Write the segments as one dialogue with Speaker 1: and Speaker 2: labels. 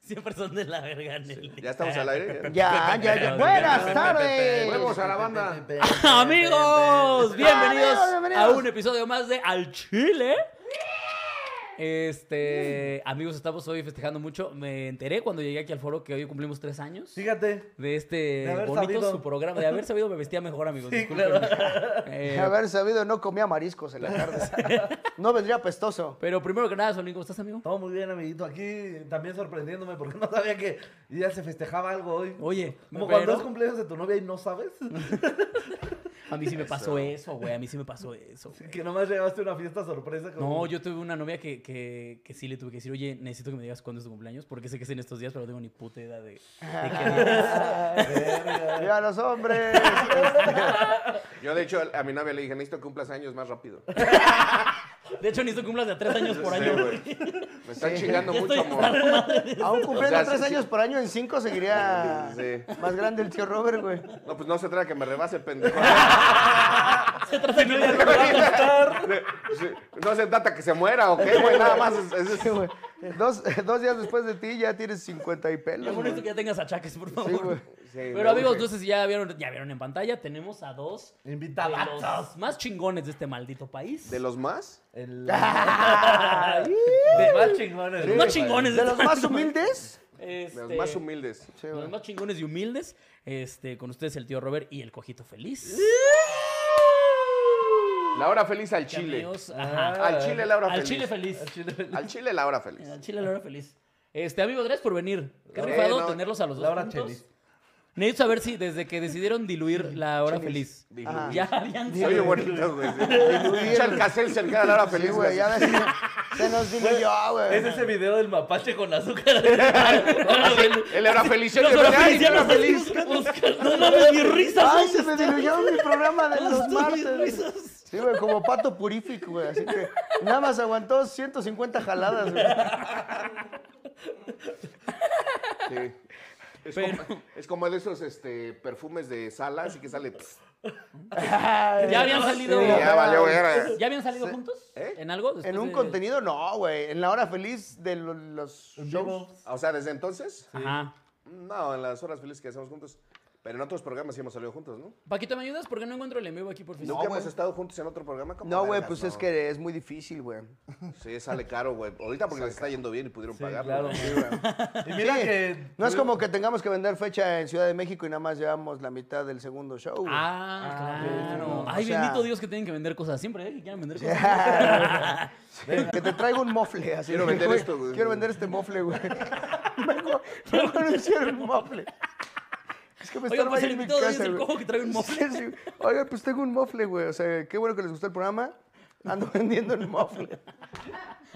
Speaker 1: Siempre son de la verga, Nelly.
Speaker 2: Ya estamos al aire.
Speaker 3: Ya, ya, ya. Buenas tardes.
Speaker 2: Huevos a la banda.
Speaker 1: Amigos, bienvenidos
Speaker 3: Amigos, bienvenidos.
Speaker 1: a un episodio más de Al Chile. Este, amigos, estamos hoy festejando mucho. Me enteré cuando llegué aquí al foro que hoy cumplimos tres años
Speaker 4: Fíjate.
Speaker 1: de este
Speaker 4: haber
Speaker 1: bonito
Speaker 4: sabido.
Speaker 1: su programa. De haber sabido, me vestía mejor, amigos.
Speaker 4: Sí,
Speaker 1: discúlpenme.
Speaker 3: De
Speaker 1: Eh,
Speaker 3: haber sabido, no comía mariscos en la tarde. No vendría pestoso.
Speaker 1: pero primero que nada, Solín, ¿cómo estás, amigo?
Speaker 4: Todo muy bien, amiguito. Aquí también sorprendiéndome porque no sabía que ya se festejaba algo hoy.
Speaker 1: Oye,
Speaker 4: Como
Speaker 1: pero-
Speaker 4: cuando es cumpleaños de tu novia y no sabes.
Speaker 1: A mí sí me pasó eso, güey. A mí sí me pasó eso. güey.
Speaker 4: que nomás llegaste a una fiesta sorpresa. como-
Speaker 1: No, yo tuve una novia que, que, que sí le tuve que decir, oye, necesito que me digas cuándo es tu cumpleaños, porque sé que es en estos días, pero no tengo ni puta idea de, de qué día.
Speaker 4: Verga.
Speaker 3: Viva los hombres.
Speaker 2: Yo, de hecho, a mi novia le dije, necesito que cumplas años más rápido.
Speaker 1: De hecho, necesito que cumplas de a tres años por
Speaker 2: Sí,
Speaker 1: año.
Speaker 2: güey. Me están
Speaker 3: Sí.
Speaker 2: chingando
Speaker 1: Ya
Speaker 2: mucho,
Speaker 1: estoy hasta la
Speaker 2: amor.
Speaker 1: madre.
Speaker 3: Aún cumpliendo
Speaker 2: O sea, sí,
Speaker 3: tres
Speaker 2: sí.
Speaker 3: años por año, en cinco seguiría
Speaker 2: Sí.
Speaker 3: más grande el tío Robert, güey.
Speaker 2: No, pues no se trata que me rebase, pendejo.
Speaker 1: Se trata de que-
Speaker 2: Sí. No se trata que se muera, ¿ok, güey? Nada más. es- es-
Speaker 3: Sí, güey. Dos, dos días después de ti ya tienes 50 y
Speaker 1: Lo
Speaker 3: pelos.
Speaker 1: bueno es
Speaker 3: güey.
Speaker 1: que ya tengas achaques, por favor.
Speaker 3: güey.
Speaker 2: Sí, me
Speaker 1: Pero amigos,
Speaker 2: urge.
Speaker 1: no sé si ya vieron, ya vieron en pantalla, tenemos a dos de
Speaker 4: Invitadazos.
Speaker 1: los más chingones de este maldito país.
Speaker 2: ¿De los más?
Speaker 4: El-
Speaker 1: De-
Speaker 4: Los más chingones.
Speaker 1: los más chingones
Speaker 3: De los
Speaker 1: este
Speaker 3: más
Speaker 1: país.
Speaker 3: humildes.
Speaker 2: De
Speaker 1: Este,
Speaker 2: los más humildes.
Speaker 3: Sí,
Speaker 1: de los
Speaker 3: güey.
Speaker 1: más chingones y humildes. Este, con ustedes el tío Robert y el cojito feliz.
Speaker 2: La hora feliz al
Speaker 1: Que,
Speaker 2: Chile.
Speaker 1: amigos, ajá.
Speaker 2: Al Chile la hora
Speaker 1: Al
Speaker 2: feliz.
Speaker 1: Chile feliz.
Speaker 4: El chile-
Speaker 2: Al Chile la hora feliz.
Speaker 1: Al Chile la hora feliz. Este, amigo, gracias por venir. Qué
Speaker 2: Sí,
Speaker 1: rifado
Speaker 2: no,
Speaker 1: tenerlos a los
Speaker 4: la
Speaker 1: dos
Speaker 4: hora
Speaker 1: juntos.
Speaker 4: chelis.
Speaker 1: Necesito saber si desde que decidieron diluir la hora feliz,
Speaker 2: Dije,
Speaker 3: Ajá.
Speaker 1: ya habían
Speaker 2: Soy bien bonito, güey. Pinche Alcacel cerca de la hora
Speaker 3: Sí,
Speaker 2: feliz,
Speaker 3: güey,
Speaker 2: güey.
Speaker 3: ya ves. Se nos diluyó,
Speaker 4: Es
Speaker 3: güey.
Speaker 4: ese video del mapache con azúcar. Ay,
Speaker 2: Él era feliz. él
Speaker 1: Los
Speaker 2: era feliz.
Speaker 1: ya feliz. No mames, mi risa.
Speaker 3: Ay, se me diluyó mi programa de
Speaker 1: Mis
Speaker 3: los martes.
Speaker 1: risas.
Speaker 3: Sí, güey, como pato purífico, güey. Así que nada más aguantó 150 jaladas, güey.
Speaker 2: Sí. Es,
Speaker 1: Pero-
Speaker 2: como, es como de esos este, perfumes de sala, así que sale. pss,
Speaker 1: Ya habían salido.
Speaker 2: y ya valió verga.
Speaker 1: ¿Ya habían salido juntos?
Speaker 2: ¿Eh?
Speaker 1: ¿En algo? Después
Speaker 3: En un
Speaker 1: de-
Speaker 3: contenido, no, güey. En la hora feliz de lo- los shows.
Speaker 2: O sea, desde entonces,
Speaker 1: Ajá.
Speaker 2: no, en las horas felices que hacemos juntos. Pero en otros programas sí hemos salido juntos, ¿no?
Speaker 1: Paquito, ¿me ayudas? Porque no encuentro el en vivo aquí por
Speaker 2: Nunca
Speaker 1: Facebook.
Speaker 2: hemos estado juntos en otro programa. ¿Cómo
Speaker 3: No, güey,
Speaker 2: vergas,
Speaker 3: pues
Speaker 2: no?
Speaker 3: es que es muy difícil, güey.
Speaker 2: Sí, sale caro, güey. Ahorita porque les está yendo bien y pudieron
Speaker 4: Sí,
Speaker 2: pagarlo.
Speaker 4: claro.
Speaker 2: Sí, güey.
Speaker 4: Y mira
Speaker 3: Sí,
Speaker 4: que.
Speaker 3: No es como que tengamos que vender fecha en Ciudad de México y nada más llevamos la mitad del segundo show, güey.
Speaker 1: Ah, claro.
Speaker 3: O
Speaker 1: Ay,
Speaker 3: sea-
Speaker 1: bendito Dios que tienen que vender cosas. Siempre, ¿eh? Que quieran vender cosas.
Speaker 3: Que te traigo un mofle así.
Speaker 2: Quiero vender esto, güey.
Speaker 3: Quiero vender este mofle, güey. Vengo, vengo a anunciar un mofle. Es que me
Speaker 1: Oiga,
Speaker 3: estorba
Speaker 1: pues
Speaker 3: ahí
Speaker 1: el
Speaker 3: en mi
Speaker 1: invitado es
Speaker 3: casa,
Speaker 1: el
Speaker 3: güey.
Speaker 1: cojo que trae un mofle.
Speaker 3: Sí, sí. Oiga, pues tengo un mofle, güey. O sea, qué bueno que les gustó el programa. Ando vendiendo el mofle.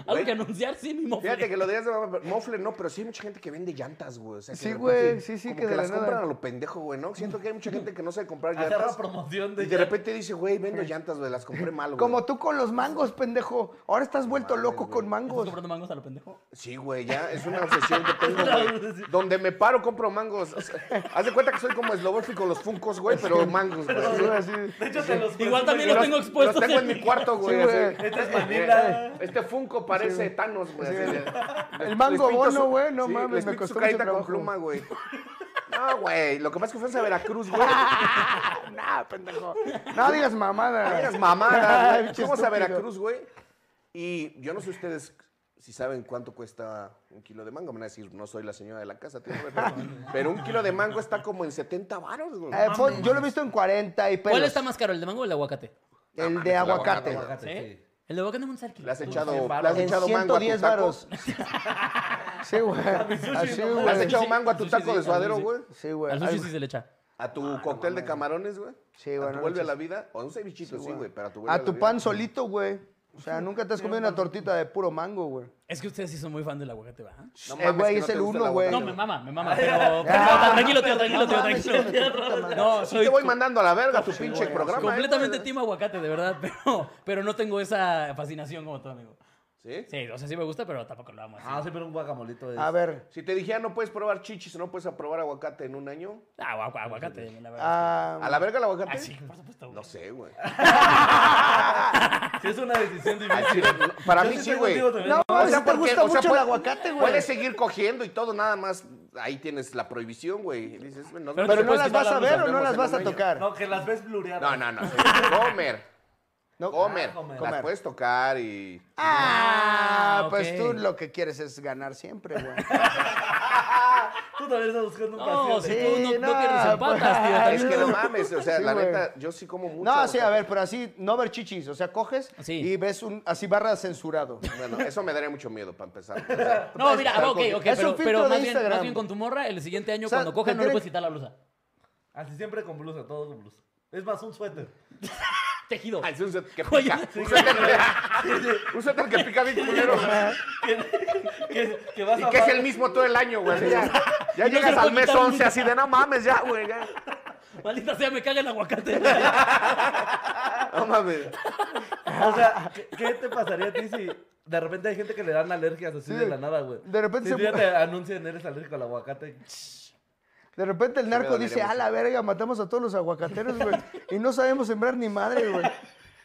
Speaker 1: Algo que anunciar, sí, mi mofle.
Speaker 2: Fíjate que lo dirías de mamá, pero- mofle no, pero sí hay mucha gente que vende llantas, güey. O sea, que
Speaker 3: Sí,
Speaker 2: de
Speaker 3: güey,
Speaker 2: repente
Speaker 3: sí, sí,
Speaker 2: como
Speaker 3: que
Speaker 2: que,
Speaker 3: de la
Speaker 2: las
Speaker 3: nada.
Speaker 2: compran a lo pendejo, güey, ¿no? Siento que hay mucha gente que no sabe comprar
Speaker 4: Agarra
Speaker 2: llantas.
Speaker 4: promoción de.
Speaker 2: Y de repente dice, güey, vendo llantas, güey, las compré mal, güey.
Speaker 3: Como tú con los mangos, pendejo. Ahora estás vuelto loco con
Speaker 1: ¿Estás
Speaker 3: mangos.
Speaker 1: comprando mangos a lo pendejo?
Speaker 2: Sí, güey, ya es una obsesión que tengo, güey. Donde me paro compro mangos. O sea, haz de cuenta que soy como Slobofi con los funcos, güey, pero mangos, güey.
Speaker 3: Sí, güey, así.
Speaker 4: De hecho, te los.
Speaker 1: Igual también los tengo
Speaker 2: Los
Speaker 1: expuestos.
Speaker 2: tengo en mi cuarto, güey.
Speaker 3: Sí, güey.
Speaker 2: así. Eh,
Speaker 4: Esta es Manila.
Speaker 2: Este Funko parece Thanos, güey.
Speaker 3: Sí,
Speaker 2: así
Speaker 3: güey.
Speaker 2: de-
Speaker 3: El
Speaker 2: les
Speaker 3: mango
Speaker 2: pinto
Speaker 3: bono, güey, no mames,
Speaker 2: les
Speaker 3: me
Speaker 2: pinto
Speaker 3: costó
Speaker 2: su
Speaker 3: mucho
Speaker 2: carita con
Speaker 3: trabajo.
Speaker 2: pluma, güey. No, güey, lo que pasa es que fuimos a Veracruz, güey.
Speaker 1: Ah,
Speaker 3: Nah, pendejo. No digas mamada.
Speaker 2: Eras mamada,
Speaker 3: Ay,
Speaker 2: güey.
Speaker 3: pinche
Speaker 2: Fuimos a
Speaker 3: estúpido.
Speaker 2: Veracruz, güey. Y yo no sé ustedes si saben cuánto cuesta un kilo de mango. Me van a decir, no soy la señora de la casa, tío, pero, pero un kilo de mango está como en 70 varos, güey.
Speaker 3: Eh, fue- yo lo he visto en 40 y pelos.
Speaker 1: ¿Cuál está más caro, el de mango o el de aguacate?
Speaker 3: El de aguacate.
Speaker 1: ¿Sí? El de aguacate no es el kilo.
Speaker 2: Le has echado,
Speaker 4: cien
Speaker 2: le has
Speaker 4: varos.
Speaker 3: En
Speaker 2: echado mango a tu
Speaker 3: 110
Speaker 2: taco.
Speaker 3: varos. Sí, güey. Así,
Speaker 2: Le has
Speaker 3: pues, güey.
Speaker 2: echado mango a
Speaker 1: Al
Speaker 2: tu
Speaker 1: sushi
Speaker 2: taco
Speaker 1: sí,
Speaker 2: de
Speaker 1: al
Speaker 2: suadero,
Speaker 1: sushi.
Speaker 2: güey.
Speaker 3: Sí, güey.
Speaker 1: Al sushi
Speaker 3: Ay,
Speaker 1: sí se le echa.
Speaker 2: A tu cóctel de camarones, güey.
Speaker 3: Sí,
Speaker 2: a
Speaker 3: bueno,
Speaker 2: tu
Speaker 3: no
Speaker 2: vuelve a
Speaker 3: manches.
Speaker 2: la vida. O a un cevichito, sí, güey, pero a tu vuelve
Speaker 3: A
Speaker 2: la
Speaker 3: tu
Speaker 2: vida.
Speaker 3: pan solito, güey. O sea, nunca te has comido una tortita de puro mango, güey.
Speaker 1: Es que ustedes sí son muy fan del aguacate, ¿verdad?
Speaker 2: No
Speaker 3: Eh,
Speaker 2: mames,
Speaker 3: güey,
Speaker 2: que
Speaker 3: es
Speaker 2: te
Speaker 3: el
Speaker 2: gusta
Speaker 3: uno,
Speaker 2: el
Speaker 3: güey.
Speaker 2: aguacate,
Speaker 1: No, me mama, me
Speaker 2: Ah,
Speaker 1: mama, pero... pero tranquilo, tío, tranquilo, tío,
Speaker 3: No mames, hijo de tu puta
Speaker 1: tranquilo.
Speaker 3: madre.
Speaker 1: No,
Speaker 2: Sí, te
Speaker 1: soy
Speaker 2: voy mandando a la verga tu pinche
Speaker 3: güey,
Speaker 2: programa. eh,
Speaker 1: completamente
Speaker 2: güey.
Speaker 1: team aguacate, de verdad, pero, pero no tengo esa fascinación como tú, amigo.
Speaker 2: ¿Sí?
Speaker 1: Sí, o sea, sí me gusta, pero tampoco lo amo así.
Speaker 4: Ah, sí, pero un guacamolito es...
Speaker 3: A ver,
Speaker 2: Si te dijera no puedes probar chichis o no puedes probar aguacate en un año,
Speaker 1: Ah, agu- aguacate, la verdad.
Speaker 3: ah,
Speaker 2: ¿a la verga el aguacate?
Speaker 1: Ah, sí, por supuesto. güey.
Speaker 2: No sé, güey.
Speaker 4: Sí, es una decisión
Speaker 2: Al
Speaker 4: difícil.
Speaker 2: chile, no, Para
Speaker 4: Yo
Speaker 2: mí sí,
Speaker 4: estoy
Speaker 2: güey.
Speaker 4: contigo también.
Speaker 3: no,
Speaker 2: O sea,
Speaker 3: si te
Speaker 2: porque,
Speaker 3: gusta
Speaker 2: o sea,
Speaker 3: mucho
Speaker 2: puede-
Speaker 3: el aguacate, güey.
Speaker 2: Puedes seguir cogiendo y todo, nada más ahí tienes la prohibición, güey. Y dices, güey, nos
Speaker 1: Pero
Speaker 2: vemos-
Speaker 3: Pero no
Speaker 1: puedes
Speaker 3: las
Speaker 1: quitar
Speaker 3: vas
Speaker 1: la
Speaker 3: a ver
Speaker 2: blusa,
Speaker 3: o no
Speaker 2: vemos
Speaker 3: las
Speaker 2: en
Speaker 3: vas
Speaker 2: un
Speaker 3: a
Speaker 2: año.
Speaker 3: tocar.
Speaker 4: No, que las ves blureadas.
Speaker 2: No, no, no. Comer.
Speaker 3: No.
Speaker 2: Comer.
Speaker 4: Ah, comer.
Speaker 2: Las
Speaker 3: Comer.
Speaker 2: puedes tocar y.
Speaker 3: Ah,
Speaker 1: Ah,
Speaker 3: pues
Speaker 1: ok.
Speaker 3: tú lo que quieres es ganar siempre, güey.
Speaker 4: Tú también estás buscando un
Speaker 1: No,
Speaker 4: castigo.
Speaker 1: si
Speaker 3: sí.
Speaker 1: tú no, no pierdes
Speaker 3: no,
Speaker 1: en patas,
Speaker 3: pues.
Speaker 1: tío.
Speaker 3: Ah,
Speaker 2: es que no mames, o sea,
Speaker 3: Sí,
Speaker 2: la
Speaker 3: güey.
Speaker 2: neta, yo sí como mucho.
Speaker 3: No,
Speaker 2: o
Speaker 3: sí,
Speaker 2: sea,
Speaker 3: a ver, pero así, no ver chichis. O sea, coges
Speaker 1: Sí.
Speaker 3: y ves un, así barra censurado.
Speaker 2: Bueno, eso me daría mucho miedo para empezar. o sea,
Speaker 1: No, mira,
Speaker 3: Tal
Speaker 1: ah, ok, ok,
Speaker 3: cosa. Es un
Speaker 1: pero,
Speaker 3: filtro
Speaker 1: pero
Speaker 3: de
Speaker 1: más, bien,
Speaker 3: Instagram.
Speaker 1: más bien con tu morra, el siguiente año
Speaker 3: O sea,
Speaker 1: cuando
Speaker 3: te
Speaker 1: cojan no le
Speaker 3: tiene-
Speaker 1: puedes quitar la blusa.
Speaker 4: Así siempre con blusa, todo con blusa. Es más, un suéter.
Speaker 1: Tejido.
Speaker 2: ah, es un set que
Speaker 1: Oye,
Speaker 2: pica. Un suéter que- Un suéter que pica bien culero.
Speaker 4: Que, que vas
Speaker 2: Y
Speaker 4: a
Speaker 2: que es
Speaker 4: amar-
Speaker 2: el mismo todo el año, güey. así Ya, ya
Speaker 1: Y no se
Speaker 2: llegas
Speaker 1: lo
Speaker 2: al mes
Speaker 1: quitaron
Speaker 2: 11
Speaker 1: nunca.
Speaker 2: así de no mames, ya, güey. ya".
Speaker 1: Maldita sea, me caga el aguacate.
Speaker 2: No mames.
Speaker 4: O sea, ¿qué, qué te pasaría a ti si de repente hay gente que le dan alergias así
Speaker 3: Sí.
Speaker 4: de la nada, güey?
Speaker 3: De repente
Speaker 4: si
Speaker 3: se-
Speaker 4: tú ya te anuncian eres alérgico al aguacate.
Speaker 3: De repente el narco
Speaker 2: dolería
Speaker 3: dice, a
Speaker 2: mucho.
Speaker 3: la verga, matamos a todos los aguacateros, güey. Y no sabemos sembrar ni madre, güey.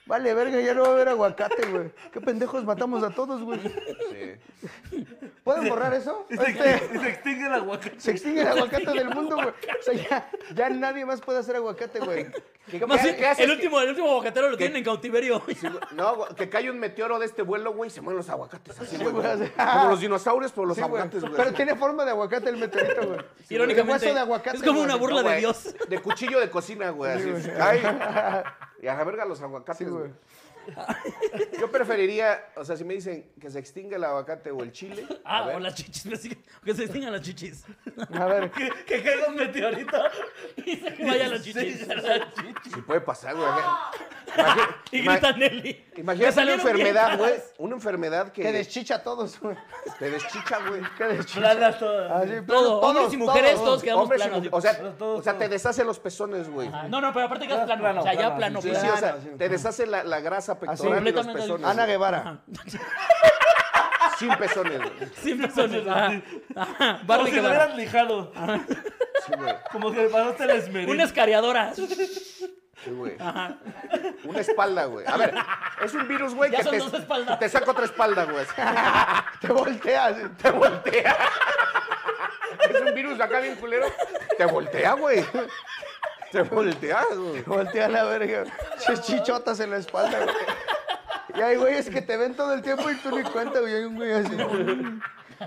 Speaker 3: Vale, verga, ya no va a haber aguacate, güey. Qué pendejos matamos a todos, güey.
Speaker 2: Sí.
Speaker 3: ¿Pueden borrar eso?
Speaker 4: Y se,
Speaker 3: Este,
Speaker 4: y se extingue el aguacate.
Speaker 3: se extingue el aguacate del mundo, güey. O sea, ya, ya nadie más puede hacer aguacate, güey.
Speaker 2: ¿Qué,
Speaker 1: Más
Speaker 2: qué-
Speaker 1: bien,
Speaker 2: qué
Speaker 1: el,
Speaker 2: haces que-
Speaker 1: último, el último aguacatero lo
Speaker 2: ¿Qué?
Speaker 1: tienen en cautiverio.
Speaker 2: Sí, güey, No, güey, que cae un meteoro de este vuelo, güey, y se mueren los aguacates así, güey.
Speaker 3: güey,
Speaker 2: como-
Speaker 3: así.
Speaker 2: Como los dinosaurios, pero los
Speaker 3: Sí, güey.
Speaker 2: aguacates, güey.
Speaker 3: Pero
Speaker 2: así.
Speaker 3: tiene forma de aguacate el meteorito, güey.
Speaker 1: Irónicamente,
Speaker 3: El hueso de aguacate,
Speaker 1: es como
Speaker 3: güey.
Speaker 1: una burla de
Speaker 2: No, güey,
Speaker 1: Dios.
Speaker 2: De cuchillo de cocina, güey. así,
Speaker 3: güey.
Speaker 2: Ay. Y a la verga los aguacates,
Speaker 3: Sí, güey.
Speaker 2: güey. Yo preferiría, o sea, si me dicen que se extinga el aguacate o el chile. a
Speaker 1: Ah,
Speaker 2: ver,
Speaker 1: o las chichis. me sigue- Que se extingan las chichis.
Speaker 3: A ver.
Speaker 4: Que, que caiga un meteorito.
Speaker 1: Y se vayan las chichis.
Speaker 2: Si puede pasar, güey. Imagi-
Speaker 1: Y
Speaker 2: ima-
Speaker 1: grita Nelly. "Me
Speaker 2: Imagínate una
Speaker 1: salieron bien
Speaker 2: enfermedad,
Speaker 1: caras".
Speaker 2: güey. Una enfermedad que,
Speaker 3: Que deschicha a todos, güey.
Speaker 2: te deschicha, güey.
Speaker 3: Que deschicha.
Speaker 4: Planas todas.
Speaker 3: Así,
Speaker 1: Todo, hombres y mujeres, todos, quedamos
Speaker 2: Hombres y
Speaker 1: planos.
Speaker 2: mujeres, o sea,
Speaker 4: Pero todo,
Speaker 2: o sea, te
Speaker 4: todo.
Speaker 2: deshace los pezones, güey.
Speaker 1: Ajá. No, no, pero aparte quedas plano.
Speaker 4: plano,
Speaker 1: o sea, ya
Speaker 4: plano,
Speaker 1: plano.
Speaker 2: Ah, Sí,
Speaker 1: plano.
Speaker 2: sí, o sea,
Speaker 3: Planos, sí.
Speaker 2: te deshace la, la grasa pectoral y los
Speaker 1: Completamente.
Speaker 2: pezones.
Speaker 3: Ana
Speaker 2: güey.
Speaker 3: Guevara.
Speaker 2: Sin pezones, güey.
Speaker 1: Sin personas. Ajá. Ajá.
Speaker 4: Como
Speaker 1: Barba
Speaker 4: si
Speaker 1: que
Speaker 4: lo
Speaker 1: barba.
Speaker 4: hubieran lijado.
Speaker 2: Sí, güey.
Speaker 4: Como que le pasaste el esmeril.
Speaker 1: Una escariadora.
Speaker 2: Sí, güey. Una espalda, güey. A ver, es un virus, güey,
Speaker 1: Ya
Speaker 2: que
Speaker 1: son
Speaker 2: te,
Speaker 1: dos espaldas.
Speaker 2: que te saca otra espalda, güey.
Speaker 3: Te volteas.
Speaker 2: Te voltea. Es un virus acá bien culero. Te voltea, güey. Te voltea, güey.
Speaker 3: Voltea la verga. Ches chichotas en la espalda, güey. Y hay güeyes que te ven todo el tiempo y tú ni cuenta, güey. Hay un güey así.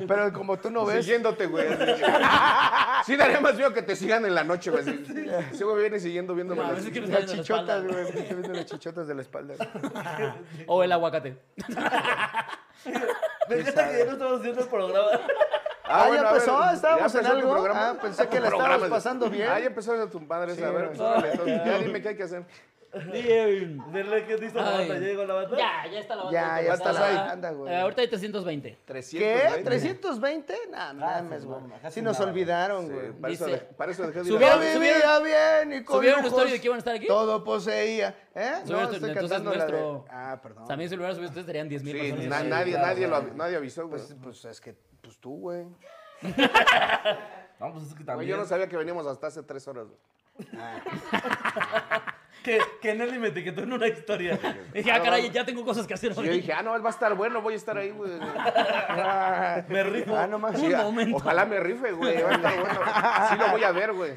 Speaker 3: Pero como tú no ves.
Speaker 2: Siguiéndote, güey. así. Sí, daría más miedo que te sigan en la noche, güey. así. Ese güey viene siguiendo viéndome.
Speaker 1: Ah, A
Speaker 2: la-
Speaker 1: veces que me salen
Speaker 3: Las
Speaker 1: de la espalda.
Speaker 3: chichotas, güey. Te ven las chichotas de la espalda. güey.
Speaker 1: O el aguacate.
Speaker 4: Me encanta que ya no estamos haciendo el programa.
Speaker 3: Ah,
Speaker 2: bueno,
Speaker 3: ya
Speaker 2: a ver,
Speaker 3: empezó, estábamos
Speaker 2: ya
Speaker 3: en
Speaker 2: empezó tu
Speaker 3: algo.
Speaker 2: programa.
Speaker 3: Ah, pensé que la
Speaker 2: Tu programa.
Speaker 3: estábamos pasando bien.
Speaker 2: Ah, ya empezó tu padre.
Speaker 3: Sí,
Speaker 2: a ver,
Speaker 3: güey.
Speaker 2: pues, órale, entonces, ya dime qué hay que hacer.
Speaker 4: Verle que hizo la
Speaker 1: Ay.
Speaker 4: banda. Ya llegó la banda.
Speaker 1: Ya, ya está la banda.
Speaker 3: Ya, ya
Speaker 2: estás
Speaker 1: está.
Speaker 3: ahí. Anda, güey.
Speaker 1: Eh, ahorita hay 320.
Speaker 2: 300,
Speaker 3: ¿Qué?
Speaker 2: güey.
Speaker 3: ¿320? Nah, mames, güey. Si nos olvidaron,
Speaker 2: Sí,
Speaker 3: güey.
Speaker 2: para, eso
Speaker 1: Dice-
Speaker 2: dej- para eso dejé de ir a-
Speaker 3: Yo
Speaker 1: Subieron-
Speaker 3: vivía bien y con
Speaker 1: subieron una
Speaker 3: lujos
Speaker 1: historia de que iban a estar aquí.
Speaker 3: Todo poseía. ¿Eh?
Speaker 1: Subieron
Speaker 3: no,
Speaker 1: una-
Speaker 3: estoy
Speaker 1: entonces
Speaker 3: cantando la de...
Speaker 1: nuestro-
Speaker 3: Ah, perdón.
Speaker 1: También si lo hubieras subido, ustedes serían 10 mil
Speaker 2: Sí,
Speaker 1: personas.
Speaker 2: na-
Speaker 1: Sí,
Speaker 2: nadie,
Speaker 1: claro.
Speaker 2: nadie, lo, av- nadie avisó, güey.
Speaker 3: Pues, pues es que, pues tú, güey.
Speaker 4: No, pues es que
Speaker 2: Güey,
Speaker 4: también.
Speaker 2: yo no sabía que veníamos hasta hace tres horas. güey.
Speaker 4: que, que Nelly me etiquetó en una historia.
Speaker 1: Dije, ah, caray, ya tengo cosas que hacer
Speaker 2: Y yo
Speaker 1: hoy.
Speaker 2: dije, ah, no, él va a estar bueno, voy a estar ahí, güey.
Speaker 3: Ah,
Speaker 4: Me rifo.
Speaker 3: Ah, no más.
Speaker 1: Un
Speaker 2: Sí, ah,
Speaker 1: momento.
Speaker 2: Ojalá me rife, güey. Va a estar bueno. Sí lo voy a ver, güey.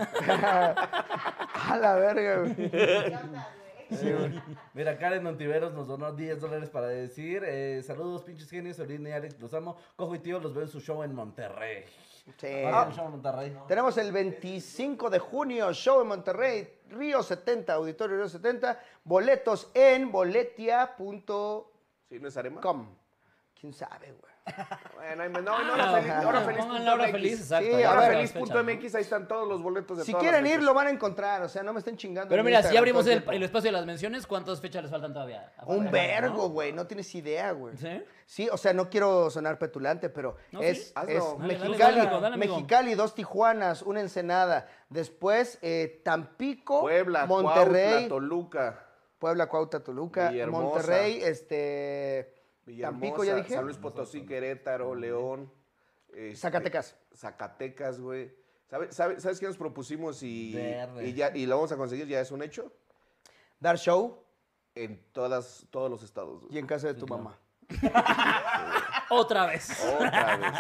Speaker 3: A la verga, güey.
Speaker 4: Mira, Karen Montiveros nos donó 10 dólares para decir eh, saludos, pinches genios, Solín y Alex, los amo. Cojo y tío, los veo en su show en Monterrey.
Speaker 3: Sí.
Speaker 4: Va
Speaker 1: Ah, pues,
Speaker 4: a ser un show en Monterrey.
Speaker 3: Tenemos el 25 de junio, show en Monterrey, Río 70, Auditorio Río 70. Boletos en boletia.com.
Speaker 2: Sí, no es arema.
Speaker 3: ¿Quién sabe, güey?
Speaker 2: Bueno, ahí me- no,
Speaker 1: Ah,
Speaker 2: no, hora feliz. Hora feliz.
Speaker 1: Pongan la hora feliz, exacto.
Speaker 3: Sí,
Speaker 1: ahí
Speaker 3: a
Speaker 1: está
Speaker 2: Hora
Speaker 3: ver.
Speaker 1: la
Speaker 2: feliz punto
Speaker 1: fecha, ¿no?
Speaker 2: MX, ahí están todos los boletos de
Speaker 3: Si
Speaker 2: todas
Speaker 3: quieren
Speaker 2: las
Speaker 3: ir,
Speaker 2: fechas.
Speaker 3: lo van a encontrar. O sea, no me estén chingando.
Speaker 1: Pero
Speaker 3: en
Speaker 1: mira, si ya
Speaker 3: Instagram
Speaker 1: abrimos
Speaker 3: todo
Speaker 1: el,
Speaker 3: tiempo.
Speaker 1: el espacio de las menciones, ¿cuántas fechas les faltan todavía?
Speaker 3: Un vergo,
Speaker 1: vergo,
Speaker 3: güey. No tienes idea, güey.
Speaker 1: ¿Sí?
Speaker 3: Sí, o sea, no quiero sonar petulante, pero
Speaker 1: No,
Speaker 3: es,
Speaker 1: sí.
Speaker 3: es
Speaker 2: Hazlo.
Speaker 1: Dale, dale,
Speaker 3: Mexicali,
Speaker 1: dale, dale, amigo.
Speaker 3: Mexicali, dos Tijuanas, una Ensenada. Después eh, Tampico,
Speaker 2: Puebla,
Speaker 3: Monterrey,
Speaker 2: Cuautla, Toluca.
Speaker 3: Puebla, Cuauta, Toluca,
Speaker 2: Villahermosa.
Speaker 3: Monterrey, este
Speaker 2: Villahermosa,
Speaker 3: Tampico, ya dije.
Speaker 2: San Luis Potosí, Querétaro, León. este,
Speaker 3: Zacatecas.
Speaker 2: Zacatecas, güey. ¿Sabe- sabe- ¿Sabes qué nos propusimos y,
Speaker 4: Verde.
Speaker 2: y, ya, y lo vamos a conseguir? Ya es un hecho.
Speaker 3: Dar show
Speaker 2: En todas, todos los estados. güey.
Speaker 3: y en casa de tu mamá.
Speaker 1: Otra vez.
Speaker 2: Otra vez.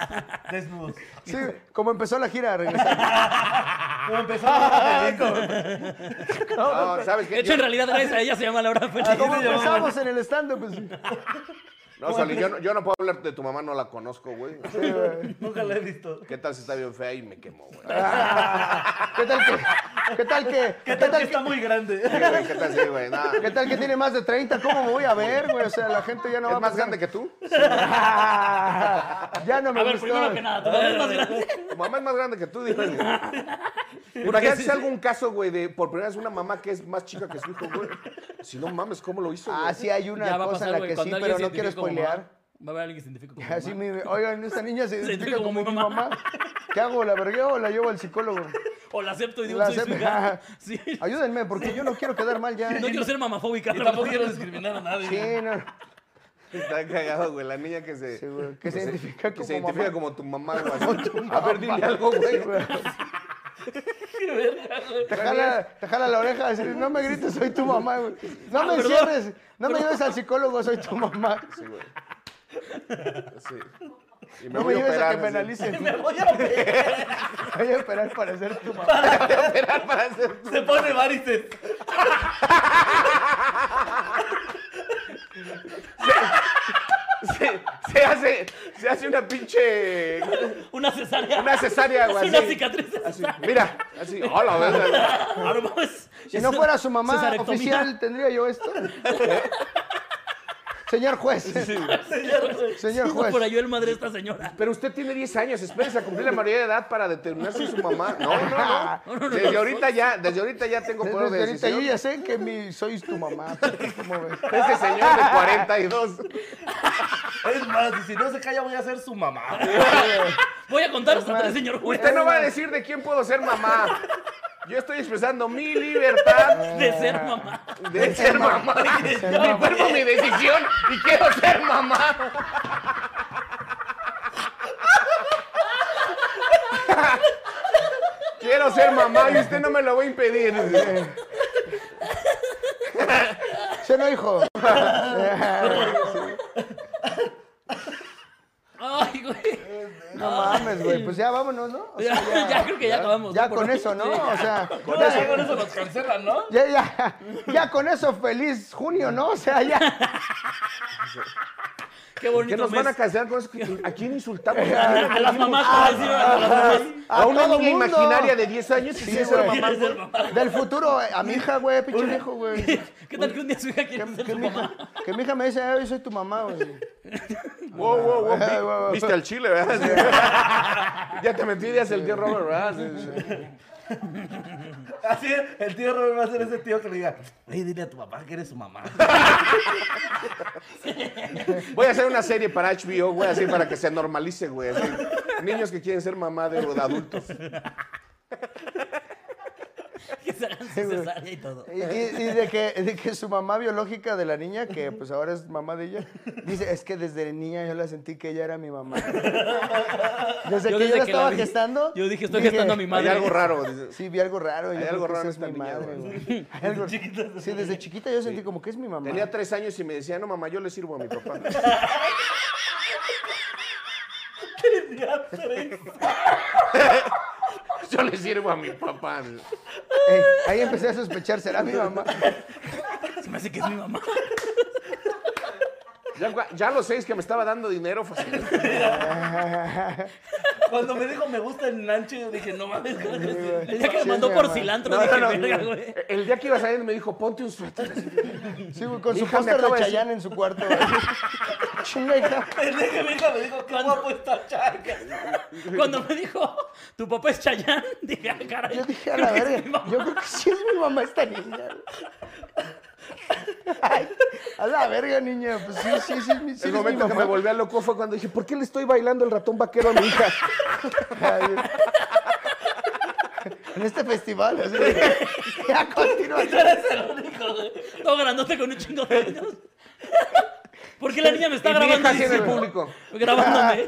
Speaker 4: Desnudos.
Speaker 3: Sí, como empezó la gira, regresando.
Speaker 4: Como empezó la película.
Speaker 2: No, ¿sabes
Speaker 1: De
Speaker 2: qué?
Speaker 1: hecho, en realidad, gracias a ella se llama Laura Feliz.
Speaker 3: Ah, ¿Cómo empezamos en el stand? Pues, sí,
Speaker 2: No, Solín, yo, no- yo no puedo hablar de tu mamá, no la conozco, güey.
Speaker 3: güey.
Speaker 4: Nunca la he visto.
Speaker 2: ¿Qué tal si está bien fea y me quemó, güey?
Speaker 3: ¿Qué tal que? ¿Qué tal que?
Speaker 4: ¿Qué tal que está muy grande?
Speaker 2: Sí, güey, ¿Qué tal si, güey? Nada.
Speaker 3: ¿Qué tal que tiene más de 30? ¿Cómo me voy a ver, güey? O sea, la gente ya no va
Speaker 2: ¿Es
Speaker 3: a
Speaker 2: más
Speaker 3: pensar-
Speaker 2: grande que tú?
Speaker 3: ya no me
Speaker 1: A ver,
Speaker 3: gustó.
Speaker 1: primero que nada, tú eres más grande.
Speaker 2: Tu mamá es más grande que tú, dime. Imagínate si algún caso, güey, de por primera vez una mamá que es más chica que su hijo, güey. Si no mames, ¿cómo lo hizo? güey?
Speaker 3: Ah, sí, hay una
Speaker 1: Ya va a
Speaker 3: cosa
Speaker 1: pasar,
Speaker 3: en la
Speaker 1: güey,
Speaker 3: que sí,
Speaker 1: cuando alguien
Speaker 3: pero
Speaker 1: se
Speaker 3: no quiero
Speaker 1: identifique como
Speaker 3: spoilear.
Speaker 1: mamá, Va a haber alguien que se identifique como
Speaker 3: Así
Speaker 1: mamá.
Speaker 3: mi, oigan, esta niña se identifica
Speaker 1: identifica
Speaker 3: como,
Speaker 1: como
Speaker 3: mi
Speaker 1: mamá.
Speaker 3: mamá. ¿Qué hago? ¿La vergueo o la llevo al psicólogo?
Speaker 1: O la acepto y digo,
Speaker 3: La
Speaker 1: soy su
Speaker 3: acepto.
Speaker 1: hija. Sí.
Speaker 3: Ayúdenme, porque yo no quiero quedar mal ya.
Speaker 1: No quiero ser mamafóbica.
Speaker 4: Y tampoco quiero discriminar a nadie.
Speaker 3: Sí, no.
Speaker 2: Está cagado, güey. La niña que se.
Speaker 3: Sí, güey, que se identifica
Speaker 2: que
Speaker 3: como
Speaker 2: se identifica
Speaker 3: mamá.
Speaker 2: como tu mamá, güey. A ver, dile algo, güey.
Speaker 3: Te jala, te jala la oreja a decir, no me grites, soy tu mamá, güey. No me
Speaker 1: perdón.
Speaker 3: cierres, no me lleves al psicólogo, soy tu mamá.
Speaker 2: Sí, güey. Sí. Y
Speaker 3: No me lleves a que
Speaker 2: así.
Speaker 3: penalicen.
Speaker 4: Me voy a ver.
Speaker 3: Voy a operar para ser tu mamá.
Speaker 2: Para hacer-
Speaker 4: Se pone varices.
Speaker 2: Se, se hace, se hace una pinche.
Speaker 1: Una cesárea.
Speaker 2: Una cesárea, güey.
Speaker 1: Es una
Speaker 2: así.
Speaker 1: cicatriz de
Speaker 2: Así, mira, así. Hola, verga.
Speaker 1: Ah, Armas.
Speaker 3: Si no fuera su mamá
Speaker 1: Cesarectomía.
Speaker 3: oficial, ¿tendría yo esto? Señor juez.
Speaker 1: Señor juez.
Speaker 3: Señor
Speaker 1: Sí, no
Speaker 3: juez.
Speaker 1: por ayudar el madre de esta señora.
Speaker 2: Pero usted tiene 10 años, espérese a cumplir la mayoría de edad para determinar si es su mamá. No, no, no. Desde ahorita ya, desde ahorita ya tengo poder
Speaker 3: Desde
Speaker 2: de
Speaker 3: ahorita yo
Speaker 2: decisión.
Speaker 3: ya sé que mi, soy tu mamá. ¿Cómo ves?
Speaker 2: Este señor de 42.
Speaker 4: Es más, y si no se calla, voy a ser su mamá.
Speaker 1: Voy a contar hasta
Speaker 3: más,
Speaker 1: tres, señor juez.
Speaker 2: Usted no va a decir de quién puedo ser mamá. Yo estoy expresando mi libertad
Speaker 1: De ser mamá.
Speaker 2: de ser mamá. Mi cuerpo, mi decisión y quiero ser mamá. Quiero ser mamá y usted no me lo va a impedir. Eh.
Speaker 3: ¿Sí o no, hijo?
Speaker 1: Ay, güey.
Speaker 3: No mames, güey. Pues ya vámonos, ¿no? O sea,
Speaker 1: Ya, ya creo que ya acabamos.
Speaker 3: ya
Speaker 1: ¿no? Por
Speaker 3: con
Speaker 1: hoy.
Speaker 3: eso, ¿no?
Speaker 1: Sí.
Speaker 3: O sea,
Speaker 4: Con eso, con eso nos cancelan, ¿no?
Speaker 3: ya, ya, ya con eso feliz junio, ¿no? O sea, ya.
Speaker 1: Qué bonito
Speaker 2: ¿Qué nos
Speaker 1: mes.
Speaker 2: van a cancelar con eso? ¿A quién insultamos?
Speaker 1: A las mamás, como decían "Ah, a las mamás.
Speaker 2: A una
Speaker 3: todo
Speaker 2: niña
Speaker 3: mundo.
Speaker 2: imaginaria de 10 años y
Speaker 3: Sí,
Speaker 2: sí, ser
Speaker 3: güey.
Speaker 2: mamá.
Speaker 1: ¿Quieres ser mamá?
Speaker 3: Del futuro, eh, a mi hija, güey, pinche viejo, güey. Que,
Speaker 1: ¿Qué tal que un día su hija quiere ser
Speaker 3: que
Speaker 1: su
Speaker 3: mi hija,
Speaker 1: mamá?
Speaker 3: que mi hija me dice, eh, yo soy tu mamá, güey.
Speaker 2: Wow, wow, wow.
Speaker 3: Ay, wow, wow.
Speaker 2: Viste al chile, ¿verdad? ya te metí ideas el tío Robert, ¿verdad? Sí, sí, sí.
Speaker 4: Así es, el tío Robert va a ser ese tío que le diga, oye, dile a tu papá que eres su mamá.
Speaker 2: Voy a hacer una serie para HBO, güey, así para que se normalice, güey. así. Niños que quieren ser mamá de, de adultos.
Speaker 1: Que se hagan su cesárea y todo.
Speaker 3: Y, y- y de, que, de que su mamá biológica de la niña, que pues ahora es mamá de ella, dice, es que desde niña yo la sentí que ella era mi mamá. Desde
Speaker 1: Yo
Speaker 3: que yo
Speaker 1: desde
Speaker 3: la
Speaker 1: que la
Speaker 3: estaba
Speaker 1: vi,
Speaker 3: gestando.
Speaker 1: yo dije, estoy gestando a mi
Speaker 2: Hay
Speaker 1: madre.
Speaker 2: algo raro. dices.
Speaker 3: Sí, vi algo raro. yo
Speaker 2: Hay
Speaker 3: creo
Speaker 2: algo
Speaker 3: que
Speaker 2: raro en esta
Speaker 3: esa es mi
Speaker 2: niña,
Speaker 3: madre,
Speaker 2: güey.
Speaker 3: güey. Hay algo- Sí, desde chiquita yo sentí como que es mi mamá.
Speaker 2: Tenía tres años y me decía, no, mamá, yo le sirvo a mi papá. yo le sirvo a mi papá.
Speaker 3: Ey, ahí empecé a sospechar, ¿será mi mamá?
Speaker 1: Se me hace que es mi mamá.
Speaker 2: Ya, cua- ya a los seis que me estaba dando dinero, fácil.
Speaker 4: Cuando me dijo me gusta el Nancho, yo dije, no mames, creo que sí".
Speaker 1: El día que
Speaker 3: Sí,
Speaker 1: lo
Speaker 3: es
Speaker 1: mandó
Speaker 3: mi
Speaker 1: por
Speaker 3: mamá.
Speaker 1: cilantro,
Speaker 2: No,
Speaker 1: dije,
Speaker 2: no, no.
Speaker 1: verga, güey.
Speaker 2: El día que iba saliendo me dijo, ponte un suéter. así.
Speaker 3: Sí, güey, con
Speaker 2: Mi
Speaker 3: su
Speaker 2: hija me acaba
Speaker 3: póster de
Speaker 2: de decir-
Speaker 3: Chayanne en su cuarto. güey. Chinga, hija.
Speaker 4: El día que mi hija me dijo, qué guapo está Chaca.
Speaker 1: Cuando me dijo, tu papá es Chayán, dije, ah, caray.
Speaker 3: Yo dije a
Speaker 1: creo
Speaker 3: la
Speaker 1: que es mi
Speaker 3: verga.
Speaker 1: mamá".
Speaker 3: Yo creo que sí es mi mamá esta niña. Ay, a la verga, niña. Pues sí, sí, sí. mi- sí
Speaker 2: El
Speaker 3: eres mi
Speaker 2: momento que me
Speaker 3: mamá.
Speaker 2: volví a loco fue cuando dije, ¿por qué le estoy bailando el ratón vaquero a mi hija?
Speaker 3: Ay, en este festival. así de- ya continúa.
Speaker 1: Tú eres el único, güey. Todo grandote con un chingo de años. ¿Por qué la niña me está
Speaker 2: Y mi
Speaker 1: grabando?
Speaker 2: hija así en el
Speaker 1: diciendo-
Speaker 2: público.
Speaker 1: Grabándome.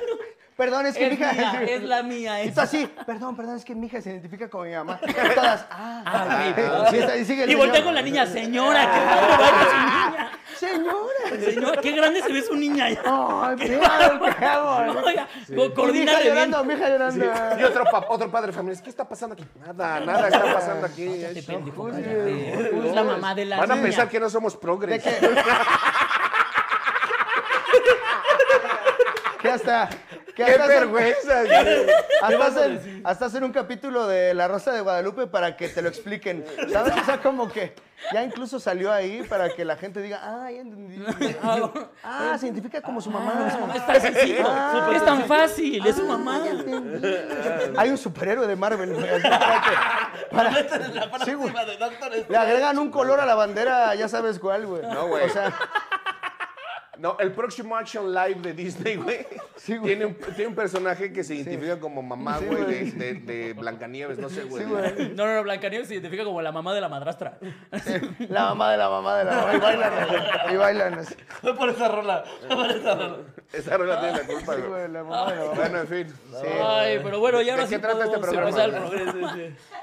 Speaker 3: Perdón, es que mi
Speaker 1: Es
Speaker 3: hija.
Speaker 1: mía, es la mía. Es...
Speaker 3: Está así. Perdón, perdón, es que mi hija se identifica con mi mamá. Y Todas. Ah,
Speaker 1: Ah, ok,
Speaker 3: ah, sí, está- y sigue el
Speaker 1: Y voltea
Speaker 3: señor.
Speaker 1: con la niña, señora, qué padre baila
Speaker 3: señora.
Speaker 1: su niña. Señora, qué grande se ve su niña. ya.
Speaker 3: Ay, claro,
Speaker 2: Oh,
Speaker 3: qué amor.
Speaker 1: Oiga, co-
Speaker 3: Y Mi hija
Speaker 1: coordínale bien.
Speaker 3: llorando, mi hija llorando.
Speaker 2: Y otro, pa- otro padre de familia, es, ¿qué está pasando aquí? Nada, nada está pasando aquí.
Speaker 1: Te Este pendejo,
Speaker 3: Oye,
Speaker 1: cállate.
Speaker 3: oye,
Speaker 1: Es la mamá de la
Speaker 2: Van a
Speaker 1: niña.
Speaker 2: pensar que no somos
Speaker 3: De
Speaker 2: progres.
Speaker 3: que. que hasta. Que
Speaker 2: ¡Qué
Speaker 3: hasta hacen-
Speaker 2: vergüenza! güey.
Speaker 3: Hasta hacen, hasta hacen un capítulo de La Rosa de Guadalupe para que te lo expliquen. ¿Sabes? O sea, como que ya incluso salió ahí para que la gente diga, ah, ya entendí. Ah, se identifica como su mamá.
Speaker 1: Su mamá está sencillo.
Speaker 3: Ah,
Speaker 1: es tan fácil, es su
Speaker 2: Ah,
Speaker 1: mamá.
Speaker 3: ya entendí. Hay un superhéroe de Marvel, güey. así para que- para-
Speaker 4: La
Speaker 3: Sí, güey.
Speaker 4: próxima de Doctor Strange.
Speaker 3: Le agregan un color a la bandera, ya sabes cuál, güey.
Speaker 2: No, güey.
Speaker 3: O sea,
Speaker 2: No, el próximo Action Live de Disney, güey,
Speaker 3: Sí, güey.
Speaker 2: tiene, un, tiene un personaje que se identifica como mamá,
Speaker 3: Sí,
Speaker 2: güey,
Speaker 3: güey.
Speaker 2: de, de- de Blancanieves, no sé, güey.
Speaker 3: sí, güey.
Speaker 1: No, no, no, Blancanieves se identifica como la mamá de la madrastra.
Speaker 3: La mamá de la mamá de la mamá. Y bailan, así, y bailan así.
Speaker 4: Fue por esa rola. fue por esa rola.
Speaker 2: Esa rola tiene la culpa,
Speaker 3: Sí,
Speaker 2: güey.
Speaker 3: güey, la mamá de la mamá.
Speaker 2: Bueno, en fin. Sí.
Speaker 1: Ay, pero bueno, ya
Speaker 2: ¿De
Speaker 1: ahora
Speaker 2: qué
Speaker 1: sí
Speaker 2: trata este
Speaker 1: podemos
Speaker 2: programa?
Speaker 4: Pues,
Speaker 1: empezar el progreso, sí.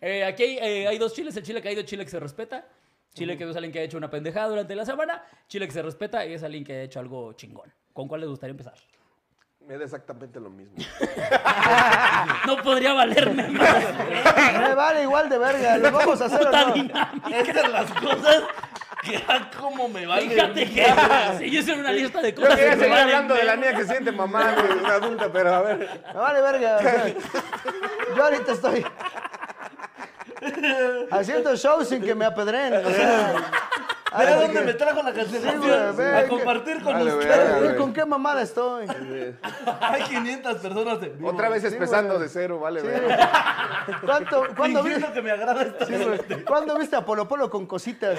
Speaker 1: Eh, aquí hay, eh, hay dos chiles, el chile caído, chile que se respeta. Chile que es alguien que ha hecho una pendejada durante la semana. Chile que se respeta y es alguien que ha hecho algo chingón. ¿Con cuál les gustaría empezar?
Speaker 2: Me da exactamente lo mismo. Ah.
Speaker 1: No podría valerme más.
Speaker 3: Me vale igual de verga, lo vamos a hacer o
Speaker 1: Puta
Speaker 3: no.
Speaker 1: dinámica.
Speaker 4: Estas son las cosas que a cómo me valen.
Speaker 1: Fíjate que si yo hiciera una lista de
Speaker 2: Ah. Yo
Speaker 1: cosas
Speaker 2: quería
Speaker 1: que me
Speaker 2: seguir
Speaker 1: valen
Speaker 2: hablando de la
Speaker 1: menos.
Speaker 2: niña que se siente mamá, güey, una adulta, pero a ver.
Speaker 3: Me vale verga. o sea, yo ahorita estoy haciendo show sin que me apedreen. O sea,
Speaker 4: Mira
Speaker 3: así
Speaker 4: dónde
Speaker 3: que-
Speaker 4: me trajo la
Speaker 3: Sí, güey,
Speaker 4: cancelación.
Speaker 3: ve
Speaker 4: a
Speaker 3: que-
Speaker 4: compartir con
Speaker 2: Vale,
Speaker 4: ustedes.
Speaker 2: güey.
Speaker 3: ¿Con qué mamada estoy?
Speaker 4: Hay 500 personas en vivo.
Speaker 2: Otra vez
Speaker 3: Sí,
Speaker 2: empezando
Speaker 3: güey.
Speaker 2: de cero, vale,
Speaker 3: Sí.
Speaker 2: güey.
Speaker 3: ¿Cuánto, ¿cuándo, vi-
Speaker 4: Fingiendo que me agrada esto.
Speaker 3: sí, güey. ¿Cuándo viste a Polo Polo con cositas?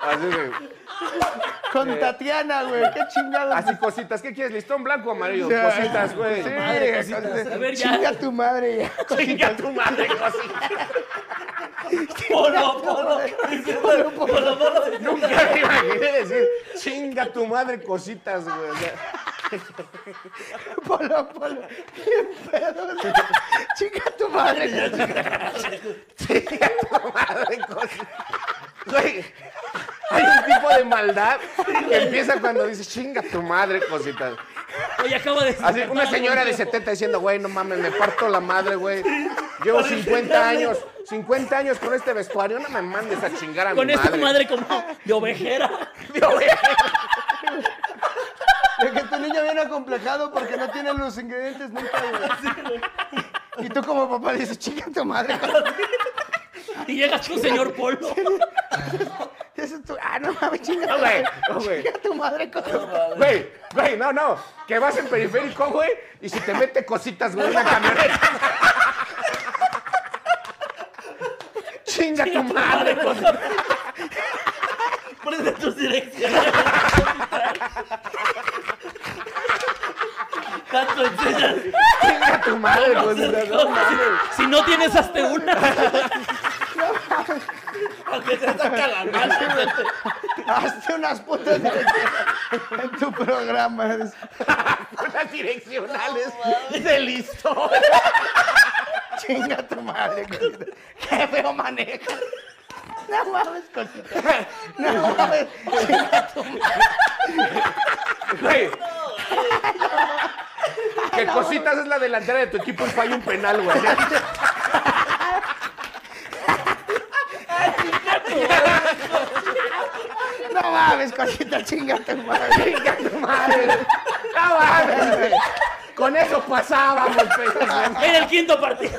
Speaker 2: Así, güey.
Speaker 3: Con Tatiana, güey. Qué chingada.
Speaker 2: Así cositas. ¿Qué quieres? ¿Listón blanco o amarillo?
Speaker 3: Sí.
Speaker 2: Cositas, güey.
Speaker 3: Sí,
Speaker 1: Madre, cositas.
Speaker 3: con-
Speaker 1: A ver, ya.
Speaker 3: Chinga tu madre. ya.
Speaker 2: Chinga tu madre, cositas.
Speaker 4: Polo, polo.
Speaker 3: Polo Polo.
Speaker 4: Polo, polo.
Speaker 2: Nunca me imaginé decir, chinga tu madre, cositas, güey. O sea,
Speaker 3: Polo, polo. Bien pedo. Chica tu madre.
Speaker 2: Chinga tu madre, cositas. Güey, hay un tipo de maldad que empieza cuando dices, chinga tu madre, cositas.
Speaker 1: Oye, acabo de
Speaker 2: Así, una señora de 70 diciendo, güey, no mames, me parto la madre, güey. Llevo 50 años, 50 años con este vestuario, no me mandes a chingar a
Speaker 1: Con
Speaker 2: mi
Speaker 1: esta
Speaker 2: madre.
Speaker 1: madre como de ovejera.
Speaker 3: De que tu niño viene acomplejado porque no tiene los ingredientes nunca, güey. Y tú como papá dices, chica tu madre.
Speaker 1: Y llegas tú, señor Polo.
Speaker 3: Dices tú, ah, no mames, chinga
Speaker 2: No,
Speaker 3: tu
Speaker 2: güey,
Speaker 3: madre.
Speaker 2: no, güey.
Speaker 3: Chinga tu madre. con-
Speaker 2: Güey, güey, no, no. Que vas en periférico, güey, y si te mete cositas, güey, una camioneta. Chinga tu madre, cositas.
Speaker 1: Prende tus direcciones.
Speaker 4: Tanto enseñas.
Speaker 2: Chinga tu madre, cositas. No mames.
Speaker 1: Si no tienes hasta una.
Speaker 4: Aunque te saca la mano.
Speaker 3: Hazte unas putas direcciones en tu programa. dices.
Speaker 2: Con las direccionales de listo.
Speaker 3: Chinga tu madre, cosita. Qué feo manejas. No mames, cosita. No mames. Chinga tu
Speaker 2: Güey. Que cositas es la delantera de tu equipo y falla un penal, güey.
Speaker 3: No mames, cosita, chinga tu madre.
Speaker 2: Chinga tu madre. No mames, güey. Con eso pasábamos, pendejo.
Speaker 1: En el quinto partido.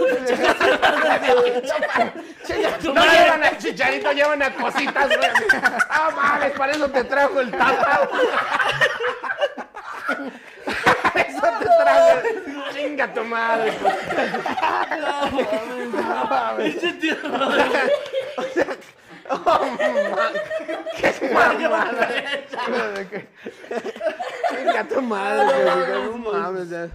Speaker 3: Chinga tu
Speaker 1: Tu
Speaker 2: No
Speaker 1: madre.
Speaker 2: llevan al chicharito, llevan a cositas, güey. Ah, mames, para eso te trajo el tata. Para eso te trajo. el- Chinga tu madre. cositas.
Speaker 3: madre.
Speaker 4: Ese tío, madre.
Speaker 2: Chinga tu madre. cositas. No mames, ya.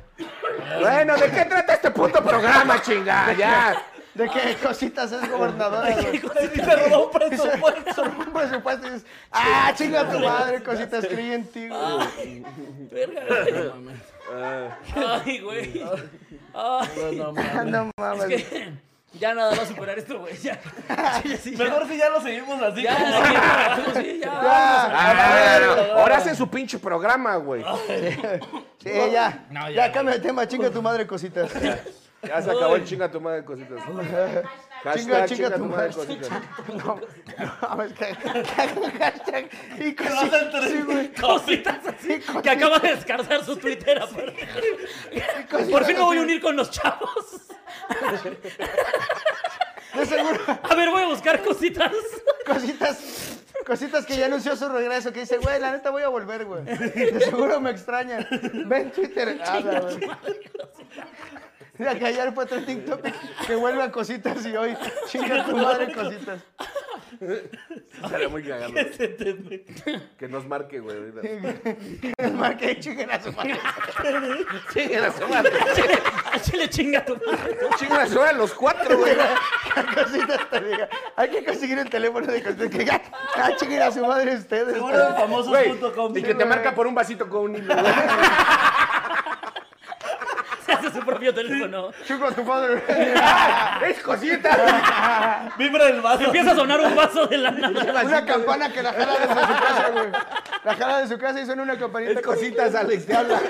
Speaker 2: Bueno, ¿de qué trata este puto programa, chinga? Ya.
Speaker 3: ¿De qué cositas es gobernadora? güey?
Speaker 1: Cosita rodó un
Speaker 3: Y se-
Speaker 1: presupuesto.
Speaker 3: Un presupuesto y dices, ah, chinga tu madre, cositas, creí en ti, güey.
Speaker 1: Verga, güey. Ay, güey. Ay,
Speaker 4: No, no,
Speaker 3: Ah,
Speaker 4: mames.
Speaker 3: No mames.
Speaker 1: es que ya nada va a superar esto, güey. Ya. Sí, sí, ya.
Speaker 4: Mejor si ya lo seguimos así.
Speaker 1: Ya,
Speaker 4: como-
Speaker 1: sí, vamos, sí, ya. vamos.
Speaker 2: Ah, no, no, no. Ahora hacen su pinche programa, güey.
Speaker 3: Sí, ya.
Speaker 1: No, ya,
Speaker 3: ya,
Speaker 1: no,
Speaker 3: cambia de tema, chinga tu madre, cositas.
Speaker 2: Ya se acabó el chinga tu madre cositas. Hashtag
Speaker 3: Chinga, chinga tu madre.
Speaker 2: cositas.
Speaker 3: No, no mames, que, que haga un hashtag y
Speaker 4: vas a
Speaker 3: cositas.
Speaker 4: enterar.
Speaker 3: Sí, güey.
Speaker 1: Cositas así que acaba de descargar su Twitter. aparte.
Speaker 3: cositas
Speaker 1: Por fin me voy a
Speaker 3: así.
Speaker 1: unir con los chavos.
Speaker 3: De seguro,
Speaker 1: A ver, voy a buscar cositas.
Speaker 3: cositas. Cositas que ya anunció su regreso, que dice, güey, la neta voy a volver, güey. De seguro me extrañan. Ve en Twitter. Ah, la güey. Mira que ayer fue otro TikTok que vuelve a cositas y hoy chinga tu madre cositas.
Speaker 2: Estaría muy cagado. güey.
Speaker 4: Se te-
Speaker 2: Que nos marque, güey. ahorita.
Speaker 3: Es más que chinguen a su madre.
Speaker 2: Chinguen a su madre.
Speaker 1: Chile chinga tu madre.
Speaker 2: Chinguen a su madre los cuatro, güey.
Speaker 3: Cositas te diga. Hay que conseguir el teléfono de cositas que ya, ya chinguen a su madre ustedes.
Speaker 4: Seguro en
Speaker 2: Güey,
Speaker 4: famosos.com.
Speaker 2: Y que te marca por un vasito con un hilo, güey.
Speaker 1: Se hace su propio teléfono.
Speaker 3: Chinga tu madre.
Speaker 2: ¡Es cosita!
Speaker 4: Vibra el vaso.
Speaker 1: Empieza a sonar un vaso de la nada.
Speaker 3: Una campana que la jala desde su casa, güey. La jala de su casa y suena una campanita.
Speaker 2: Es cositas, Alex, te habla.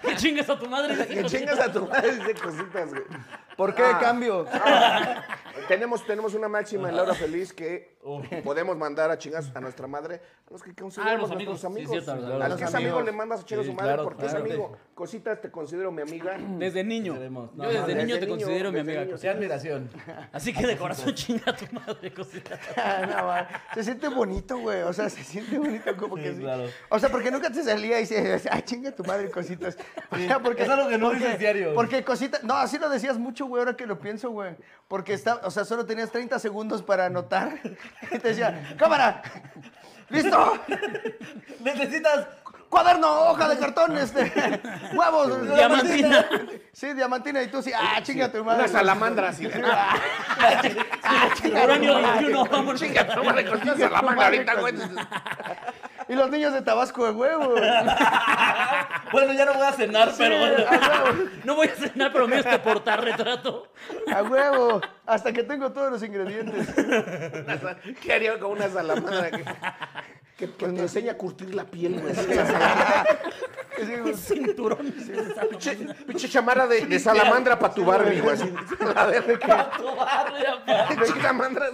Speaker 1: Que chingas a tu madre. dice
Speaker 2: Que
Speaker 1: cositas.
Speaker 2: chingas a tu madre de cositas, güey.
Speaker 3: ¿Por qué
Speaker 2: Ah.
Speaker 3: de cambio?
Speaker 2: Tenemos, tenemos una máxima en Laura Feliz que podemos mandar a chingas a nuestra madre a los que
Speaker 1: Ah, a los
Speaker 2: consideramos
Speaker 1: amigos.
Speaker 2: nuestros
Speaker 1: Sí,
Speaker 2: amigos.
Speaker 1: cierto, a los
Speaker 2: a los que es amigo
Speaker 4: amigos.
Speaker 2: le mandas a chingar a
Speaker 4: Sí,
Speaker 2: su madre
Speaker 4: claro,
Speaker 2: porque
Speaker 4: claro.
Speaker 2: es amigo. Cositas, te considero mi amiga.
Speaker 1: Desde niño.
Speaker 4: Queremos. No,
Speaker 1: Yo desde
Speaker 4: desde
Speaker 1: niño te
Speaker 2: niño,
Speaker 1: considero mi
Speaker 2: desde
Speaker 1: amiga.
Speaker 2: niño.
Speaker 4: Qué admiración.
Speaker 1: Así que de corazón chinga a tu madre, cositas.
Speaker 3: Ah, no, va. se siente bonito, güey. O sea, se siente bonito como que
Speaker 4: Sí,
Speaker 3: sí.
Speaker 4: claro.
Speaker 3: O sea, porque nunca te salía y dices, ah, chinga tu madre, cositas. O sea, porque.
Speaker 4: es algo que no
Speaker 3: porque-
Speaker 4: dices diario.
Speaker 3: Porque cositas. No, así lo decías mucho, güey, ahora que lo pienso, güey. Porque está, o sea, solo tenías 30 segundos para anotar. Y te decía, cámara, listo,
Speaker 4: Necesitas
Speaker 3: cuaderno, hoja de cartón, este, huevos.
Speaker 1: Diamantina.
Speaker 3: Sí, diamantina. Y tú sí, ah, chinga tu madre.
Speaker 2: Una salamandra así.
Speaker 1: Uranio 21, vámonos.
Speaker 2: Chinga tu madre cositas, salamandra ahorita, güey.
Speaker 3: Y los niños de Tabasco, de huevo.
Speaker 4: Bueno, ya no voy a cenar, pero bueno.
Speaker 1: No voy a cenar, pero mira este portarretrato.
Speaker 3: A huevo, hasta que tengo todos los ingredientes.
Speaker 2: Una sa- ¿Qué haría con una salamandra? Que, que- que te enseña a curtir la piel, güey. así, la salamandra.
Speaker 3: Y digo,
Speaker 1: Un cinturón.
Speaker 2: Pinche- Pinche chamarra de, de salamandra para tu Barbie, güey. así. A ver, de qué.
Speaker 1: Tu madre, apa.
Speaker 2: Salamandra,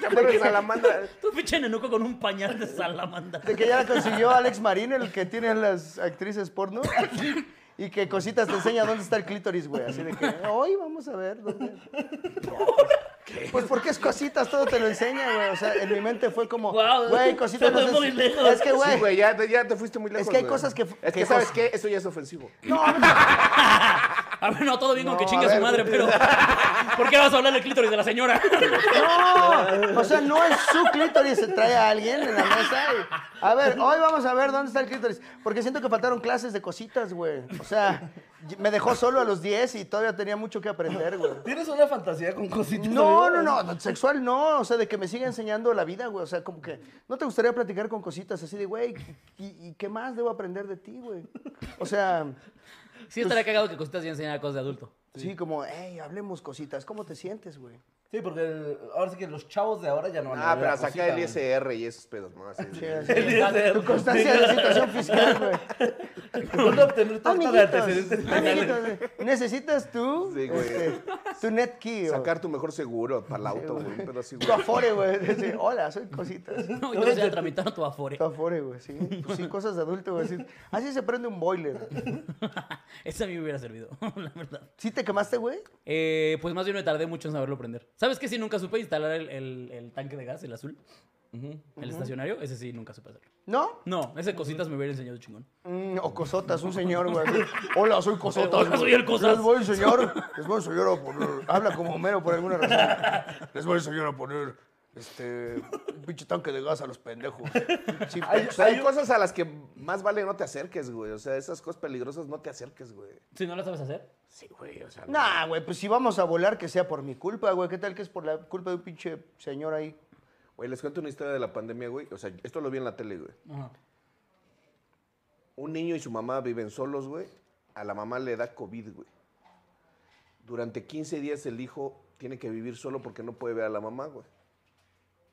Speaker 2: chamarra de salamandra.
Speaker 1: Tu pinche nenuco con un pañal de salamandra.
Speaker 3: De que ya la consiguió Alex Marín, el que tiene las actrices porno. Y que cositas te enseña dónde está el clítoris, güey. Así de que hoy vamos a ver dónde. Pues porque es cositas, todo te lo enseña, güey. O sea, en mi mente fue como,
Speaker 1: Guau,
Speaker 3: güey, cositas.
Speaker 1: se fue
Speaker 3: no sé
Speaker 1: muy
Speaker 3: si-
Speaker 1: lejos.
Speaker 3: Es que,
Speaker 2: Sí,
Speaker 3: güey.
Speaker 2: güey, ya, te- ya te fuiste muy lejos.
Speaker 3: que hay
Speaker 2: güey.
Speaker 3: cosas que-
Speaker 2: Es que,
Speaker 3: que
Speaker 2: ¿sabes
Speaker 3: cos-
Speaker 2: qué? Eso ya es ofensivo.
Speaker 1: A ver, no, todo bien con que
Speaker 3: No,
Speaker 1: chingue
Speaker 3: a
Speaker 1: a su
Speaker 3: ver,
Speaker 1: madre, pero. ¿Por qué vas a hablar del clítoris de la señora?
Speaker 3: No, o sea, no es su clítoris, se trae a alguien en la mesa. y- a ver, hoy vamos a ver dónde está el clítoris. Porque siento que faltaron clases de cositas, güey. O sea, y- me dejó solo a los 10 y todavía tenía mucho que aprender, güey.
Speaker 4: ¿Tienes una fantasía con cositas?
Speaker 3: No,
Speaker 4: amigo?
Speaker 3: no, no, sexual no, o sea, de que me siga enseñando la vida, güey, o sea, como que no te gustaría platicar con cositas así de, güey, ¿y, y qué más debo aprender de ti, güey? O sea,
Speaker 1: Sí, estaría cagado que cositas ya enseñara cosas de adulto.
Speaker 3: sí, como, hey, hablemos cositas, ¿cómo te sientes, güey?
Speaker 4: Sí, porque el- ahora sí que los chavos de ahora ya no van a
Speaker 2: Ah,
Speaker 4: ver
Speaker 2: pero
Speaker 4: la
Speaker 2: hasta acá
Speaker 4: cosita,
Speaker 2: el
Speaker 4: güey.
Speaker 2: ISR y esos pedos, ¿no? Así,
Speaker 3: Sí,
Speaker 2: güey.
Speaker 3: así.
Speaker 4: ISR.
Speaker 3: Tu Ah, constancia de la situación fiscal, güey.
Speaker 4: Van a obtener todo tipo de antecedentes
Speaker 3: Ah, Amiguitos,
Speaker 4: penales.
Speaker 3: amiguitos, necesitas tú
Speaker 2: Sí, güey.
Speaker 3: este, tu netkey, o
Speaker 2: Sacar tu mejor seguro para el auto, güey. Pero así,
Speaker 3: tu
Speaker 2: güey.
Speaker 3: afore, güey. Dice, Hola, soy cositas.
Speaker 1: No, yo voy a tramitar tu afore.
Speaker 3: Tu afore, güey, sí. Pues sí, cosas de adulto, güey. sí. Así se prende un boiler.
Speaker 1: Ese a mí me hubiera servido, la verdad.
Speaker 3: ¿Sí te quemaste, güey?
Speaker 1: Eh, pues más bien me tardé mucho en saberlo prender. ¿Sabes qué? Si nunca supe instalar el, el- el tanque de gas, el azul, el estacionario, ese sí nunca supe hacerlo.
Speaker 3: ¿No?
Speaker 1: No, ese cositas me hubiera enseñado chingón.
Speaker 3: Mm, o cosotas, un señor, güey. así, Hola, soy cosotas.
Speaker 1: Hola,
Speaker 3: güey.
Speaker 1: soy el Cosas".
Speaker 3: Les voy el señor. Les voy el señor a poner. Habla como Homero por alguna razón. Les voy el señor a poner
Speaker 2: Este,
Speaker 3: Un pinche tanque de gas a los pendejos. Sí,
Speaker 2: hay,
Speaker 3: o sea,
Speaker 2: pues, hay cosas a las que más vale no te acerques, güey. O sea, esas cosas peligrosas no te acerques, güey.
Speaker 1: Si no lo sabes hacer.
Speaker 2: Sí, güey, o sea.
Speaker 3: Nah, güey, pues si vamos a volar, que sea por mi culpa, güey. ¿Qué tal que es por la culpa de un pinche señor ahí?
Speaker 2: Güey, les cuento una historia de la pandemia, güey. O sea, esto lo vi en la tele, güey.
Speaker 1: Ajá.
Speaker 2: Un niño y su mamá viven solos, güey. A la mamá le da COVID, güey. Durante 15 días el hijo tiene que vivir solo porque no puede ver a la mamá, güey.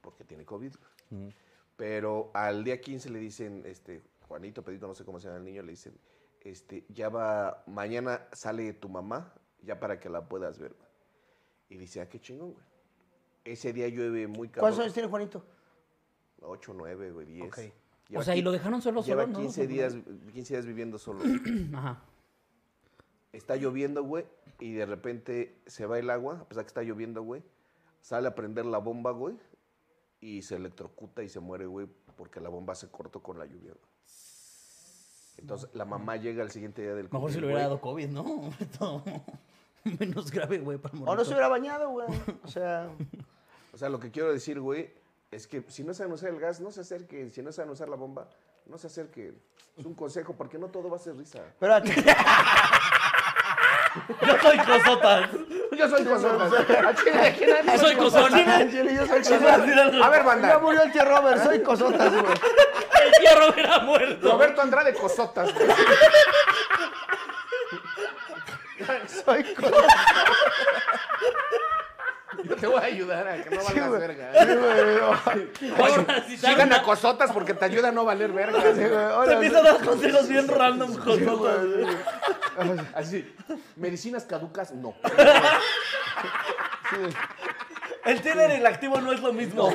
Speaker 2: Porque tiene COVID, güey. Pero al día 15 le dicen, este, Juanito, Pedito, no sé cómo se llama el niño, le dicen, este, ya va, mañana sale tu mamá, ya para que la puedas ver, güey. Y dice, ah, qué chingón, güey. Ese día llueve muy cabrón.
Speaker 3: ¿Cuántos años tiene Juanito?
Speaker 2: 8, 9, güey, 10.
Speaker 3: Ok.
Speaker 2: Lleva
Speaker 1: O sea, y
Speaker 2: qui-
Speaker 1: lo dejaron solo,
Speaker 2: Lleva
Speaker 1: solo, ¿no?
Speaker 2: 15, días, 15 días viviendo solo.
Speaker 1: Ajá.
Speaker 2: está lloviendo, güey, y de repente se va el agua, a pesar que está lloviendo, güey, sale a prender la bomba, güey, y se electrocuta y se muere, güey, porque la bomba se cortó con la lluvia, güey. Entonces la mamá llega al siguiente día del
Speaker 1: Mejor
Speaker 2: COVID,
Speaker 1: si le hubiera
Speaker 2: güey.
Speaker 1: dado COVID, ¿no? Todo Menos grave, güey,
Speaker 2: Oh,
Speaker 1: para morir.
Speaker 3: O no se hubiera bañado, güey. O sea,
Speaker 2: O sea, lo que quiero decir, güey, es que si no saben usar el gas, no se acerquen. Si no saben usar la bomba, no se acerquen. Es un consejo, porque no todo va a ser risa.
Speaker 3: pero aquí.
Speaker 1: Yo soy cosotas.
Speaker 2: Pues Yo soy Josué.
Speaker 1: Yo soy cosona.
Speaker 3: yo soy
Speaker 2: A ver,
Speaker 3: Ya
Speaker 2: banda.
Speaker 3: murió el tío Robert, soy cosotas, güey.
Speaker 1: El tierro hubiera muerto.
Speaker 2: Roberto Andrade Cosotas, güey.
Speaker 3: Soy cosotas.
Speaker 2: Yo te voy a ayudar a que no valgas
Speaker 3: güey.
Speaker 2: verga.
Speaker 3: Sí, güey, no.
Speaker 1: Ahora sí,
Speaker 2: Sigan
Speaker 1: también-
Speaker 2: a cosotas porque te ayuda a no valer verga.
Speaker 3: Sí, güey,
Speaker 2: güey.
Speaker 3: hola,
Speaker 1: Te empieza a
Speaker 3: soy-
Speaker 1: dar consejos bien random, josotas.
Speaker 3: güey.
Speaker 2: Así, medicinas caducas, no.
Speaker 1: El tener el activo no es lo mismo.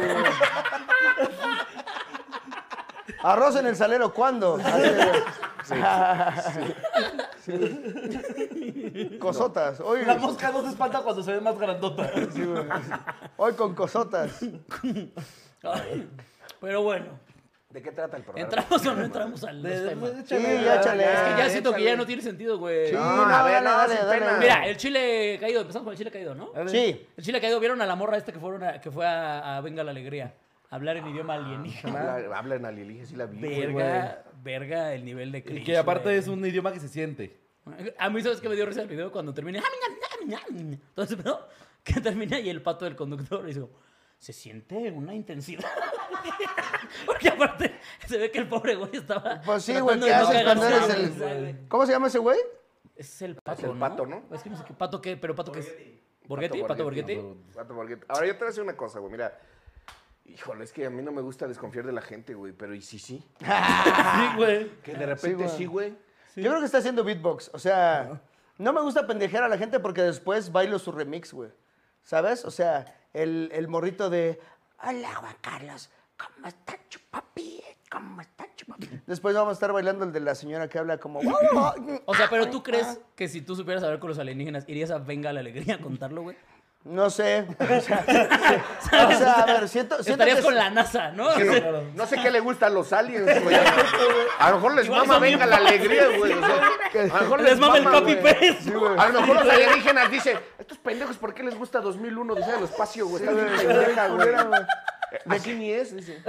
Speaker 3: Arroz en el salero, ¿cuándo? Así, güey. Cosotas, hoy,
Speaker 4: La mosca no se espanta cuando se ve más grandota.
Speaker 3: sí, güey. hoy con cosotas.
Speaker 1: Ay, Pero bueno,
Speaker 2: ¿De qué trata el programa?
Speaker 1: ¿entramos o no entramos al los
Speaker 4: Eh,
Speaker 1: temas?
Speaker 4: pues,
Speaker 1: Es
Speaker 3: Sí, ya échale.
Speaker 1: que ya siento que ya
Speaker 3: Ah, échale.
Speaker 1: no tiene sentido, güey.
Speaker 3: Sí,
Speaker 2: No,
Speaker 3: no,
Speaker 2: a ver,
Speaker 3: dale,
Speaker 2: no,
Speaker 3: dale,
Speaker 2: sin
Speaker 3: dale.
Speaker 2: pena.
Speaker 1: Mira, el chile caído, empezamos con el chile caído, ¿no?
Speaker 3: Sí.
Speaker 1: El chile caído, ¿vieron a la morra esta que, fueron a- que fue a, a Venga la Alegría? a hablar en
Speaker 3: Ah,
Speaker 1: idioma alienígena.
Speaker 2: Habla- Habla en alienígena, sí la vi. güey.
Speaker 1: Verga, verga el nivel de
Speaker 4: Y
Speaker 1: cringe,
Speaker 4: que aparte
Speaker 1: güey.
Speaker 4: es un idioma que se siente.
Speaker 1: A mí, ¿sabes qué me dio risa el video? Cuando ¡Ah, terminé. Entonces, ¿no? Que termina y el pato del conductor dice, se siente una intensidad. Porque aparte se ve que el pobre güey estaba.
Speaker 3: Pues sí, güey,
Speaker 1: tratando
Speaker 3: ¿qué
Speaker 1: de no
Speaker 3: haces cuando eres
Speaker 1: cagarse, güey.
Speaker 3: el. ¿Cómo se llama ese güey?
Speaker 1: Es el pato.
Speaker 2: Ah, el pato, ¿no?
Speaker 1: Es que no sé qué pato qué, pero pato qué es. ¿Borghetti?
Speaker 2: Pato
Speaker 1: ¿Pato
Speaker 2: Borghetti.
Speaker 1: Borghetti?
Speaker 2: Pato Borghetti. Ahora yo te voy a decir una cosa, güey. Mira, híjole, es que a mí no me gusta desconfiar de la gente, güey. Pero ¿y sí, sí?
Speaker 4: Sí, güey.
Speaker 2: Que de repente
Speaker 3: güey.
Speaker 2: sí, güey.
Speaker 3: Yo creo que está haciendo beatbox. O sea, no me gusta pendejear a la gente porque después bailo su remix, güey. ¿Sabes? O sea, el, el morrito de. Hola, Juan Carlos. ¿Cómo está chupapi? ¿Cómo está chupapi? Después vamos a estar bailando el de la señora que habla como. "Guau, guau".
Speaker 1: O sea, pero tú crees que si tú supieras hablar con los alienígenas, irías a Venga la Alegría a contarlo, güey.
Speaker 3: No sé. O sea, o sea, a ver, siento, siento
Speaker 1: Estarías
Speaker 3: que-
Speaker 1: con la NASA, ¿no?
Speaker 2: Que No, no sé qué le gusta a los aliens, güey. A lo mejor les
Speaker 1: Igual
Speaker 2: mama
Speaker 1: son bien
Speaker 2: venga la alegría, güey. o sea, a lo mejor
Speaker 1: Les mama el copy
Speaker 2: güey.
Speaker 1: paste.
Speaker 3: Sí, güey.
Speaker 2: A lo mejor los alienígenas dicen, estos pendejos, ¿por qué les gusta 2001 Dice del espacio, güey? Está bien pendeja, güey. Así ni es, dice.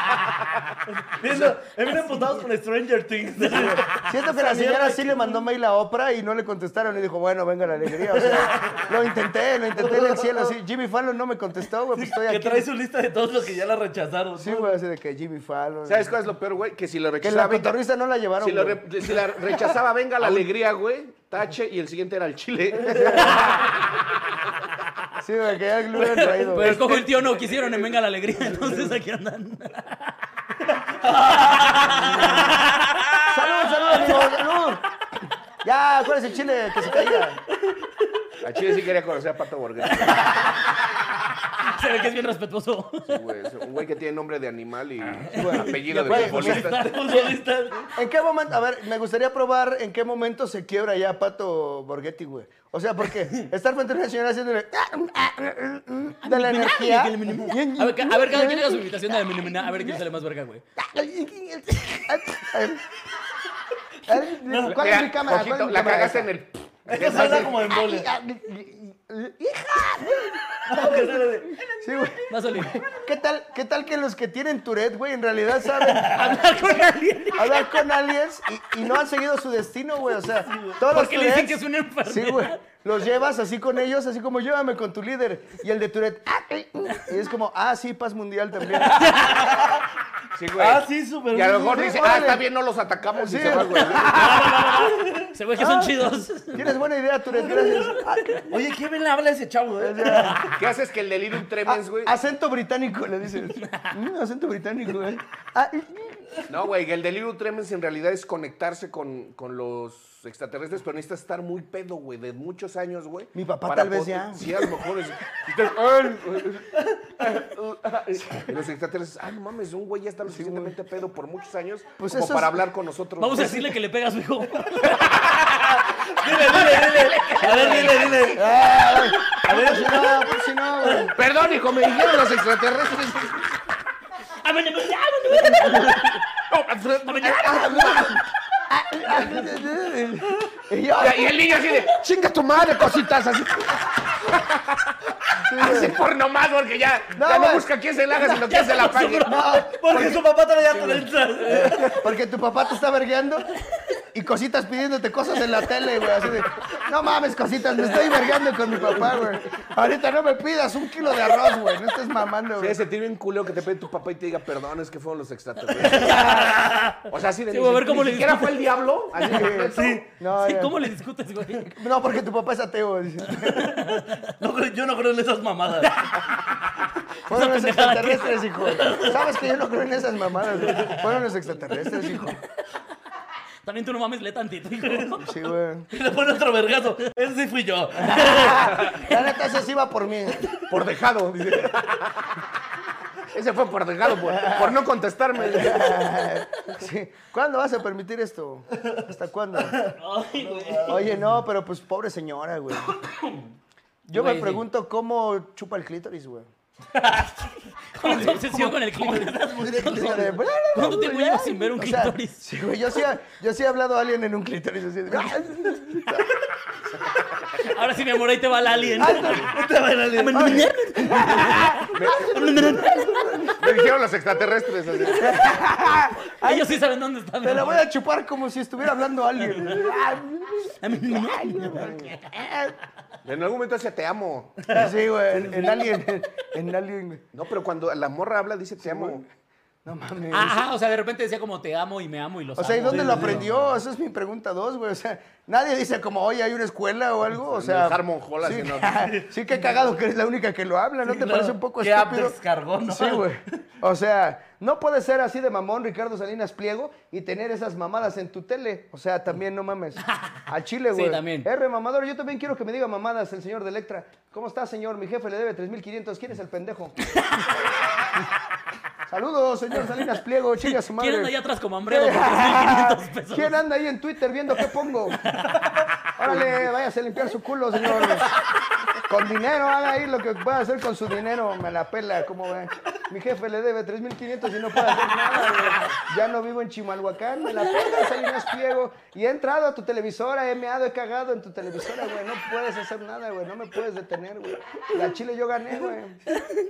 Speaker 4: Viendo, vienen emputados con Stranger Things.
Speaker 3: Siento que la señora sí le mandó mail a Oprah y no le contestaron. Y dijo, bueno, venga la alegría. O sea, lo intenté, lo intenté en el cielo. Así, Jimmy Fallon no me contestó, güey, pues estoy
Speaker 4: Que
Speaker 3: aquí.
Speaker 4: trae su lista de todos los que ya la rechazaron.
Speaker 3: Sí, güey, así de que Jimmy Fallon.
Speaker 2: ¿Sabes cuál es lo peor, güey? Que si lo
Speaker 3: Que la
Speaker 2: rechazaba... venga-
Speaker 3: cotorrista no la llevaron,
Speaker 2: si, lo
Speaker 3: güey.
Speaker 2: re- si la rechazaba, venga la alegría, güey. Tache, y el siguiente era el chile.
Speaker 3: Sí, güey, que ya lo hubieran traído.
Speaker 1: Pero el cojo y el tío no quisieron en Venga la Alegría, entonces aquí andan.
Speaker 3: Salud,
Speaker 1: ah.
Speaker 3: salud, amigo, salud. Ya, ¿cuál es el chile que se caiga?
Speaker 2: A Chile sí quería conocer a Pato Borges.
Speaker 1: Se ve que es bien respetuoso.
Speaker 2: güey. Es Un güey que tiene nombre de animal y
Speaker 3: güey.
Speaker 2: apellido de
Speaker 3: Güey,
Speaker 2: futbolista.
Speaker 1: Futbolista.
Speaker 3: ¿En qué momento? A ver, me gustaría probar en qué momento se quiebra ya Pato Borghetti, güey. O sea, porque estar frente a una señora haciéndole. ah,
Speaker 1: Ah,
Speaker 3: de la energía.
Speaker 1: A ver, ca- a ver, cada quien haga su invitación de la minimina. A ver quién sale más verga, güey.
Speaker 3: ¿Cuál es mi
Speaker 2: Mira,
Speaker 3: cámara?
Speaker 2: ojito,
Speaker 3: ¿Cuál es mi
Speaker 2: la
Speaker 3: cámara?
Speaker 2: cagaste en el...
Speaker 4: Esto
Speaker 3: ah,
Speaker 4: suena como en boles.
Speaker 3: Sí, güey.
Speaker 1: Va a salir.
Speaker 3: ¿Qué tal, ¿Qué tal que los que tienen Tourette, güey, en realidad saben
Speaker 1: Hablar con alguien.
Speaker 3: hablar con aliens y, y no han seguido su destino, güey? O sea, todos los
Speaker 1: Porque le dicen
Speaker 3: Tourette's-
Speaker 1: que es una enfermedad.
Speaker 3: Sí, güey. Los llevas así con ellos, así como llévame con tu líder. Y el de Tourette, ah, eh, y es como, ah, sí, paz mundial también.
Speaker 2: Sí,
Speaker 3: Pues,
Speaker 2: güey.
Speaker 4: Ah, sí, súper.
Speaker 2: Y a lo mejor
Speaker 3: sí,
Speaker 2: dice, ah,
Speaker 3: órale.
Speaker 2: está bien, no los atacamos.
Speaker 3: Sí.
Speaker 2: Y se va, güey.
Speaker 1: Se ve que son chidos.
Speaker 3: Tienes buena idea, Tourette, gracias. Ah,
Speaker 4: Oye, ¿qué bien le habla ese chavo, eh?
Speaker 2: ¿Qué haces que el delirium
Speaker 3: ah,
Speaker 2: tremens, güey?
Speaker 3: acento británico, le dices. Mm, acento británico, güey. Ah,
Speaker 2: No, güey, el delirium tremens en realidad es conectarse con, con los extraterrestres, pero necesitas estar muy pedo, güey, de muchos años, güey.
Speaker 3: Mi papá
Speaker 2: para
Speaker 3: tal vez
Speaker 2: poder-
Speaker 3: ya.
Speaker 2: Sí, a lo mejor es... Entonces, ay, y los extraterrestres, ah, no mames, un güey ya está lo suficientemente pedo por muchos años
Speaker 3: Pues
Speaker 2: como
Speaker 3: eso
Speaker 2: para
Speaker 3: es-
Speaker 2: hablar con nosotros.
Speaker 1: Vamos a
Speaker 2: güey.
Speaker 1: decirle que le pegas, hijo.
Speaker 4: A ver, dile, dile.
Speaker 3: a ver, si no, por si no, güey.
Speaker 2: Perdón, hijo, me dijeron los extraterrestres.
Speaker 3: Y yo,
Speaker 2: Y el niño así de, chinga tu madre, cositas, así. Así por nomás, porque ya
Speaker 3: No,
Speaker 2: ya no
Speaker 3: güey.
Speaker 2: busca quién se la haga, sino quién se la pague.
Speaker 4: Porque su papá traía trenzas.
Speaker 3: Porque tu papá te está vergueando y cositas pidiéndote cosas en la tele, güey. Así de, no mames, cositas, me estoy vergueando con mi papá, güey. Ahorita no me pidas un kilo de arroz, güey. No estés mamando,
Speaker 2: Sí,
Speaker 3: güey.
Speaker 2: ese tío bien culeo que te pide tu papá y te diga, perdón, es que fueron los extraterrestres. o sea, así de
Speaker 1: Sí,
Speaker 2: ni,
Speaker 1: voy a ver
Speaker 2: si-
Speaker 1: cómo
Speaker 2: ni
Speaker 1: le
Speaker 2: siquiera
Speaker 1: disculpo.
Speaker 2: fue el diablo. Así de-
Speaker 3: No,
Speaker 1: Sí,
Speaker 3: ya.
Speaker 1: ¿Cómo le discutes, güey?
Speaker 3: No, porque tu papá es ateo. dice.
Speaker 1: No, creo- yo no creo en esas mamadas.
Speaker 3: Fueron los
Speaker 1: pendejada
Speaker 3: extraterrestres, hijo. Sabes que yo no creo en esas mamadas, güey. Fueron los extraterrestres, hijo.
Speaker 1: También tú no mames, lee tantito, hijo.
Speaker 3: Sí, güey.
Speaker 4: Y le pone otro vergazo. Ese sí fui yo.
Speaker 3: La neta, ese sí va por mí.
Speaker 2: por dejado. dice. ese fue por dejado, por, por no contestarme.
Speaker 3: Sí. ¿Cuándo vas a permitir esto? ¿Hasta cuándo?
Speaker 1: Ay, güey.
Speaker 3: Oye, no, pero pues pobre señora, güey. Yo
Speaker 1: Güey,
Speaker 3: me
Speaker 1: sí.
Speaker 3: pregunto cómo chupa el clítoris, güey.
Speaker 1: Con esa obsesión con el clítoris. ¿Cuánto tiempo llevas sin ver un
Speaker 3: O sea,
Speaker 1: clítoris?
Speaker 3: sí, güey, yo sí, yo sí he hablado a alguien en un clítoris. Así, de-
Speaker 1: Ahora sí, mi amor, ahí te va el alien.
Speaker 4: Este
Speaker 2: Me dijeron los extraterrestres. así.
Speaker 1: Ellos sí saben dónde están.
Speaker 3: te la voy a chupar como si estuviera hablando a alguien.
Speaker 2: En algún momento decía, te amo.
Speaker 3: Sí, güey, en, en alguien. En, en alguien, güey.
Speaker 2: No, pero cuando la morra habla, dice, te amo.
Speaker 3: No mames.
Speaker 1: Ajá, o sea, de repente decía como te amo y me amo y los
Speaker 3: O sea, ¿y
Speaker 1: amo.
Speaker 3: dónde lo aprendió? Esa es mi pregunta dos, güey. O sea, nadie dice como, oye, hay una escuela o algo. O
Speaker 2: En
Speaker 3: sea,
Speaker 2: el Harmon Hall,
Speaker 3: sí,
Speaker 2: así, ¿no?
Speaker 3: sí, qué cagado que eres la única que lo habla. ¿No te
Speaker 4: claro.
Speaker 3: parece un poco
Speaker 4: Qué app
Speaker 3: estúpido?
Speaker 4: descargó, ¿no?
Speaker 3: Sí, güey. O sea, no puede ser así de mamón Ricardo Salinas Pliego y tener esas mamadas en tu tele. O sea, también no mames. Al Chile,
Speaker 1: Sí,
Speaker 3: güey.
Speaker 1: también.
Speaker 3: R mamador, yo también quiero que me diga mamadas el señor de Electra. ¿Cómo está, señor? Mi jefe le debe 3.500. ¿Quién es el pendejo? Saludos, señor Salinas Pliego. Chinga su madre.
Speaker 1: ¿Quién anda allá atrás como hambreado por 3.500 pesos?
Speaker 3: ¿Quién anda ahí en Twitter viendo qué pongo? Órale, váyase a limpiar su culo, señor. Con dinero, haga ahí lo que pueda hacer con su dinero. Me la pela, como ve. Mi jefe le debe 3.500 y no puede hacer nada. güey. Ya no vivo en Chimalhuacán, me la pela, Salinas Pliego. Y he entrado a tu televisora, he meado, he cagado en tu televisora, güey. No puedes hacer nada, güey. No me puedes detener, güey. La chile yo gané, güey.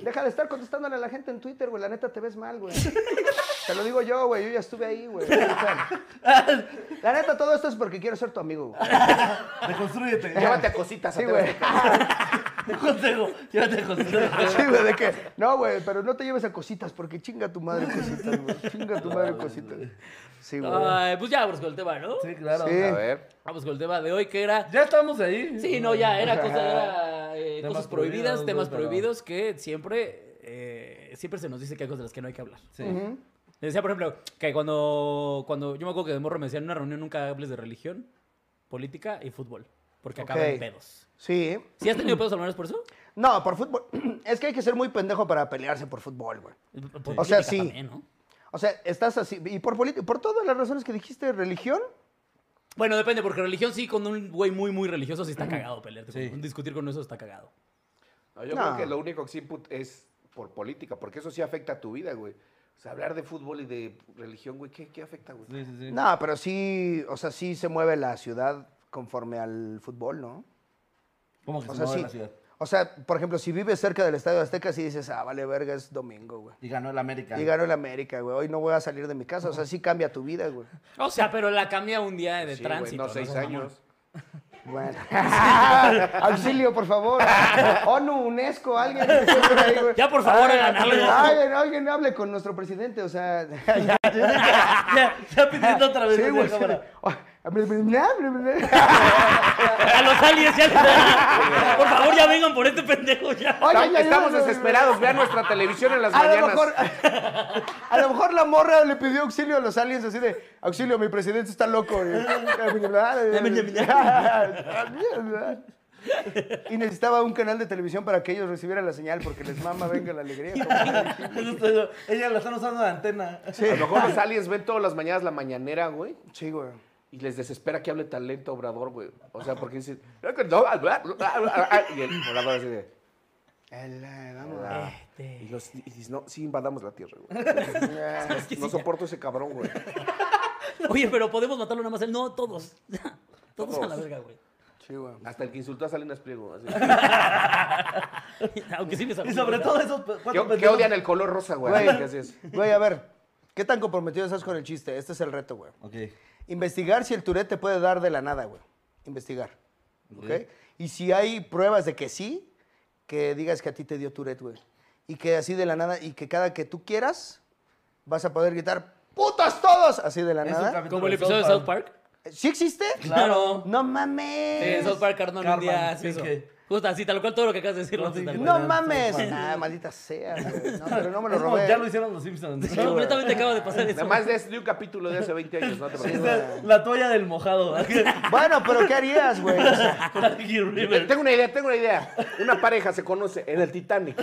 Speaker 3: Deja de estar contestándole a la gente en Twitter, güey. La neta te ves mal, güey. Te lo digo yo, güey. Yo ya estuve ahí, güey. La neta, todo esto es porque quiero ser tu amigo, güey.
Speaker 4: Deconstrúyete.
Speaker 2: Llévate a cositas.
Speaker 3: Sí,
Speaker 2: a
Speaker 3: güey.
Speaker 4: Un consejo. Llévate el consejo.
Speaker 3: Sí, güey, de que. No, güey, pero no te lleves a cositas porque chinga tu madre cositas, güey. Chinga tu madre cositas. Sí, güey.
Speaker 1: Ay, pues ya vamos con el tema, ¿no?
Speaker 4: Sí, claro.
Speaker 3: Sí.
Speaker 2: A ver.
Speaker 1: Vamos con el tema de hoy, que era...
Speaker 4: Ya estamos ahí.
Speaker 1: Sí, no, ya, era, cosa, era, eh,
Speaker 4: Temas
Speaker 1: cosas prohibidas,
Speaker 4: prohibidos,
Speaker 1: temas
Speaker 4: güey, pero-
Speaker 1: prohibidos que siempre, eh, siempre se nos dice que hay cosas de las que no hay que hablar.
Speaker 4: Sí.
Speaker 1: Les decía, por ejemplo, que cuando, cuando yo me acuerdo que de morro me decían en una reunión nunca hables de religión, política y fútbol, porque acaban
Speaker 3: Ok.
Speaker 1: en pedos.
Speaker 3: Sí.
Speaker 1: ¿Sí has tenido pedos alguna vez por eso?
Speaker 3: No, por fútbol. Es que hay que ser muy pendejo para pelearse por fútbol, güey.
Speaker 1: Por
Speaker 3: O sea,
Speaker 1: política
Speaker 3: sí.
Speaker 1: también, ¿no?
Speaker 3: O sea, estás así. Y por, polit- por todas las razones que dijiste, religión.
Speaker 1: Bueno, depende, porque religión sí, con un güey muy, muy religioso sí está cagado pelearte.
Speaker 4: Sí.
Speaker 1: con- discutir con eso está cagado.
Speaker 2: No, yo
Speaker 3: No.
Speaker 2: creo que lo único que sí put- es por política, porque eso sí afecta a tu vida, güey. O sea, hablar de fútbol y de religión, güey, ¿qué, qué afecta, güey?
Speaker 4: Sí, sí, sí.
Speaker 3: No, pero sí. O sea, sí se mueve la ciudad conforme al fútbol, ¿no?
Speaker 4: ¿Cómo que
Speaker 3: O
Speaker 4: se
Speaker 3: sea,
Speaker 4: mueve
Speaker 3: sí.
Speaker 4: la ciudad?
Speaker 3: O sea, por ejemplo, si vives cerca del Estadio Azteca, sí dices, ah, vale verga, es domingo, güey.
Speaker 4: Y ganó el América.
Speaker 3: Y ganó el América, güey. Hoy no voy a salir de mi casa. O sea, sí cambia tu vida, güey.
Speaker 1: O sea, pero la cambia un día de
Speaker 2: Sí, güey,
Speaker 1: tránsito.
Speaker 2: no, seis
Speaker 1: seas mamón.
Speaker 2: años.
Speaker 3: Bueno. Auxilio, por favor. ONU, UNESCO, alguien. que esté por ahí, güey.
Speaker 1: Ya, por favor,
Speaker 3: Ay,
Speaker 1: hagan algo.
Speaker 3: Alguien, alguien hable con nuestro presidente, o sea. ya,
Speaker 1: ya, ya pidiendo otra vez.
Speaker 3: sí,
Speaker 1: así a
Speaker 3: güey. sí.
Speaker 1: cámara.
Speaker 3: Oye,
Speaker 1: A los aliens ya les- Por favor, ya vengan por este pendejo ya.
Speaker 3: ya, ya,
Speaker 2: Estamos
Speaker 3: ya, ya,
Speaker 2: desesperados. Vean nuestra televisión en las
Speaker 3: A lo,
Speaker 2: mañanas.
Speaker 3: mejor, a lo mejor la morra le pidió auxilio a los aliens así de auxilio, mi presidente está loco. y necesitaba un canal de televisión para que ellos recibieran la señal porque les mama venga la alegría. como-
Speaker 4: Ella la están usando de antena.
Speaker 3: Sí,
Speaker 2: A lo mejor los aliens ven todas las mañanas la mañanera, güey.
Speaker 3: sí, güey.
Speaker 2: Y les desespera que hable talento obrador, güey. O sea, porque dicen. Y el obrador así de.
Speaker 3: Ala, vamos.
Speaker 2: "Ah".
Speaker 3: Este.
Speaker 2: Y, los, y dices, no, sí invadamos la tierra, güey.
Speaker 1: Es que
Speaker 2: No
Speaker 1: sí, ya.
Speaker 2: soporto ese cabrón, güey.
Speaker 1: Oye, pero podemos matarlo nada más él. No, todos. Todos a la
Speaker 2: Todos.
Speaker 1: verga, güey.
Speaker 3: Sí, güey.
Speaker 2: Hasta el que insultó a Salinas Pliego. así.
Speaker 1: Aunque sí me sacó.
Speaker 4: Y sobre todo esos pe-
Speaker 2: Que,
Speaker 4: cuatro
Speaker 2: que
Speaker 4: pendejos.
Speaker 2: odian el color rosa, güey.
Speaker 3: Pues Güey.
Speaker 2: ¿Qué haces?
Speaker 3: Güey, a ver, ¿qué tan comprometido estás con el chiste? Este es el reto, güey.
Speaker 4: Ok.
Speaker 3: Investigar si el Tourette te puede dar de la nada, güey. Investigar. ¿Ok?
Speaker 4: Ok.
Speaker 3: Y si hay pruebas de que sí, que digas que a ti te dio Tourette, güey. Y que así de la nada, y que cada que tú quieras, vas a poder gritar ¡Putos todos! Así de la
Speaker 4: Es un
Speaker 3: nada.
Speaker 4: capítulo
Speaker 1: Como el episodio de South Park.
Speaker 3: ¿Sí existe?
Speaker 1: Claro.
Speaker 3: ¡No
Speaker 1: Sí,
Speaker 4: Eh,
Speaker 3: mames!
Speaker 1: en South Park, Arnold, un
Speaker 4: Cartman,
Speaker 1: día hace eso.
Speaker 4: Pinky.
Speaker 1: Justo así, tal cual todo lo que acabas de decir. lo hace tal cual.
Speaker 3: ¡No
Speaker 4: Bueno,
Speaker 3: mames!
Speaker 4: sí,
Speaker 3: Ah, maldita sea, güey. No, pero no me lo
Speaker 4: Es como,
Speaker 3: robé.
Speaker 4: ya lo hicieron los Simpsons.
Speaker 1: Sí, completamente acaba de pasar eso.
Speaker 2: Nada más de, de un capítulo de hace 20 años, no te preocupes.
Speaker 4: Esa es la toalla del mojado.
Speaker 3: Bueno, pero ¿qué harías, güey? O sea,
Speaker 4: Frankie River.
Speaker 2: Tengo una idea, tengo una idea. Una pareja se conoce en el Titanic.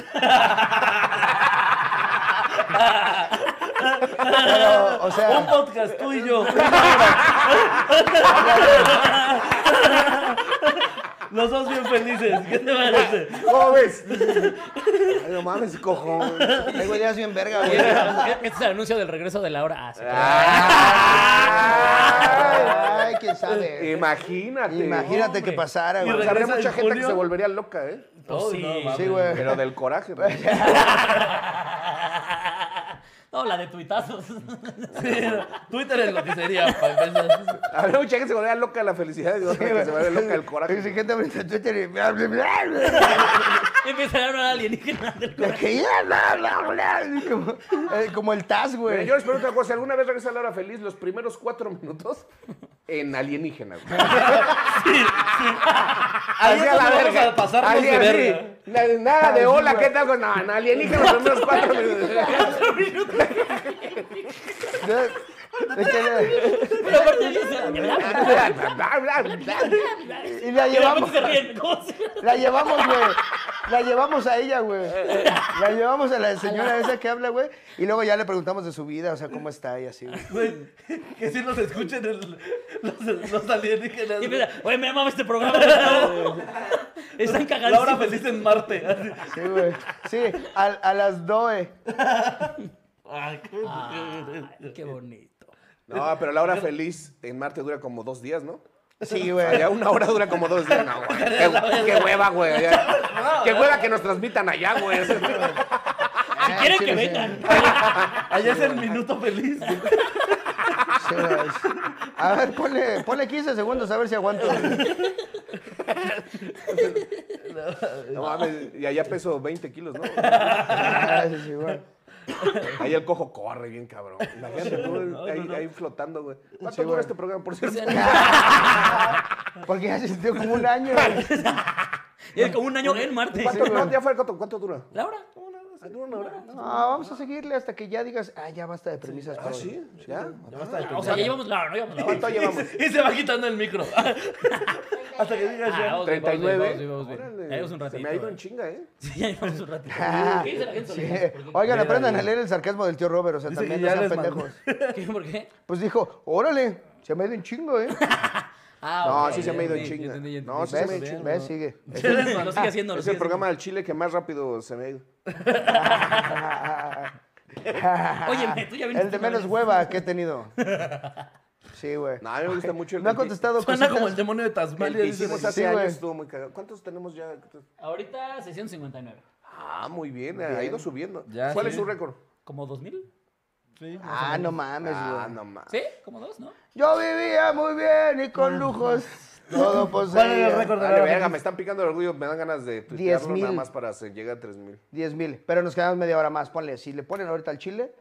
Speaker 3: pero, o sea...
Speaker 4: Un podcast tú y yo. Los dos bien felices. ¿Qué te parece?
Speaker 2: ¿Cómo ves? Ay, no mames, cojón.
Speaker 3: Ay, güey, ya es bien verga,
Speaker 1: Oye,
Speaker 3: güey.
Speaker 1: Este es el anuncio del regreso de la hora. Ah, sí, claro.
Speaker 3: Ay, quién sabe.
Speaker 2: Imagínate.
Speaker 3: Imagínate
Speaker 1: hombre.
Speaker 3: que pasara,
Speaker 4: Y
Speaker 2: O
Speaker 3: güey.
Speaker 2: sea, habría mucha
Speaker 4: Regresa en
Speaker 2: gente que
Speaker 4: junio.
Speaker 2: se volvería loca, ¿eh?
Speaker 1: Pues
Speaker 4: Oh,
Speaker 1: sí.
Speaker 4: mames.
Speaker 3: Sí, güey.
Speaker 2: Pero del coraje. güey.
Speaker 1: No, la de tuitazos.
Speaker 4: Sí, Twitter es lo que sería. pa' empezar.
Speaker 2: Habría mucha gente que se volvería loca de la felicidad y otra que se volvería loca del
Speaker 3: Hay
Speaker 2: coraje.
Speaker 3: gente abriendo Twitter y bla, bla, bla, bla.
Speaker 1: Empezará a hablar alienígena del
Speaker 3: La que ya, bla, bla, bla. Como, eh, como el Taz,
Speaker 2: Pero
Speaker 3: güey.
Speaker 2: yo les pregunto una cosa, si alguna vez regresa a la hora feliz, los primeros cuatro minutos en alienígena, güey.
Speaker 4: Ahí es donde vamos a pasarnos de verga.
Speaker 2: Nada, nada de
Speaker 3: Así,
Speaker 2: hola,
Speaker 3: güey.
Speaker 2: ¿qué tal? No, en alienígena los primeros cuatro minutos.
Speaker 3: De que
Speaker 1: Pero aparte dice,
Speaker 3: le- y la
Speaker 1: y de repente
Speaker 3: llevamos,
Speaker 1: se ríen. ¿Cómo se-
Speaker 3: la llevamos, güey. La llevamos a ella, güey. La llevamos a la señora esa que habla, güey. Y luego ya le preguntamos de su vida, o sea, cómo está y así, güey.
Speaker 4: Güey, que si los escuchen el- los, los alienígenas.
Speaker 1: Y
Speaker 4: güey.
Speaker 1: empieza, oye, me amaba este programa. ¿no? Están
Speaker 4: La hora
Speaker 1: cagadísimos.
Speaker 4: feliz en Marte. así.
Speaker 3: Sí, güey. Sí, a, a las doe.
Speaker 4: Ay, qué-
Speaker 1: Ay, Qué bonito.
Speaker 2: No, pero la hora feliz en Marte dura como dos días, ¿no?
Speaker 3: Sí, güey.
Speaker 2: Allá una hora dura como dos días. No, güey. Qué, qué hueva, güey. allá. Qué hueva que nos transmitan allá, güey.
Speaker 4: Ah,
Speaker 1: Si quieren que vengan.
Speaker 4: Allá es el minuto feliz.
Speaker 3: Sí, güey. A ver, ponle, ponle 15 segundos a ver si aguanto.
Speaker 2: No mames, y allá peso 20 kilos, ¿no?
Speaker 3: Ay, sí, güey.
Speaker 2: Ahí el cojo corre bien, cabrón. Imagínate tú ahí, ahí flotando, güey. ¿Cuánto
Speaker 3: Sí,
Speaker 2: dura
Speaker 3: güey.
Speaker 2: este programa, por cierto?
Speaker 3: Porque ya se sintió como un año. güey.
Speaker 1: Y es como un año en Marte.
Speaker 2: ¿Cuánto, no, ya fue, ¿cuánto, ¿Cuánto dura?
Speaker 1: La hora.
Speaker 2: Ah, ¿Dura una hora?
Speaker 3: No, vamos a seguirle hasta que ya digas, ah, ya basta de premisas. Eh,
Speaker 2: ¿Ah,
Speaker 3: para hoy".
Speaker 2: sí? ¿Ya?
Speaker 1: O sea, ya llevamos la hora, no llevamos la hora.
Speaker 2: ¿Cuánto llevamos?
Speaker 4: Y se va quitando el micro. Hasta que digas
Speaker 1: Ah,
Speaker 4: ya.
Speaker 1: vamos bien, vamos bien,
Speaker 2: 39.
Speaker 1: vamos bien, vamos bien. Ya llevamos un
Speaker 2: Órale, Se
Speaker 1: ratito.
Speaker 2: me ha ido
Speaker 1: güey.
Speaker 2: en chinga, ¿eh?
Speaker 1: Sí, ya llevamos un ratito. ¿Qué dice la gente?
Speaker 3: Sí.
Speaker 1: Solís?
Speaker 3: Oigan, aprendan a leer el sarcasmo del tío Robert, o sea,
Speaker 4: Dice
Speaker 3: también
Speaker 4: que
Speaker 3: no
Speaker 4: ya
Speaker 3: sean
Speaker 4: les mandó.
Speaker 3: pendejos.
Speaker 1: ¿Qué? ¿Por qué?
Speaker 3: Pues dijo, órale, se me ha ido un chingo, ¿eh?
Speaker 1: Ah,
Speaker 2: No,
Speaker 1: ok,
Speaker 2: sí se
Speaker 1: ya
Speaker 2: me ha ido en
Speaker 1: entendí,
Speaker 2: chinga.
Speaker 1: ya entendí, ya
Speaker 2: No,
Speaker 1: entendí.
Speaker 2: sí se me ha
Speaker 3: ¿Ves?
Speaker 2: ido en
Speaker 3: ¿Ves? Sigue.
Speaker 1: Lo sigue haciendo. lo
Speaker 2: Es
Speaker 1: sigue
Speaker 2: el programa del Chile que más rápido se me ha ido.
Speaker 1: haciendo. Oye, me- tú ya viniste
Speaker 3: El de
Speaker 1: una
Speaker 3: menos
Speaker 1: vez.
Speaker 3: hueva que he tenido. Sí, güey.
Speaker 2: No, a mí me gusta mucho el
Speaker 3: Me ha
Speaker 2: que-
Speaker 3: contestado
Speaker 4: Suena
Speaker 3: cositas.
Speaker 4: como el demonio de
Speaker 2: El
Speaker 4: Tasmania.
Speaker 2: que
Speaker 4: dice,
Speaker 2: hicimos
Speaker 3: Sí,
Speaker 2: hace
Speaker 3: güey.
Speaker 2: años estuvo muy cagado. ¿Cuántos tenemos ya?
Speaker 1: Ahorita 659.
Speaker 2: Ah, muy bien, ha ido subiendo.
Speaker 4: Ya,
Speaker 2: ¿Cuál
Speaker 4: sí.
Speaker 2: es su récord?
Speaker 1: ¿Como 2000?
Speaker 4: Sí.
Speaker 3: Ah, no mames, güey.
Speaker 2: Ah, no mames.
Speaker 1: ¿Sí? ¿Como dos, no?
Speaker 3: Yo vivía muy bien y con lujos. Todo poseía.
Speaker 4: ¿Cuál era el récord de
Speaker 2: Dale,
Speaker 4: la
Speaker 2: verga, me están picando el orgullo, me dan ganas de tuitearlo
Speaker 3: 10,000.
Speaker 2: nada más para se- llegar a 3000.
Speaker 3: 10 mil. Pero nos quedamos media hora más. Ponle, si le ponen ahorita al chile,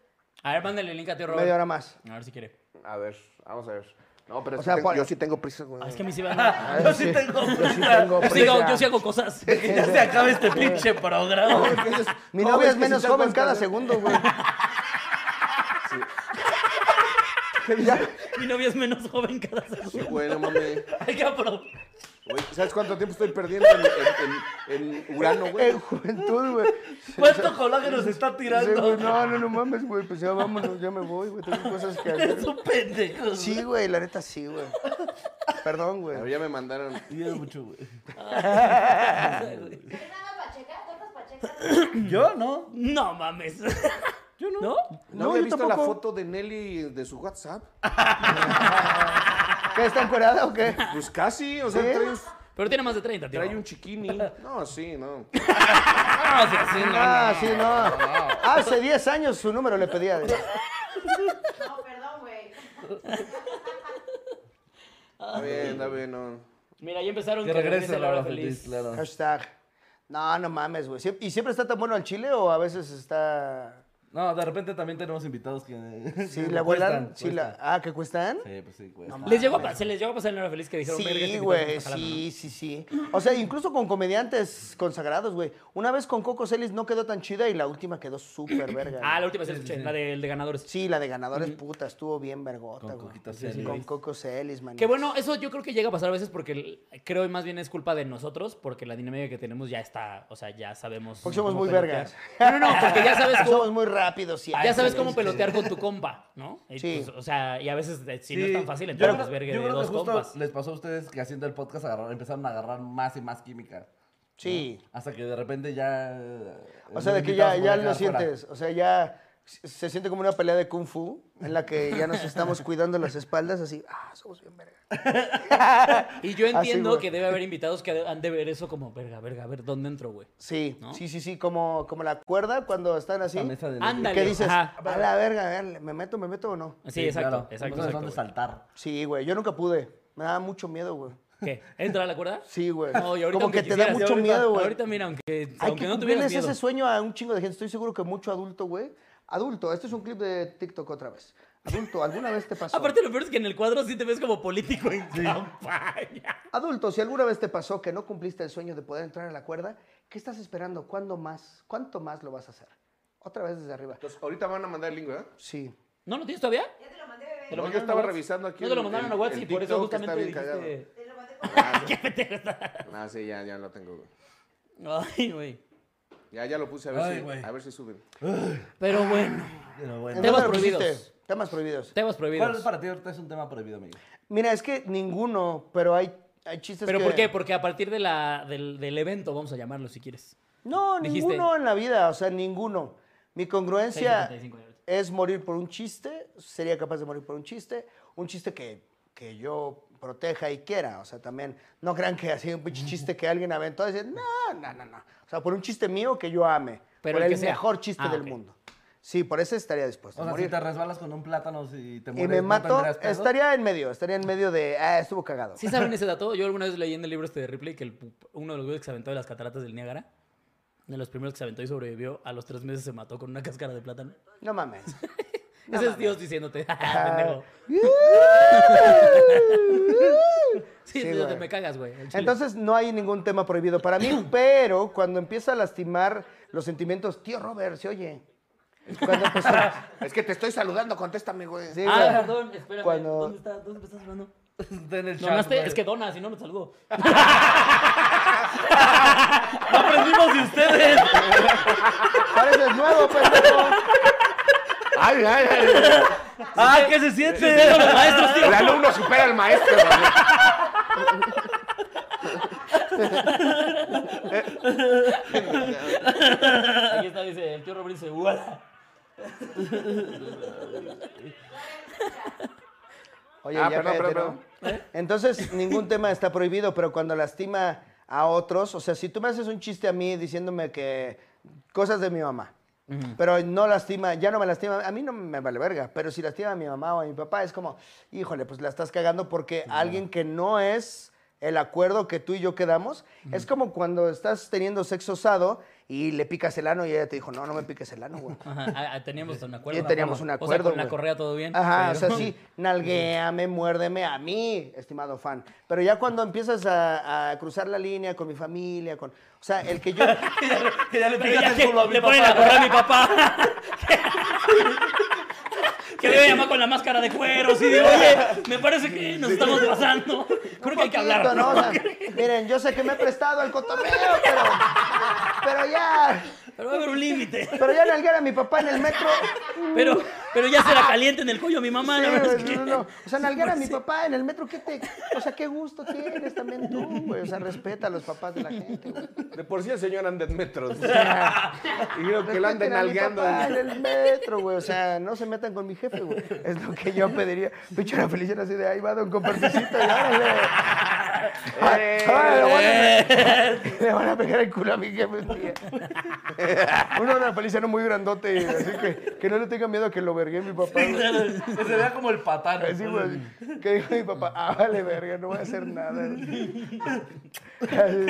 Speaker 1: A ver, mándale el link a tío Robert.
Speaker 3: media hora más.
Speaker 1: A ver si quiere.
Speaker 2: A ver, vamos a ver. No, pero es
Speaker 3: O
Speaker 2: que
Speaker 3: sea,
Speaker 2: tengo-
Speaker 3: ¿cuál?
Speaker 2: yo sí tengo prisa, güey.
Speaker 1: Ah, es que a mí sí me van
Speaker 4: Yo sí tengo
Speaker 3: Yo sí
Speaker 4: prisa.
Speaker 3: tengo
Speaker 1: Yo sí, hago,
Speaker 3: prisa.
Speaker 1: yo sí hago cosas.
Speaker 4: Que ya se acabe este pinche programa.
Speaker 3: Mi
Speaker 2: No,
Speaker 3: novia
Speaker 2: es
Speaker 3: es
Speaker 2: que
Speaker 3: menos
Speaker 2: sí te
Speaker 3: joven
Speaker 2: acuerdas
Speaker 3: cada
Speaker 2: de-
Speaker 3: segundo, güey. Ya,
Speaker 1: Mi novia es menos joven cada
Speaker 2: Sí,
Speaker 1: segundo.
Speaker 2: güey, no mames.
Speaker 1: Ay, cabrón.
Speaker 2: Güey, ¿Sabes cuánto tiempo estoy perdiendo en, en- en- en Urano, güey?
Speaker 3: en juventud, güey.
Speaker 4: ¿Cuánto colágeno se está
Speaker 3: Sí, güey,
Speaker 4: tirando?
Speaker 3: no, no, no mames, güey. Pues ya vámonos, ya me voy, güey. Tengo cosas que hacer.
Speaker 4: Eres un pendejo.
Speaker 3: Sí, güey, la neta sí, güey. Perdón,
Speaker 2: A ver,
Speaker 3: güey.
Speaker 2: ya me mandaron.
Speaker 4: Yo mucho, güey.
Speaker 5: ¿Es nada pacheca? ¿Tortas pachecas?
Speaker 4: Yo no.
Speaker 1: No mames.
Speaker 4: Yo no.
Speaker 1: ¿No?
Speaker 2: ¿No,
Speaker 3: No,
Speaker 2: había
Speaker 3: yo
Speaker 2: visto la
Speaker 3: tampoco.
Speaker 2: foto de Nelly de su WhatsApp?
Speaker 3: ¿Qué, está encuerada o qué?
Speaker 2: Pues casi, o sea,
Speaker 3: ¿Sí?
Speaker 2: trae un,
Speaker 1: Pero tiene más de 30, tío.
Speaker 2: trae un chiquini. No, sí, no.
Speaker 1: Ah, sí, sí, no,
Speaker 3: Ah,
Speaker 1: no.
Speaker 3: sí, no. Hace 10 años su número le pedía. güey.
Speaker 5: No, perdón, güey.
Speaker 2: Está bien, está bien, no.
Speaker 1: Mira, ya empezaron
Speaker 4: Que regrese a la hora feliz,
Speaker 1: feliz.
Speaker 4: claro.
Speaker 3: Hashtag. No, no mames, güey. Sie- ¿Y siempre está tan bueno al chile o a veces está...
Speaker 4: No, de repente también tenemos invitados que.
Speaker 3: Si
Speaker 4: que
Speaker 3: la vuelan...
Speaker 4: cuestan,
Speaker 3: si la...
Speaker 4: cuestan.
Speaker 3: Ah, ¿que cuestan?
Speaker 4: Sí, pues sí, cuesta.
Speaker 1: Les llegó a pasar, se les llegó a pasar en la hora feliz que dijeron "Verga, este
Speaker 3: Sí,
Speaker 1: tipo no
Speaker 3: güey,
Speaker 1: está jalando".
Speaker 3: sí, sí, sí. O sea, incluso con comediantes consagrados, güey. Una vez con Coco Celis no quedó tan chida y la última quedó súper verga.
Speaker 1: Ah,
Speaker 3: güey.
Speaker 1: la última vez escuché, la del de ganadores.
Speaker 3: Sí, la de ganadores puta, estuvo bien vergota,
Speaker 4: Con
Speaker 3: güey.
Speaker 4: Coquito
Speaker 3: Sí, sí,
Speaker 4: Celis.
Speaker 3: Con Coco Celis, man.
Speaker 1: Que bueno, eso yo creo que llega a pasar a veces porque el- creo más bien es culpa de nosotros, porque la dinámica que tenemos ya está, o sea, ya sabemos.
Speaker 3: Porque somos
Speaker 1: cómo
Speaker 3: muy vergas.
Speaker 1: pelotear. No, no, no, porque ya sabes
Speaker 3: Somos
Speaker 1: cómo,
Speaker 3: muy rápidos y
Speaker 1: ya sabes cómo
Speaker 3: ágiles.
Speaker 1: pelotear con tu compa, ¿no? Y,
Speaker 3: Sí.
Speaker 1: pues, o sea, y a veces eh, si no es
Speaker 4: Sí,
Speaker 1: tan fácil,
Speaker 4: yo
Speaker 1: entonces
Speaker 4: creo-
Speaker 1: verga
Speaker 4: yo
Speaker 1: de
Speaker 4: creo que
Speaker 1: dos
Speaker 4: justo
Speaker 1: compas.
Speaker 4: Les pasó a ustedes que haciendo el podcast agarraron- empezaron a agarrar más y más química.
Speaker 3: Sí,
Speaker 4: Hasta que de repente ya. eh,
Speaker 3: O sea, de que ya, ya lo sientes. O sea, ya se se siente como una pelea de kung fu en la que ya nos estamos cuidando las espaldas, así, ah, somos bien verga.
Speaker 1: Y yo
Speaker 3: Así,
Speaker 1: entiendo
Speaker 3: güey.
Speaker 1: que debe haber invitados que han de ver eso como, verga, verga, a ver, ¿dónde entro, güey?
Speaker 3: Sí,
Speaker 1: ¿No?
Speaker 3: sí, sí, sí, como, como la cuerda cuando están así.
Speaker 4: La mesa de
Speaker 1: Ándale.
Speaker 3: Que dices,
Speaker 1: Ajá.
Speaker 3: a la verga, a ver, ¿me meto, me meto o no?
Speaker 1: Sí, exacto, exacto,
Speaker 4: No sabes
Speaker 1: exacto,
Speaker 4: dónde
Speaker 1: güey.
Speaker 4: saltar.
Speaker 3: Sí, güey, yo nunca pude. Me daba mucho miedo, güey.
Speaker 1: ¿Qué? ¿Entra a la cuerda?
Speaker 3: Sí, güey.
Speaker 1: No, y ahorita
Speaker 3: Como que
Speaker 1: aunque
Speaker 3: te da
Speaker 1: quisieras,
Speaker 3: mucho
Speaker 1: ahorita-
Speaker 3: miedo, güey.
Speaker 1: Ahorita mira, aunque,
Speaker 3: Hay
Speaker 1: aunque
Speaker 3: que
Speaker 1: no tuvieras
Speaker 3: cumplirles
Speaker 1: miedo.
Speaker 3: ese sueño a un chingo de gente. Estoy seguro que mucho adulto, güey. Adulto, este es un clip de TikTok otra vez. Adulto, ¿alguna vez te pasó?
Speaker 1: Aparte lo peor es que en el cuadro sí te ves como político en campaña.
Speaker 3: Adulto, si alguna vez te pasó que no cumpliste el sueño de poder entrar a la cuerda, ¿qué estás esperando? ¿Cuándo más? ¿Cuánto más lo vas a hacer? Otra vez desde arriba.
Speaker 2: Entonces, ahorita van a mandar el link, ¿verdad?
Speaker 3: Sí.
Speaker 1: ¿No lo tienes todavía?
Speaker 5: Ya te lo mandé, bebé.
Speaker 1: Te lo
Speaker 2: No, yo
Speaker 1: mandaron a
Speaker 2: estaba
Speaker 1: WhatsApp.
Speaker 2: revisando aquí.
Speaker 1: No te lo
Speaker 2: el-
Speaker 1: mandaron a
Speaker 2: el-
Speaker 1: WhatsApp
Speaker 2: el
Speaker 1: y por eso
Speaker 2: TikTok que está
Speaker 1: justamente
Speaker 2: bien cagado.
Speaker 1: dijiste...
Speaker 5: Te lo mandé por...
Speaker 1: ¿Qué pendejo
Speaker 2: Ah, sí, ya, ya lo tengo, güey.
Speaker 1: estás? Ay, güey.
Speaker 2: Ya, ya lo puse a ver,
Speaker 4: Ay,
Speaker 2: si,
Speaker 4: güey.
Speaker 2: a ver si suben.
Speaker 1: Pero bueno,
Speaker 4: Pero
Speaker 3: ¿En
Speaker 4: bueno.
Speaker 1: Temas
Speaker 3: dónde lo pusiste?
Speaker 1: prohibidos.
Speaker 3: Temas prohibidos.
Speaker 1: temas
Speaker 4: ¿Cuál es
Speaker 1: prohibidos.
Speaker 4: para ti ahorita es un tema prohibido, amigo?
Speaker 3: Mira, es que ninguno, pero hay, hay chistes
Speaker 1: ¿Pero
Speaker 3: que-
Speaker 1: por qué? Porque a partir de la, del, del evento, vamos a llamarlo si quieres.
Speaker 3: No,
Speaker 1: Dijiste.
Speaker 3: ninguno en la vida, o sea, ninguno. Mi
Speaker 1: 6.75
Speaker 3: congruencia
Speaker 1: de ahorita.
Speaker 3: es morir por un chiste, sería capaz de morir por un chiste, un chiste que, que yo proteja y quiera, o sea, también, no crean que así un pinche chiste que alguien aventó, decir, no, no, no, no, o sea, por un chiste mío que yo ame,
Speaker 1: Pero
Speaker 3: por
Speaker 1: el
Speaker 3: el,
Speaker 1: que sea.
Speaker 3: mejor chiste
Speaker 1: Ah,
Speaker 3: del
Speaker 1: ok.
Speaker 3: mundo. Sí, por ese estaría dispuesto
Speaker 4: O
Speaker 3: a
Speaker 4: sea, si
Speaker 3: morir.
Speaker 4: te resbalas con un plátano y te
Speaker 3: y
Speaker 4: mueres,
Speaker 3: me
Speaker 4: ¿no
Speaker 3: mato,
Speaker 4: tendrías pedo?
Speaker 3: estaría en medio, estaría en medio de, ah, estuvo cagado.
Speaker 1: ¿Sí saben ese dato? Yo alguna vez leí en el libro este de Ripley que el pu- uno de los güeyes que se aventó de las cataratas del Niágara, de los primeros que se aventó y sobrevivió, a los tres meses se mató con una cáscara de plátano.
Speaker 3: No mames. No
Speaker 1: Ese es
Speaker 3: mames.
Speaker 1: Dios diciéndote, "Ah, pendejo. Sí,
Speaker 3: Sí,
Speaker 1: Dios, te
Speaker 3: güey.
Speaker 1: me cagas, güey. al chile.
Speaker 3: Entonces no hay ningún tema prohibido para mí, pero cuando empieza a lastimar los sentimientos, tío Robert, se oye. Cuando empezó,
Speaker 2: Es que te estoy saludando, contéstame, güey.
Speaker 3: sí,
Speaker 1: Ah,
Speaker 3: güey.
Speaker 1: perdón, espérame.
Speaker 3: Cuando-
Speaker 1: ¿Dónde, está, ¿Dónde me estás hablando?
Speaker 4: Está en el chat.
Speaker 1: Donaste,
Speaker 4: güey.
Speaker 1: este, es que dona, si no, no te saludo.
Speaker 4: aprendimos de ustedes.
Speaker 3: Pareces nuevo, pendejo.
Speaker 2: Ay, ay, ay.
Speaker 4: ah, ¿qué se siente?
Speaker 1: Digo, los maestros, tío.
Speaker 2: El alumno supera al maestro, güey.
Speaker 1: Aquí está, dice, el tío Robert dice, "Uala".
Speaker 3: Oye,
Speaker 2: Ah,
Speaker 3: ya
Speaker 2: perdón,
Speaker 3: cállate,
Speaker 2: perdón,
Speaker 3: ¿no? Entonces, ningún tema está prohibido, pero cuando lastima a otros, o sea, si tú me haces un chiste a mí diciéndome que cosas de mi mamá, pero no lastima, ya no me lastima, a mí no me vale verga, pero si lastima a mi mamá o a mi papá, es como, híjole, pues la estás cagando porque alguien que no es el acuerdo que tú y yo quedamos, es como cuando estás teniendo sexo osado y le picas el ano y ella te dijo, no, no me piques el ano, güey.
Speaker 1: Ajá, ah, ah, teníamos un acuerdo.
Speaker 3: Ya teníamos un
Speaker 1: O sea,
Speaker 3: acuerdo,
Speaker 1: con la
Speaker 3: güey.
Speaker 1: correa todo bien.
Speaker 3: Ajá, o sea,
Speaker 1: pero-
Speaker 3: sí, nalguéame, muérdeme a mí, estimado fan. Pero ya cuando empiezas a, a cruzar la línea con mi familia, con. O sea, el que yo.
Speaker 4: Que ya le
Speaker 1: Pero ya
Speaker 4: pegaste
Speaker 1: que
Speaker 4: el culo a mi
Speaker 1: le ponen la
Speaker 4: papá.
Speaker 1: correa a mi papá. que debe llamar con la máscara de cuero. Sí, digo, oye, me parece que nos estamos pasando. Creo que hay que hablar.
Speaker 3: Poquito, ¿no?
Speaker 1: ¿no?
Speaker 3: O sea, miren, yo sé que me he prestado al cotorreo, pero. Pero ya.
Speaker 1: Pero va a haber un límite.
Speaker 3: Pero ya nalguear a mi papá en el metro.
Speaker 1: Pero, pero ya se la caliente en el cuello mi mamá. la
Speaker 3: sí,
Speaker 1: verdad
Speaker 3: güey,
Speaker 1: es que- pues
Speaker 3: no, no. O sea, nalguear a mi papá en el metro, ¿qué te. O sea, qué gusto tienes también tú, güey. O sea, respeta a los papás de la gente, güey.
Speaker 2: De por sí el señor anda en metros. o sea, y creo que lo anden
Speaker 3: Respeten a mi
Speaker 2: nalgando.
Speaker 3: papá en el metro, güey. O sea, no se metan con mi jefe, güey. Es lo que yo pediría. Pinche la felicidad así de ahí va don comparticito y órale.
Speaker 2: Eh,
Speaker 3: Ah, le, van a, pe- le van a pegar el culo a mi jefe un día. Uno era feliciano muy grandote, así que, que no le tenga miedo a que lo vergue mi papá. güey.
Speaker 4: Que se vea como el patán.
Speaker 3: Así, güey, que dijo mi papá, ah, vale, verga, no voy a hacer nada. Así,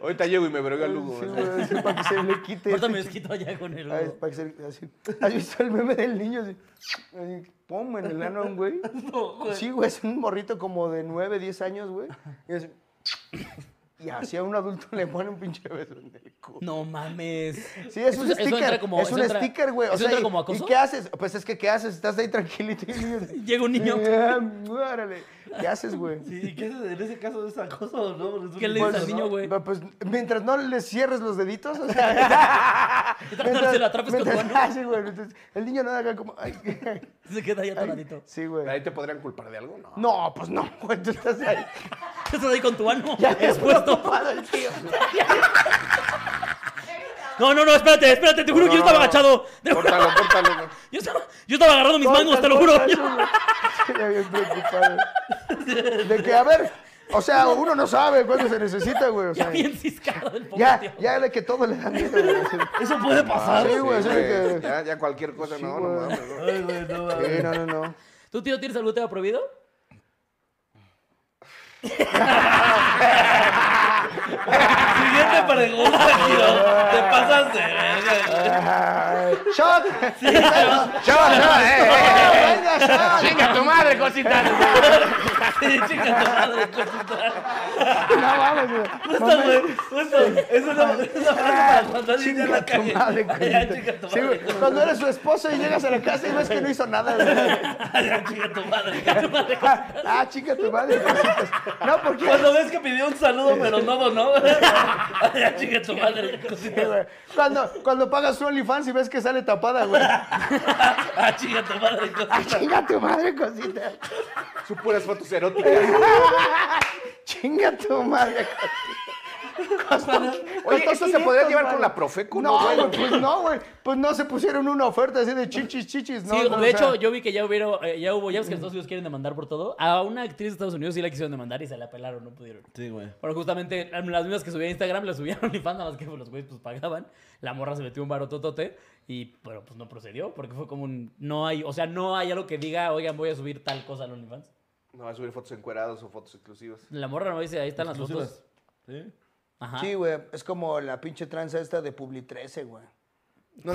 Speaker 2: Ahorita llego y me verga el Lugo.
Speaker 3: sí,
Speaker 2: güey.
Speaker 3: güey, así, para que se le quite.
Speaker 1: Ahorita
Speaker 3: este
Speaker 1: me desquito allá con el.
Speaker 3: Ay, para que se- así. ¿Has visto el meme del niño? Así, así, pum, en el ano, güey. Sí, güey, es un morrito como de 9, 10 años, güey. Y así, y así a un adulto le pone un pinche beso en el culo.
Speaker 1: No mames.
Speaker 3: Sí, es
Speaker 1: Eso-
Speaker 3: un
Speaker 1: eso entra
Speaker 3: sticker.
Speaker 1: como-
Speaker 3: es
Speaker 1: eso
Speaker 3: un
Speaker 1: entra-
Speaker 3: sticker, güey. O
Speaker 1: ¿eso
Speaker 3: sea,
Speaker 1: entra
Speaker 3: y-
Speaker 1: como acoso?
Speaker 3: ¿Y qué haces? Pues es que, ¿qué haces? Estás ahí tranquilito. y el niño así,
Speaker 1: Llega un niño.
Speaker 3: "Ah, órale". ¿Qué haces, güey?
Speaker 4: Sí, ¿Y qué es en ese caso de esa cosa o no? Es un
Speaker 1: ¿Qué le
Speaker 4: impulso,
Speaker 1: dices al
Speaker 4: ¿no?
Speaker 1: niño, güey?
Speaker 3: Pues, mientras no le cierres los deditos, o sea.
Speaker 1: Mientras se lo atrapes con tu
Speaker 3: mientras-
Speaker 1: mano.
Speaker 3: Ah, sí, güey. Entonces, el niño no haga como. ay, ay,
Speaker 1: Se queda ahí atoradito.
Speaker 3: sí,
Speaker 2: Ahí
Speaker 3: güey.
Speaker 2: te podrían culpar de algo, ¿no?
Speaker 3: No, pues no, güey. Tú estás ahí.
Speaker 1: Estás ahí con tu ano
Speaker 3: Ya
Speaker 1: expuesto.
Speaker 3: preocupado el tío.
Speaker 1: No, no, no, espérate, espérate, te juro que yo estaba agachado. Te juro-
Speaker 2: Córtalo, córtalo. güey.
Speaker 1: Yo estaba, yo estaba agarrando mis mangos, te lo juro.
Speaker 3: Corta, corta, sí, güey. Sí, ya bien preocupado. De que, a ver, o sea, uno no sabe cuándo se necesita, güey. O
Speaker 1: Ya
Speaker 3: sea,
Speaker 1: bien ciscado el pobre
Speaker 3: ya,
Speaker 1: tío.
Speaker 3: ya de que todo le da miedo, güey. Sí,
Speaker 4: Eso puede pasar.
Speaker 3: Sí, güey,
Speaker 2: Ah, Sí,
Speaker 3: sí, de
Speaker 2: güey.
Speaker 3: que.
Speaker 2: Pues, Ya, ya cualquier cosa,
Speaker 3: Sí,
Speaker 2: no, no
Speaker 3: güey.
Speaker 2: mames. güey.
Speaker 4: Ay, güey, no, mames.
Speaker 3: Sí, no, no, no.
Speaker 1: ¿Tú, tío, tienes algún tema prohibido?
Speaker 4: Siguiente pregunta, tío. Te pasas de
Speaker 1: ¿eh?
Speaker 4: verga.
Speaker 3: Ay, ¡Shot!
Speaker 2: Yo, no, eh, eh.
Speaker 3: ¡Ah, venga, shot!
Speaker 2: Chinga tu madre, cosita.
Speaker 4: Sí, chica, tu madre, cosita.
Speaker 3: No mames, güey.
Speaker 4: Justo, güey. Justo. Es una es una frase para cuando alguien ya la cague.
Speaker 3: Madre,
Speaker 4: Ay, ya, chica, tu
Speaker 3: sí,
Speaker 4: madre.
Speaker 3: güey. Cuando eres su esposo y llegas a la casa y ves que no hizo nada. güey.
Speaker 4: Ay, ya, chica, tu madre.
Speaker 3: Ah, chica, tu madre. cositas. No, porque.
Speaker 4: Cuando ves que pidió un saludo, pero no donó. Ay, ya, chica, tu madre.
Speaker 3: Sí,
Speaker 4: cosita.
Speaker 3: güey. Cuando, cuando pagas su OnlyFans y ves que sale tapada, güey.
Speaker 4: Ay, chica, tu madre.
Speaker 3: Ah,
Speaker 4: cosita.
Speaker 3: chinga tu madre, cosita.
Speaker 2: Son puras fotos eróticas.
Speaker 3: Chinga tu madre, cosita.
Speaker 2: Oye, ¿esto se podría llevar con la Profeco, no,
Speaker 3: No,
Speaker 2: güey?
Speaker 3: güey, pues no, güey. Pues no se pusieron una oferta así de chichis, chichis, ¿no?
Speaker 1: sí,
Speaker 3: no, o
Speaker 1: de
Speaker 3: sea,
Speaker 1: hecho, yo vi que ya hubo, ya hubo, ya ves que en Estados Unidos quieren demandar por todo. A una actriz de Estados Unidos sí la quisieron demandar y se la apelaron, no pudieron.
Speaker 4: Sí, güey.
Speaker 1: Bueno, justamente las mismas que subía a Instagram las subieron y nada más que pues, los güeyes pues pagaban. La morra se metió un barototote y, pero pues no procedió porque fue como un, no hay, o sea, no hay algo que diga, oigan, voy a subir tal cosa al OnlyFans.
Speaker 2: No va a subir fotos encueradas o fotos exclusivas.
Speaker 1: La morra no dice, ahí están
Speaker 4: Pues,
Speaker 1: las fotos.
Speaker 4: ¿Sí?
Speaker 1: Ajá.
Speaker 3: Sí, güey. Es como la pinche tranza esta de Publi 13, güey. ¿No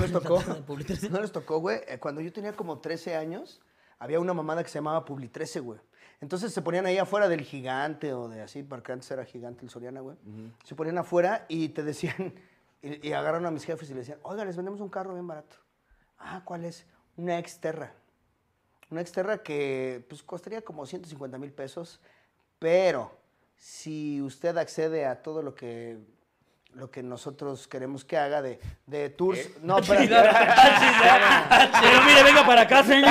Speaker 3: les tocó?
Speaker 1: Publi 13.
Speaker 3: ¿No les tocó, güey? Eh, Cuando yo tenía como 13 años, había una mamada que se llamaba Publi 13, güey. Entonces se ponían ahí afuera del gigante o de así, porque antes era gigante el Soriana, güey. Se ponían afuera y te decían, y, y agarraron a mis jefes y le decían, oiga, les vendemos un carro bien barato. Ah, ¿cuál es? Una Exterra. Una exterra que pues, costaría como 150 mil pesos, pero si usted accede a todo lo que lo que nosotros queremos que haga de, de tours.
Speaker 2: ¿Eh?
Speaker 3: No,
Speaker 1: Chingada,
Speaker 3: espera.
Speaker 1: ah, chingada. Pero mire, venga para acá, señor.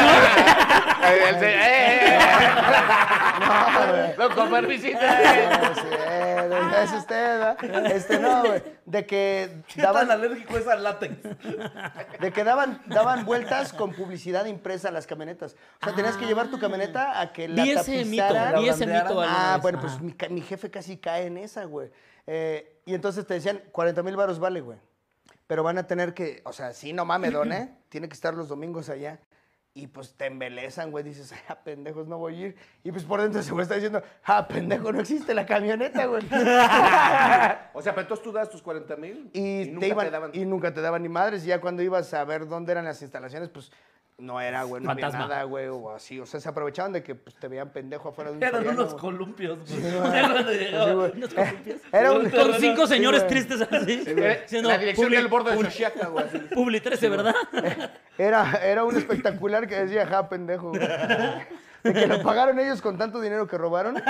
Speaker 3: No, güey.
Speaker 2: No, con
Speaker 3: No, sí, eh, es usted, ¿verdad? Este, no, güey. De que
Speaker 4: ¿Qué tan
Speaker 3: daban,
Speaker 4: alérgico es al látex?
Speaker 3: de que daban, daban vueltas con publicidad impresa a las camionetas. O sea, tenías que llevar tu camioneta a que la
Speaker 1: Vi ese mito,
Speaker 3: tapizaran.
Speaker 1: vi ese mito. alguna
Speaker 3: Ah,
Speaker 1: vez.
Speaker 3: bueno,
Speaker 1: Ajá.
Speaker 3: pues mi, ca- mi jefe casi cae en esa, güey. Eh, y entonces te decían, 40 mil varos vale, güey. Pero van a tener que, o sea, sí, no mames, don, ¿eh? Tiene que estar los domingos allá. Y pues te embelezan, güey. Dices, ah, pendejos, no voy a ir. Y pues por dentro ese güey está diciendo, ah, pendejo, no existe la camioneta, güey.
Speaker 2: O sea, pero entonces tú das tus 40 mil
Speaker 3: y,
Speaker 2: nunca
Speaker 3: te iban,
Speaker 2: te daban.
Speaker 3: y nunca te daban ni madres. Y ya cuando ibas a ver dónde eran las instalaciones, pues no era, güey, no había
Speaker 1: Fantasma.
Speaker 3: nada, güey, o así. O sea, se aprovechaban de que pues, te veían pendejo afuera de un
Speaker 4: Eran
Speaker 3: soriano,
Speaker 4: unos
Speaker 3: güey.
Speaker 4: columpios, güey. O sea, cuando llegaba,
Speaker 3: Sí, güey.
Speaker 4: unos columpios.
Speaker 3: Era un-
Speaker 4: Unos
Speaker 1: Con
Speaker 4: terrenos.
Speaker 1: cinco señores
Speaker 3: güey.
Speaker 1: tristes así. diciendo,
Speaker 2: la dirección
Speaker 1: "Publi-
Speaker 2: del borde de
Speaker 1: Publi-
Speaker 2: Xochiaca, güey. así.
Speaker 1: Publi 13, ¿verdad?
Speaker 3: Era, era un espectacular que decía, ja, pendejo. güey". De que lo pagaron ellos con tanto dinero que robaron.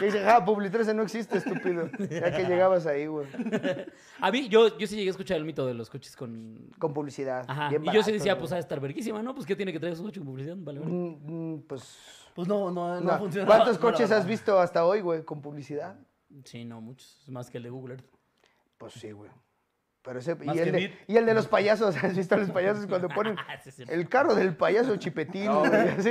Speaker 3: Que dice, ja, Publi 13 no existe, estúpido. Ya que llegabas ahí, güey.
Speaker 1: A mí, yo, yo sí llegué a escuchar el mito de los coches con.
Speaker 3: Con publicidad.
Speaker 1: Ajá.
Speaker 3: bien
Speaker 1: y yo sí
Speaker 3: barato,
Speaker 1: decía,
Speaker 3: güey.
Speaker 1: pues ha de estar verguísima, ¿no? Pues ¿qué tiene que traer su coche con publicidad? Vale, vale.
Speaker 3: Mm, mm, pues.
Speaker 4: Pues no, no, no,
Speaker 3: no.
Speaker 4: funcionaba.
Speaker 3: ¿Cuántos
Speaker 4: No, la
Speaker 3: coches has
Speaker 4: verdad.
Speaker 3: visto hasta hoy, güey, con publicidad?
Speaker 1: Sí, no, muchos. Más que el de Google Earth.
Speaker 3: Pues sí, güey. Pero ese,
Speaker 4: Más
Speaker 3: y, el
Speaker 4: que
Speaker 3: de,
Speaker 4: Bit.
Speaker 3: y el de los payasos, ¿has visto a los payasos cuando ponen
Speaker 1: Sí, es cierto.
Speaker 3: el carro del payaso chipetín?
Speaker 2: No,
Speaker 3: güey,
Speaker 2: güey.
Speaker 3: así,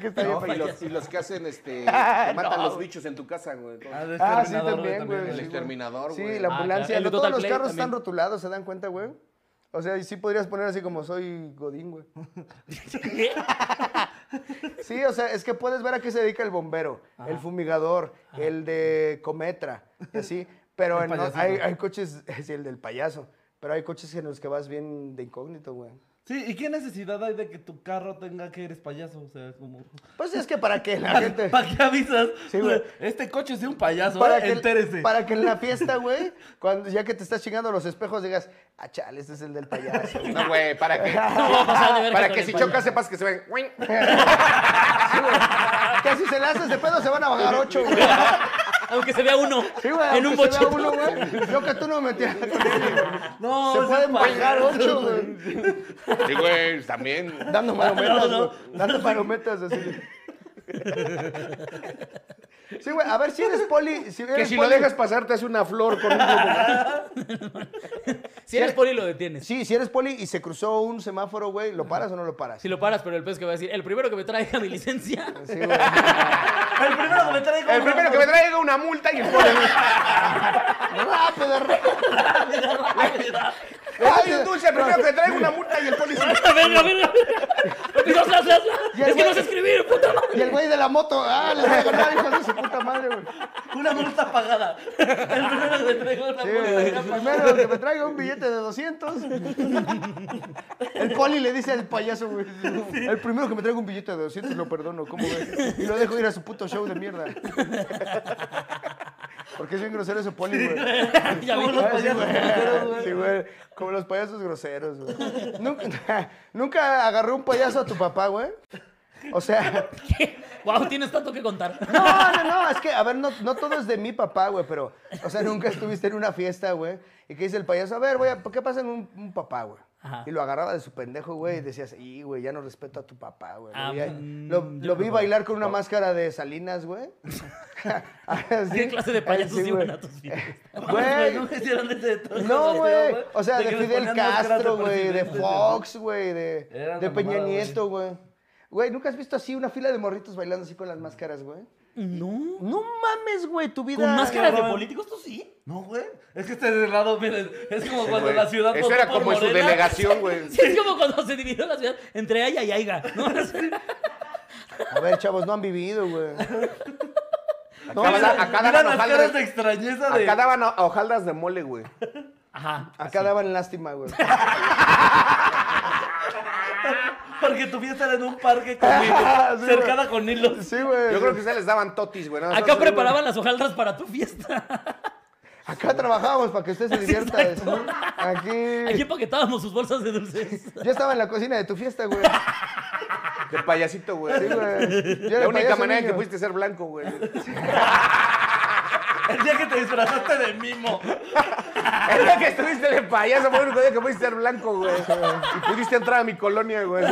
Speaker 3: que está bien
Speaker 2: No, y,
Speaker 3: payaso.
Speaker 2: los, y los que hacen, este, que matan los bichos en tu casa, güey.
Speaker 4: Ah,
Speaker 2: entonces.
Speaker 4: de
Speaker 3: Ah, sí,
Speaker 4: exterminador,
Speaker 3: también, güey.
Speaker 2: El
Speaker 3: sí,
Speaker 2: exterminador,
Speaker 3: Sí,
Speaker 2: güey.
Speaker 3: la
Speaker 1: Ah,
Speaker 3: ambulancia.
Speaker 1: claro. El de
Speaker 3: no todos
Speaker 1: Total
Speaker 3: los
Speaker 1: Play
Speaker 3: carros
Speaker 1: también.
Speaker 3: están rotulados, ¿se dan cuenta, güey? O sea, y sí podrías poner así como soy Godín, güey. Sí, o sea, es que puedes ver a qué se dedica el bombero, el fumigador, el de Cometra, y así. Pero
Speaker 4: El
Speaker 3: en-
Speaker 4: payasito.
Speaker 3: hay, hay coches, es el del payaso, pero hay coches en los que vas bien de incógnito, güey.
Speaker 4: Sí, ¿y qué necesidad hay de que tu carro tenga que eres payaso? O sea, como...
Speaker 3: Pues es que para que la
Speaker 4: ¿Para
Speaker 3: gente...
Speaker 4: qué avisas?
Speaker 3: Sí, güey.
Speaker 4: Este coche es de un payaso,
Speaker 3: Para
Speaker 4: ¿eh?
Speaker 3: que,
Speaker 4: entérese.
Speaker 3: para que en la fiesta, güey, cuando ya que te estás chingando los espejos, digas, ah, chale, este es el del payaso. güey".
Speaker 2: No, güey, para que,
Speaker 1: No va a pasar de verga
Speaker 2: para
Speaker 1: con
Speaker 2: que
Speaker 1: el
Speaker 2: si
Speaker 1: payaso.
Speaker 2: chocas sepas que se ven. ¡Uing!
Speaker 3: Sí, güey. Que si se le haces de pedo se van a bajar ocho, güey.
Speaker 1: Aunque se vea uno.
Speaker 3: Sí, güey.
Speaker 1: en
Speaker 3: aunque
Speaker 1: un
Speaker 3: se
Speaker 1: bochito.
Speaker 3: vea uno, güey. Yo que tú no me metías con él, güey.
Speaker 4: No,
Speaker 3: Se
Speaker 4: es
Speaker 3: pueden
Speaker 4: un
Speaker 3: bajar
Speaker 4: payaso,
Speaker 3: ocho, güey.
Speaker 2: Sí, güey, también.
Speaker 3: Dando palometas,
Speaker 4: No, no.
Speaker 3: güey. Dando palometas así. Sí, güey. A ver si eres poli. Si
Speaker 2: Que
Speaker 3: eres
Speaker 2: si lo
Speaker 3: poli-
Speaker 2: dejas pasar, te hace una flor con un
Speaker 1: Si eres poli, lo detienes.
Speaker 3: Sí, si eres poli y se cruzó un semáforo, güey, ¿lo paras o no lo paras?
Speaker 1: Si lo paras, pero el pez que va a decir, el primero que me traiga mi licencia.
Speaker 3: Sí, güey.
Speaker 4: El primero que me trae con
Speaker 2: El primero que me traiga una multa y el poli.
Speaker 3: Rápido, rápido.
Speaker 2: ¡Ay, un dulce! El primero que me traiga una multa y el poli.
Speaker 1: venga, venga, venga. Empezó, sla, sla, sla.
Speaker 3: Y el
Speaker 1: Es que no
Speaker 3: güey-
Speaker 1: sé escribir, puta madre.
Speaker 3: Y el güey de la moto, ah, les voy a ganar, hijos de su puta madre, güey.
Speaker 4: Una multa pagada. El primero que me trae una
Speaker 3: Sí,
Speaker 4: multa.
Speaker 3: güey. Primero que me traiga un billete de 200. El poli le dice al payaso, güey. El primero que me traiga un billete de 200 lo perdono, ¿cómo ves? Y lo dejo ir a su puto show de mierda. Porque es bien grosero ese poli, güey.
Speaker 1: Ya
Speaker 4: Como
Speaker 1: vi.
Speaker 4: los
Speaker 3: Ah, sí,
Speaker 4: payasos
Speaker 3: güey.
Speaker 4: groseros, güey.
Speaker 3: Sí, güey. Como los payasos groseros, güey. Nunca, nunca agarró un payaso a tu papá, güey. O sea,
Speaker 1: Wow, tienes tanto que contar.
Speaker 3: no, no, no, es que, a ver, no, no todo es de mi papá, güey, pero, o sea, nunca estuviste en una fiesta, güey, y que dice el payaso, a ver, güey, ¿qué pasa en un, un papá, güey?
Speaker 1: Ajá.
Speaker 3: Y lo agarraba de su pendejo, güey, y decías, y, güey, ya no respeto a tu papá, güey.
Speaker 1: Ah,
Speaker 3: Lo vi ahí-
Speaker 1: mm,
Speaker 3: lo,
Speaker 1: yo
Speaker 3: lo
Speaker 1: creo
Speaker 3: vi
Speaker 1: que-
Speaker 3: bailar con una máscara de Salinas, güey. Así,
Speaker 1: ¿Qué clase de payasos
Speaker 3: así,
Speaker 1: iban
Speaker 3: güey.
Speaker 1: a tus fiestas?
Speaker 3: Güey,
Speaker 4: Nunca hicieron ese de todo
Speaker 3: no,
Speaker 4: ese
Speaker 3: güey.
Speaker 4: video,
Speaker 3: O sea, de,
Speaker 4: que les
Speaker 3: Fidel
Speaker 4: ponían máscaras de
Speaker 3: Castro, güey, de
Speaker 4: presidentes,
Speaker 3: Fox, güey, de,
Speaker 4: Era
Speaker 3: de
Speaker 4: una
Speaker 3: Peña
Speaker 4: mamada, güey.
Speaker 3: Nieto, güey. Güey, ¿nunca has visto así una fila de morritos bailando así con las máscaras, güey?
Speaker 1: No.
Speaker 3: No mames, güey, tu vida.
Speaker 1: ¿Con máscaras de
Speaker 4: cabrón.
Speaker 1: políticos tú sí?
Speaker 4: No, güey. Es que este del lado, miren, es como cuando la ciudad
Speaker 2: Eso
Speaker 4: votó
Speaker 2: era
Speaker 4: por
Speaker 2: como en su
Speaker 4: Morena.
Speaker 2: delegación, güey.
Speaker 1: Sí, es como cuando se dividió la ciudad entre Aya y Aiga. ¿no?
Speaker 3: A ver, chavos, no han vivido, güey. No,
Speaker 2: Acá
Speaker 4: Mira,
Speaker 2: daban- acá
Speaker 4: mira
Speaker 2: daban
Speaker 4: las caras de
Speaker 2: hojaldas-
Speaker 4: extrañeza de...
Speaker 2: Acá daban ho- hojaldas de mole, güey.
Speaker 1: Ajá.
Speaker 3: Acá daban lástima, güey.
Speaker 4: Porque tu fiesta era en un parque conmigo,
Speaker 3: Sí, güey.
Speaker 4: cercada con hilos.
Speaker 3: Sí, güey.
Speaker 2: Yo creo que ustedes les daban totis, güey. nada más
Speaker 1: Acá
Speaker 2: así, güey.
Speaker 1: preparaban las hojaldas para tu fiesta.
Speaker 3: Acá trabajábamos para que usted se divierta.
Speaker 1: exacto.
Speaker 3: ¿sí? Aquí.
Speaker 1: Aquí empaquetábamos sus bolsas de dulces.
Speaker 3: Yo estaba en la cocina de tu fiesta, güey.
Speaker 2: De payasito, güey.
Speaker 3: Sí, güey. Yo era
Speaker 2: La
Speaker 3: el
Speaker 2: única
Speaker 3: payaso
Speaker 2: manera en
Speaker 3: niño.
Speaker 2: que pudiste ser blanco, güey.
Speaker 4: El día que te disfrazaste de mimo.
Speaker 2: Es lo que estuviste de payaso, fue el único día que pudiste ser blanco, güey. Y pudiste entrar a mi colonia, güey.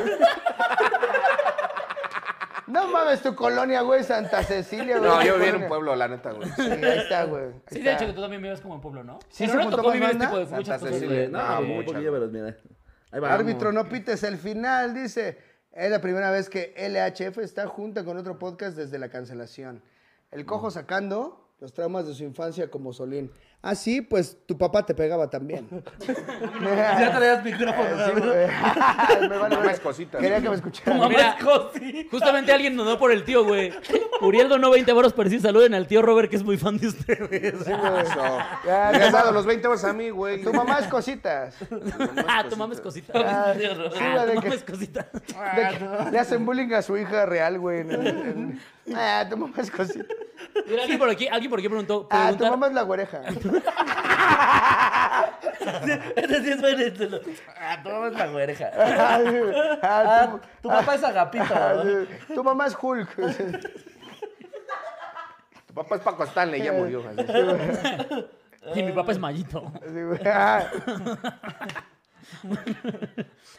Speaker 3: No mames, tu colonia, güey, Santa Cecilia, güey.
Speaker 2: No,
Speaker 3: tu
Speaker 2: yo vivía en un
Speaker 3: colonia.
Speaker 2: pueblo, la neta, güey.
Speaker 3: Sí, ahí está, güey. ahí
Speaker 1: Sí, de
Speaker 3: está.
Speaker 1: hecho, que tú también vives como en pueblo, ¿no?
Speaker 3: Sí,
Speaker 1: Pero
Speaker 3: se
Speaker 1: no
Speaker 3: juntó
Speaker 1: le tocó
Speaker 3: más
Speaker 1: vivir este tipo
Speaker 3: banda.
Speaker 1: de muchas
Speaker 2: Santa
Speaker 1: cosas. güey.
Speaker 2: Cecilia. No,
Speaker 4: No,
Speaker 1: Sí.
Speaker 4: un
Speaker 2: Ah, mucha.
Speaker 4: poquillo, pero mira. Ahí va.
Speaker 3: Árbitro,
Speaker 4: vamos.
Speaker 3: no pites el final, dice. Es la primera vez que LHF está junta con otro podcast desde la cancelación. El cojo sacando los traumas de su infancia como Solín. Ah, sí, pues tu papá te pegaba también.
Speaker 4: Ya
Speaker 3: Sí,
Speaker 4: traías micrófono. ¿no?
Speaker 3: güey. Me vale
Speaker 2: Más
Speaker 3: verga.
Speaker 2: cositas.
Speaker 3: Quería que me
Speaker 1: Como
Speaker 3: escucharan.
Speaker 1: Mira.
Speaker 4: Más cosita.
Speaker 1: Justamente alguien donó por el tío, güey. Uriel donó 20 euros para decir saluden al tío Robert, que es muy fan de ustedes.
Speaker 2: Eso.
Speaker 3: Ya,
Speaker 2: Me
Speaker 3: ya.
Speaker 2: has dado los 20 vas a mí, güey.
Speaker 3: Tu mamá es cositas. De
Speaker 1: Ah, tú mames cositas. Ah,
Speaker 3: sí, güey, de
Speaker 1: tú
Speaker 3: que-
Speaker 1: mames cositas.
Speaker 3: que le hacen bullying a su hija real, güey. en el- en- Ah, tu mamá es cositas.
Speaker 1: Mira, alguien por aquí, alguien por aquí preguntó.
Speaker 3: Ah, tu
Speaker 1: preguntar-
Speaker 3: mamá es la güereja.
Speaker 4: Ese sí es bueno. Ah, todo es la güereja.
Speaker 3: Ah, ah,
Speaker 4: Ah,
Speaker 3: tu-
Speaker 4: tu papá es agapito.
Speaker 3: ah,
Speaker 4: ¿no?
Speaker 3: Tu mamá es Hulk.
Speaker 2: Tu papá es Paco Stanley,
Speaker 3: Eh.
Speaker 2: ya murió. así.
Speaker 1: Y mi papá es Mayito.
Speaker 3: Así, güey. Ah,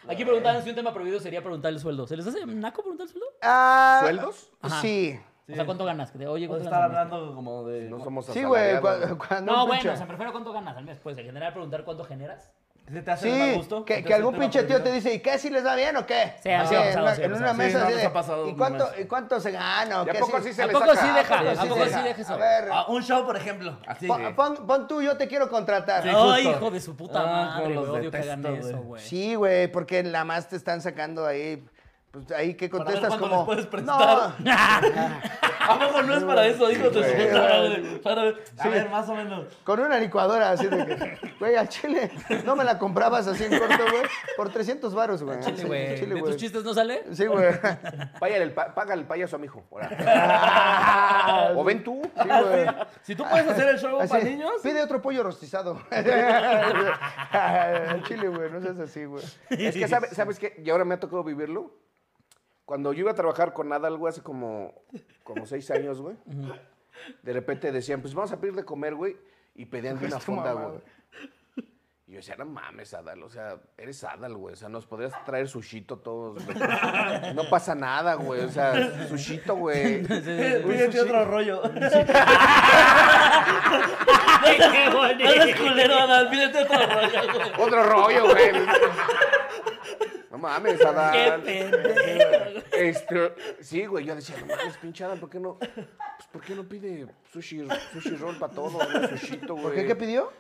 Speaker 1: Aquí preguntaban si un tema prohibido sería preguntar el sueldo. ¿Se les hace naco preguntar el sueldo?
Speaker 3: ah,
Speaker 2: ¿Sueldos?
Speaker 1: Ajá.
Speaker 3: Sí.
Speaker 1: O sea, ¿cuánto ganas? Que te- Oye,
Speaker 4: Vamos a
Speaker 1: ¿cuánto
Speaker 4: estar
Speaker 1: ganas? al mes?
Speaker 4: hablando como de.
Speaker 2: No somos
Speaker 3: Sí, güey.
Speaker 2: asalariados.
Speaker 3: cua- Cuando
Speaker 1: No,
Speaker 3: un
Speaker 1: bueno,
Speaker 3: pinche-
Speaker 1: o sea, me refiero a cuánto ganas al mes. Pues, en general, preguntar cuánto generas.
Speaker 4: ¿Se te hace más
Speaker 3: Sí,
Speaker 4: gusto?
Speaker 3: que,
Speaker 4: ¿Se
Speaker 3: que
Speaker 4: te hace
Speaker 3: algún
Speaker 4: tema
Speaker 3: pinche tío te
Speaker 4: prohibido?
Speaker 3: dice, ¿y qué? ¿Si les va bien o qué?
Speaker 1: Sí, así
Speaker 3: en,
Speaker 1: ha pasado,
Speaker 3: una-
Speaker 1: sí ha
Speaker 3: en
Speaker 1: pasado.
Speaker 3: una mesa así
Speaker 4: Sí, no,
Speaker 3: de,
Speaker 4: nos ha pasado
Speaker 3: ¿y, cuánto,
Speaker 4: nomás.
Speaker 3: ¿y cuánto se gana? o
Speaker 2: ¿Y a
Speaker 3: qué?
Speaker 2: poco
Speaker 3: Sí.
Speaker 2: sí se
Speaker 1: ¿A
Speaker 2: le
Speaker 1: poco
Speaker 2: saca?
Speaker 1: sí deja?
Speaker 3: poco
Speaker 1: ¿A
Speaker 3: sí
Speaker 1: poco sí
Speaker 3: deja?
Speaker 1: deja eso?
Speaker 3: A ver.
Speaker 4: Ah, un show, por ejemplo. Así.
Speaker 3: Pon, pon- pon tú, yo te quiero contratar.
Speaker 4: Sí.
Speaker 1: Ay,
Speaker 4: justo.
Speaker 1: hijo de su puta
Speaker 4: Ah,
Speaker 1: madre,
Speaker 4: cómo
Speaker 1: güey.
Speaker 4: los
Speaker 1: Odio que hagan
Speaker 4: detesto,
Speaker 1: eso,
Speaker 4: güey.
Speaker 1: güey.
Speaker 3: Sí, güey, porque en la más te están sacando ahí. Pues ahí que
Speaker 4: Para ver
Speaker 3: contestas
Speaker 4: cuándo
Speaker 3: como.
Speaker 4: les puedes prestar".
Speaker 3: no,
Speaker 4: ¿A poco no es para eso, hijo de su puta madre? Para ver, a ver, más o menos.
Speaker 3: Con una licuadora así de que, güey, al chile, no me la comprabas así en corto, güey, por 300 varos, güey.
Speaker 1: Chile,
Speaker 3: Sí,
Speaker 1: güey.
Speaker 3: chile,
Speaker 1: ¿De tus
Speaker 3: güey.
Speaker 1: chistes no sale?
Speaker 3: Sí, güey.
Speaker 2: Págale el, pa- págale el payaso a mi hijo. ahora. O ven tú.
Speaker 3: Ah, Sí, güey.
Speaker 4: Si tú puedes hacer el show
Speaker 3: Así,
Speaker 4: para niños.
Speaker 3: Pide otro pollo rostizado. Al chile, güey, no seas así, güey.
Speaker 2: Es que, sabe- ¿sabes qué? Y ahora me ha tocado vivirlo. Cuando yo iba a trabajar con Adal, güey, hace como, como seis años, güey. De repente decían, pues vamos a pedir de comer, güey. Y pedían de
Speaker 3: Es
Speaker 2: una
Speaker 3: tu
Speaker 2: fonda,
Speaker 3: mamá,
Speaker 2: güey. Y yo decía, no mames, Adal, o sea, eres Adal, güey. O sea, nos podrías traer sushito todos. güey. No pasa nada, güey. O sea, sushito, güey.
Speaker 4: eh, Pídete otro rollo.
Speaker 1: ¡Qué
Speaker 4: No eres culero, Adán. Pídete otro rollo, güey.
Speaker 2: Otro rollo, güey. No mames, Adal.
Speaker 1: ¡Qué pendejo! güey.
Speaker 2: Este, sí, güey, yo decía, no mames, pinchada, ¿por qué no? Pues, ¿por qué no pide sushi, sushi roll para todo, güey, sushito, güey?
Speaker 3: ¿Por qué? ¿Qué pidió?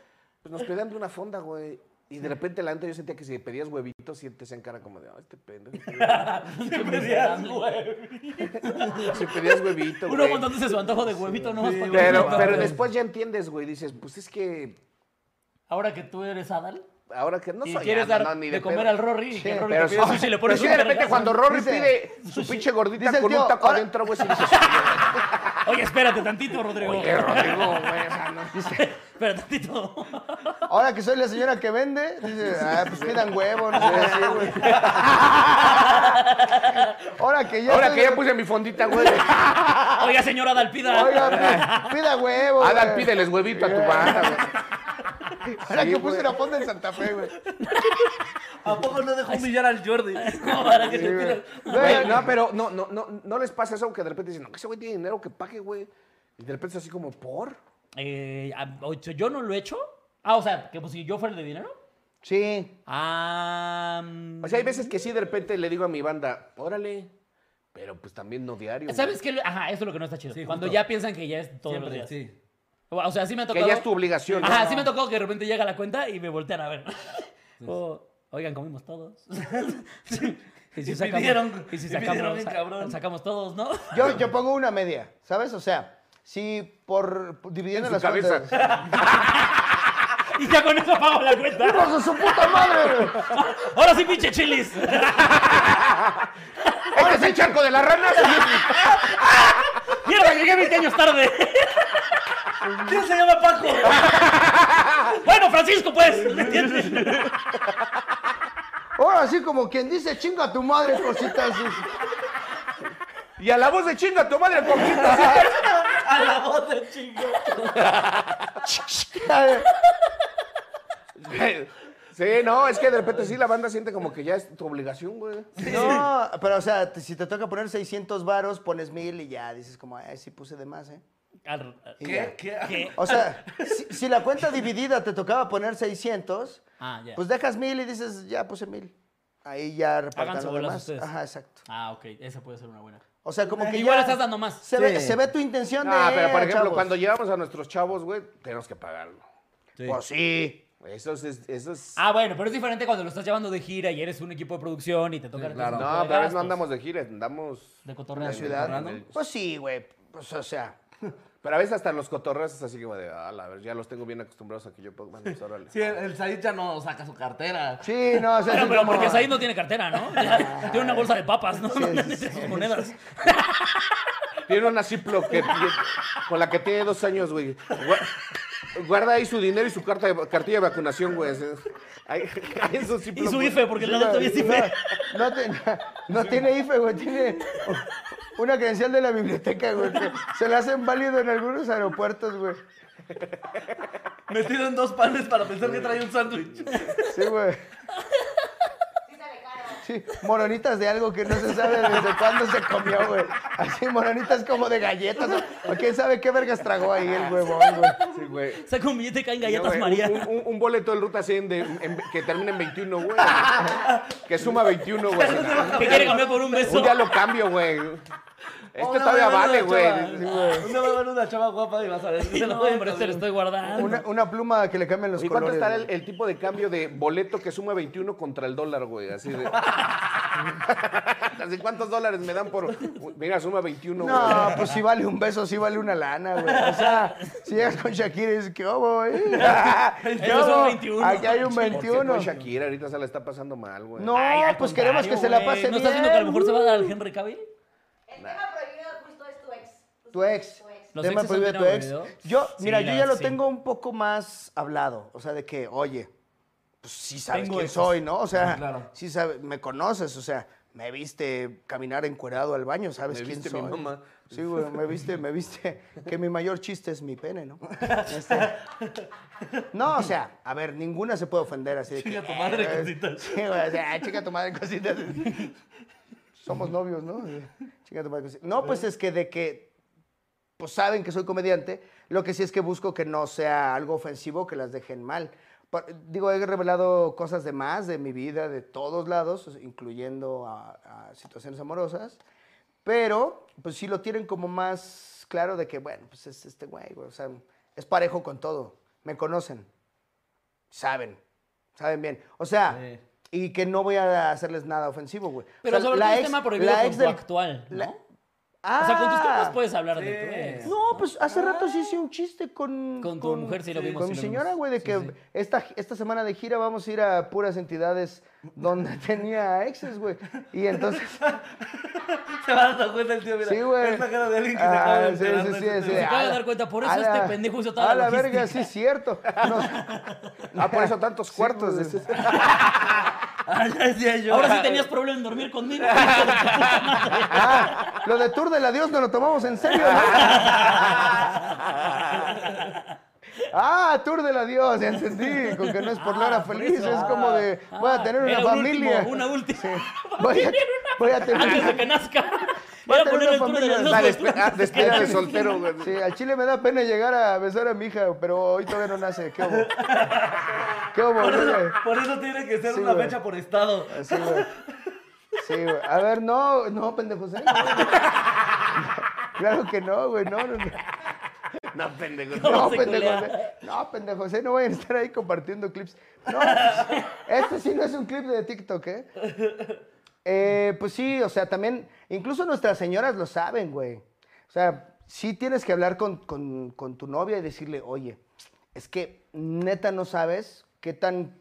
Speaker 2: Pues nos pedían de una fonda, güey. Y de repente la neta yo sentía que si pedías huevitos, sí te hacían cara como de, ay, este pendejo.
Speaker 4: Te pedías, güey.
Speaker 2: Si pedías huevito,
Speaker 1: Uno
Speaker 2: güey.
Speaker 1: montándose su antojo de huevito nomás
Speaker 4: Sí,
Speaker 1: para comer
Speaker 2: Pero,
Speaker 1: huevito.
Speaker 2: pero después ya entiendes, güey, dices, pues es que
Speaker 1: Ahora que tú eres Adal
Speaker 2: ahora que no
Speaker 1: y
Speaker 2: soy
Speaker 1: quieres
Speaker 2: Ana,
Speaker 1: dar
Speaker 2: no, ni
Speaker 1: de comer
Speaker 2: pedo.
Speaker 1: al Rory y que
Speaker 3: Sí,
Speaker 1: Rory
Speaker 2: pero
Speaker 1: te pide
Speaker 2: sí,
Speaker 1: sushi y le
Speaker 2: pero
Speaker 1: pones
Speaker 2: sí,
Speaker 1: un
Speaker 2: de repente
Speaker 1: vergazo.
Speaker 2: cuando Rory
Speaker 3: Dice-
Speaker 2: pide su pinche gordita
Speaker 3: dice el
Speaker 2: con
Speaker 3: tío,
Speaker 2: un taco
Speaker 3: ahora-
Speaker 2: adentro, güey, sí dices,
Speaker 1: Oye, espérate tantito, Rodrigo.
Speaker 2: oye, Rodrigo, güey, o sea, no.
Speaker 1: Espérate tantito.
Speaker 3: Ahora que soy la señora que vende, dice, ah, pues pidan huevo, no sé así, güey. Ahora que ya.
Speaker 2: Ahora
Speaker 3: soy-
Speaker 2: que ya puse mi fondita, güey.
Speaker 1: Oiga, señora Dalpida.
Speaker 3: Oiga, pi- pida huevo.
Speaker 2: Adal,
Speaker 3: güey.
Speaker 2: pídeles huevito a tu banda, güey.
Speaker 3: Ahora
Speaker 2: sí,
Speaker 3: que puse
Speaker 2: güey.
Speaker 3: una fonda en Santa Fe, güey.
Speaker 4: ¿A poco no dejó humillar al Jordi?
Speaker 1: Para que te
Speaker 3: güey.
Speaker 1: tire-
Speaker 2: Güey, No, pero no, no, no, no les pasa eso que de repente dicen, no, que ese güey tiene dinero que pague, güey. Y de repente es así como, ¿por?
Speaker 1: Eh, ah, o sea, yo no lo he hecho. Ah, o sea, que pues, si yo fuera el de dinero.
Speaker 3: Sí.
Speaker 1: Ah,
Speaker 4: mm.
Speaker 2: O sea, hay veces que sí, de repente le digo a mi banda, órale, pero pues también no diario. güey.
Speaker 1: ¿Sabes qué? Ajá, eso es lo que no está chido.
Speaker 4: Sí,
Speaker 1: Cuando
Speaker 4: justo.
Speaker 1: ya piensan que ya es todos
Speaker 4: Siempre,
Speaker 1: los días.
Speaker 4: sí.
Speaker 1: O sea, sí me ha
Speaker 2: Que
Speaker 1: tocado.
Speaker 2: ya es tu obligación. ¿no?
Speaker 1: Ajá, sí me tocó que de repente llega la cuenta y me voltean a ver. O, oigan, comimos todos. y
Speaker 4: Y pidieron-
Speaker 1: y si
Speaker 4: y pidieron
Speaker 1: sacamos,
Speaker 4: bien cabrón.
Speaker 1: sacamos todos, ¿no?
Speaker 3: Yo, yo pongo una media, ¿sabes? O sea, si por por- dividiendo
Speaker 2: En su
Speaker 3: las
Speaker 2: cabeza.
Speaker 3: cuentas.
Speaker 1: y ya con eso pago la cuenta.
Speaker 3: ¡Hijos de su puta madre! güey!
Speaker 1: Ahora sí, pinche chilis.
Speaker 2: ¡Este es el charco de la rana!
Speaker 1: Mierda, llegué 20 años tarde.
Speaker 4: ¿Quién se llama Paco?
Speaker 1: bueno, Francisco, pues. ¿Me entiendes?
Speaker 3: Ahora sí, Oh, como quien dice, chinga tu madre, cositas.
Speaker 2: Y a la voz de chinga, tu madre, poquito. ¿eh?
Speaker 4: A la voz de chingón.
Speaker 2: Güey, Sí, no, es que de repente sí la banda siente como que ya es tu obligación, güey.
Speaker 3: No, pero o sea, te- si te toca poner 600 varos, pones 1000 y ya dices como, eh, sí puse de más, ¿eh?
Speaker 1: Al-
Speaker 3: Y
Speaker 4: ¿Qué?
Speaker 3: ya.
Speaker 4: ¿Qué?
Speaker 1: ¿Qué?
Speaker 3: O sea, si, si la cuenta dividida te tocaba poner 600,
Speaker 1: Ah, ya.
Speaker 3: pues dejas 1000 y dices, ya puse 1000. Ahí ya repartan
Speaker 1: Háganse
Speaker 3: lo
Speaker 1: bolas
Speaker 3: demás.
Speaker 1: ustedes.
Speaker 3: Ajá, exacto.
Speaker 1: Ah, ok, esa puede ser una buena.
Speaker 3: O sea, como que
Speaker 1: Igual
Speaker 3: ya
Speaker 1: estás dando más.
Speaker 3: Se, ve,
Speaker 4: Sí.
Speaker 3: se ve tu intención de...
Speaker 2: Ah, pero por
Speaker 3: "Eh,
Speaker 2: ejemplo,
Speaker 3: chavos".
Speaker 2: cuando llevamos a nuestros chavos, güey, tenemos que pagarlo.
Speaker 1: Sí.
Speaker 2: Pues sí. Eso es. Eso es
Speaker 1: Ah, bueno, pero es diferente cuando lo estás llevando de gira y eres un equipo de producción y te toca...
Speaker 4: Sí,
Speaker 3: Ah,
Speaker 4: claro.
Speaker 1: todo ese tipo
Speaker 2: no,
Speaker 1: de
Speaker 2: pero no
Speaker 1: gastos.
Speaker 2: andamos de gira, andamos.
Speaker 1: De
Speaker 3: En
Speaker 1: cotorreo.
Speaker 3: la ciudad.
Speaker 4: ¿no?
Speaker 3: Pues sí, güey. Pues, o sea,
Speaker 2: Pero a veces hasta los cotorreos es así como de, "Ala, a ver, ya los tengo bien acostumbrados a que yo puedo. Bueno, pues, órale".
Speaker 4: Sí, el, el Said ya no saca su cartera.
Speaker 3: sí, no, o sea...
Speaker 1: Bueno,
Speaker 3: sí,
Speaker 1: pero
Speaker 3: como-
Speaker 1: porque Said no tiene cartera, ¿no? tiene una bolsa de papas, ¿no?
Speaker 3: Sí,
Speaker 1: No
Speaker 3: sí,
Speaker 1: tiene
Speaker 3: sí.
Speaker 1: sus monedas.
Speaker 2: Tiene una Ziploc que tiene- con la que tiene dos años, güey. Gua- Guarda ahí su dinero y su carta de, cartilla de vacunación, güey. Así- Ahí, ahí en su Ziploc,
Speaker 1: Y su
Speaker 2: güey.
Speaker 1: IFE, porque la neta bien es IFE.
Speaker 3: No, no te- no tiene IFE, güey. Tiene una credencial de la biblioteca, güey. que se la hacen válido en algunos aeropuertos, güey.
Speaker 4: Metido en dos panes para pensar que trae un sándwich.
Speaker 3: Sí, güey.
Speaker 5: Sí sale caro.
Speaker 3: Sí, moronitas de algo que no se sabe desde cuándo se comió, güey. Así, moronitas como de galletas. O, o quién sabe qué vergas tragó ahí el huevón, güey.
Speaker 2: Sí, güey.
Speaker 1: Saca un billete y caen
Speaker 2: No,
Speaker 1: galletas
Speaker 2: güey,
Speaker 1: María.
Speaker 2: Un, un- un boleto del Ruta 100 de- en- que termina en 21, güey. que suma 21, güey.
Speaker 1: Que quiere cambiar por un beso.
Speaker 2: Un día lo cambio, güey.
Speaker 3: Oh,
Speaker 2: Esto
Speaker 4: Una
Speaker 2: todavía
Speaker 4: va a
Speaker 2: vale,
Speaker 4: haber una
Speaker 2: güey.
Speaker 4: chava- Una va a haber una chava guapa y vas a ver.
Speaker 1: Sí,
Speaker 4: te lo
Speaker 1: no,
Speaker 4: voy a
Speaker 1: hombre, este lo estoy
Speaker 3: Una,
Speaker 1: guardando.
Speaker 3: una pluma que le cambian los
Speaker 2: ¿Y cuánto
Speaker 3: colores.
Speaker 2: estará
Speaker 3: güey.
Speaker 2: el, el tipo de cambio de boleto que suma 21 contra el dólar, güey? Así de. Así, ¿cuántos dólares me dan por. Mira, suma 21, güey.
Speaker 3: No, pues sí vale un beso, sí vale una lana, güey. O sea, si llegas con Shakira y dices, ¿qué hubo, güey? ¿Qué
Speaker 1: Esos son
Speaker 3: hubo?
Speaker 1: 21.
Speaker 3: Aquí hay un
Speaker 2: Por cierto,
Speaker 3: 21.
Speaker 2: Shakira ahorita se la está pasando mal, güey.
Speaker 3: No,
Speaker 1: Ay, al
Speaker 3: pues queremos que se la
Speaker 1: contrario,
Speaker 3: pase
Speaker 1: güey. ¿No
Speaker 3: bien.
Speaker 1: estás viendo que a lo mejor se va a dar al Henry Cavill?
Speaker 5: El tema prohibido justo es tu ex.
Speaker 3: Tu ex.
Speaker 5: Tu ex.
Speaker 1: Los
Speaker 3: Tema
Speaker 1: exes son
Speaker 3: prohibido de
Speaker 1: bien
Speaker 3: tu ex.
Speaker 1: aburridos.
Speaker 3: Yo,
Speaker 1: Sí,
Speaker 3: mira,
Speaker 1: la
Speaker 3: yo ya
Speaker 1: verdad,
Speaker 3: lo
Speaker 1: sí.
Speaker 3: tengo un poco más hablado. O sea, de que, oye, pues sí sabes
Speaker 1: Tengo Ah,
Speaker 3: quién
Speaker 1: exes.
Speaker 3: soy, ¿no? O sea,
Speaker 4: Claro.
Speaker 3: sí sabes, me conoces, o sea, me viste caminar encuerado al baño, sabes
Speaker 2: Me
Speaker 3: quién
Speaker 2: viste
Speaker 3: soy.
Speaker 2: mi mamá.
Speaker 3: Sí, güey, me viste, me viste que mi mayor chiste es mi pene, ¿no? Este, no, o sea, a ver, ninguna se puede ofender así de que,
Speaker 4: Chinga tu madre,
Speaker 3: eh,
Speaker 4: cositas.
Speaker 3: Sí, güey, o sea, "Ay, chinga tu madre, cositas. Somos novios, ¿no? Chinga tu madre, cositas. No, pues es que de que, pues saben que soy comediante, lo que sí es que busco que no sea algo ofensivo, que las dejen mal. Pa- Digo, he revelado cosas de más de mi vida, de todos lados, incluyendo a, a situaciones amorosas, pero pues sí lo tienen como más claro de que, bueno, pues es este güey, güey, o sea, es parejo con todo, me conocen saben, saben bien. O sea,
Speaker 4: Sí.
Speaker 3: y que no voy a hacerles nada ofensivo, güey.
Speaker 1: Pero
Speaker 3: o sea,
Speaker 1: sobre todo es tema prohibido con tu actual,
Speaker 3: la-
Speaker 1: ¿no?
Speaker 3: Ah,
Speaker 1: O sea, con tus compas puedes hablar de
Speaker 4: Sí.
Speaker 1: tu ex.
Speaker 3: No, pues hace rato sí hice un chiste con...
Speaker 1: Con tu mujer sí lo vimos,
Speaker 3: Con
Speaker 1: sí
Speaker 3: mi
Speaker 1: lo
Speaker 3: señora,
Speaker 1: vimos.
Speaker 3: güey, de
Speaker 1: Sí,
Speaker 3: que
Speaker 1: sí.
Speaker 3: Esta, esta semana de gira vamos a ir a puras entidades donde tenía exes, güey. Y entonces...
Speaker 4: Se va a dar cuenta el tío, mira.
Speaker 3: Sí, güey.
Speaker 4: Es la cara de alguien que se
Speaker 3: Ah,
Speaker 4: acaba de
Speaker 3: sí, sí,
Speaker 4: enterar de
Speaker 3: sí,
Speaker 4: este
Speaker 3: sí.
Speaker 4: tema.
Speaker 1: Se acaba de
Speaker 3: Ah,
Speaker 1: dar cuenta, por
Speaker 3: a
Speaker 1: eso
Speaker 3: la-
Speaker 1: este pendejo hizo toda
Speaker 3: A
Speaker 1: la
Speaker 3: la
Speaker 1: logística.
Speaker 3: verga, sí es cierto. Nos-
Speaker 2: Ah, por eso tantos
Speaker 3: Sí,
Speaker 2: cuartos.
Speaker 3: güey.
Speaker 2: dices.
Speaker 4: Ah, ya decía yo.
Speaker 1: Ahora sí tenías problema en dormir conmigo.
Speaker 3: Ah, lo de Tour del Adiós nos lo tomamos en serio, ¿no? Ah, Tour del Adiós, ya entendí. Con que no es por la hora
Speaker 1: Ah, por
Speaker 3: feliz,
Speaker 1: eso.
Speaker 3: es como de voy a
Speaker 1: Ah,
Speaker 3: tener
Speaker 1: era
Speaker 3: una
Speaker 1: un
Speaker 3: familia.
Speaker 1: último, una última.
Speaker 3: Voy a, voy a
Speaker 1: Antes de
Speaker 3: tener.
Speaker 1: que nazca.
Speaker 3: Va
Speaker 1: Voy
Speaker 3: a
Speaker 1: a
Speaker 3: tener
Speaker 1: poner
Speaker 3: una
Speaker 1: el tour de
Speaker 3: familia.
Speaker 1: las dos
Speaker 2: La despe-
Speaker 1: culturas.
Speaker 2: ah, despedida de soltero, güey.
Speaker 3: Sí, al chile me da pena llegar a besar a mi hija, pero hoy todavía no nace. ¿Qué hubo? ¿Qué hubo?
Speaker 4: Por
Speaker 3: güey?
Speaker 4: eso, por eso tiene que ser
Speaker 3: Sí,
Speaker 4: una
Speaker 3: güey.
Speaker 4: fecha por estado.
Speaker 3: Sí, güey. Sí, güey. A ver, no, no, pendejo. ¿sí? Claro que no, güey. No, no, no.
Speaker 2: No, pendejo.
Speaker 1: ¿Cómo
Speaker 3: No,
Speaker 1: se
Speaker 3: pendejo.
Speaker 1: culea?
Speaker 3: José. No, pendejo. José, no vayan a estar ahí compartiendo clips. No, pues, este sí no es un clip de TikTok, ¿eh? Eh, Pues sí, o sea, también, incluso nuestras señoras lo saben, güey. O sea, sí tienes que hablar con, con- con tu novia y decirle, oye, es que neta no sabes qué tan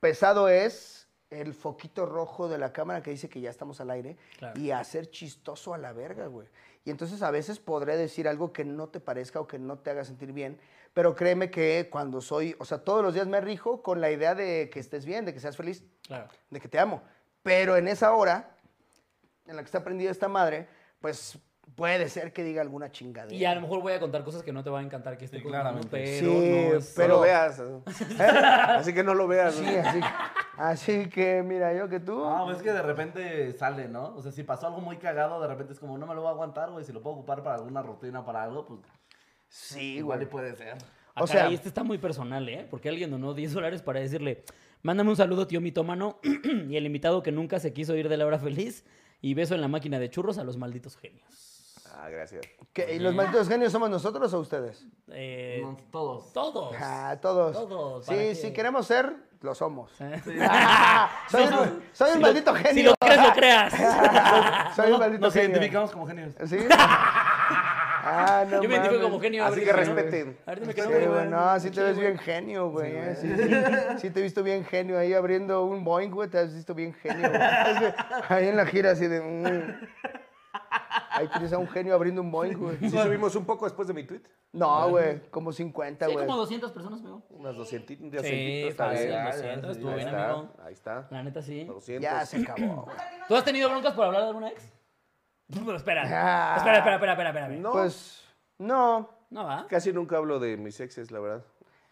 Speaker 3: pesado es el foquito rojo de la cámara que dice que ya estamos al aire
Speaker 1: Claro.
Speaker 3: y hacer chistoso a la verga, güey. Y entonces a veces podré decir algo que no te parezca o que no te haga sentir bien, pero créeme que cuando soy, o sea, todos los días me rijo con la idea de que estés bien, de que seas feliz,
Speaker 1: Claro.
Speaker 3: de que te amo. Pero en esa hora en la que está prendida esta madre, pues Puede ser que diga alguna chingadera.
Speaker 1: Y a lo mejor voy a contar cosas que no te van a encantar que esté
Speaker 4: Sí,
Speaker 1: contando,
Speaker 4: claramente.
Speaker 1: pero
Speaker 3: Sí,
Speaker 1: no es-
Speaker 2: Pero
Speaker 3: Pero-
Speaker 2: lo veas. ¿eh? Así que no lo veas.
Speaker 3: Sí,
Speaker 2: ¿no?
Speaker 3: así, así que mira, yo que tú.
Speaker 1: Ah,
Speaker 4: No, es que de repente sale, ¿no? O sea, si pasó algo muy cagado, de repente es como, no me lo voy a aguantar, güey. Si lo puedo ocupar para alguna rutina, para algo, pues
Speaker 3: sí,
Speaker 4: igual y
Speaker 3: güey.
Speaker 4: puede ser.
Speaker 1: Ah,
Speaker 3: O sea-
Speaker 1: caray, este está muy personal, ¿eh? Porque alguien donó 10 dólares para decirle, mándame un saludo, tío mitómano, y el invitado que nunca se quiso ir de la hora feliz, y beso en la máquina de churros a los malditos genios.
Speaker 2: Ah, gracias.
Speaker 3: ¿Qué, ¿Y los malditos genios somos nosotros o ustedes?
Speaker 1: Eh,
Speaker 4: No, todos.
Speaker 1: Todos.
Speaker 3: Ah, todos.
Speaker 1: Todos,
Speaker 3: Sí,
Speaker 1: ¿para qué?
Speaker 3: si queremos ser, lo somos.
Speaker 1: Sí.
Speaker 3: Ah, soy,
Speaker 1: No,
Speaker 3: un, soy un
Speaker 1: si lo-
Speaker 3: maldito genio.
Speaker 1: Si lo crees, lo creas.
Speaker 3: soy un maldito
Speaker 4: Nos
Speaker 3: genio.
Speaker 4: identificamos como genios.
Speaker 3: ¿Sí? Ah, no
Speaker 1: Yo me identifico
Speaker 3: mames.
Speaker 1: como genio. a
Speaker 2: Así
Speaker 1: ver,
Speaker 2: que
Speaker 1: dime, ¿no?
Speaker 2: respeten.
Speaker 1: A ver, dime que no,
Speaker 3: Sí,
Speaker 1: güey.
Speaker 3: güey, no, sí te ves bien genio, güey. eh, Sí, sí, sí te he visto bien genio. Ahí abriendo un Boeing, güey, te has visto bien genio. güey. Es que Ahí en la gira así de... mm. Ahí tienes a un genio abriendo un Boeing, güey.
Speaker 2: Sí subimos un poco después de mi tweet.
Speaker 3: No, güey, como 50,
Speaker 1: Sí,
Speaker 3: güey.
Speaker 1: como 200 personas, veo.
Speaker 2: Unas 200. un
Speaker 1: Sí,
Speaker 2: doscientito, está
Speaker 1: fácil,
Speaker 2: bien.
Speaker 1: 200, estuvo
Speaker 2: Ahí
Speaker 1: bien, amigo.
Speaker 2: está. Ahí está.
Speaker 1: La neta, sí.
Speaker 2: 200.
Speaker 3: Ya se acabó, güey.
Speaker 5: sea, que no
Speaker 1: ¿Tú has tenido broncas por hablar de alguna ex? Pero espera.
Speaker 3: Ah.
Speaker 1: Espera, espera, espera, espera. espera.
Speaker 2: No,
Speaker 3: Pues, no.
Speaker 1: No va.
Speaker 2: casi nunca hablo de mis exes, la verdad.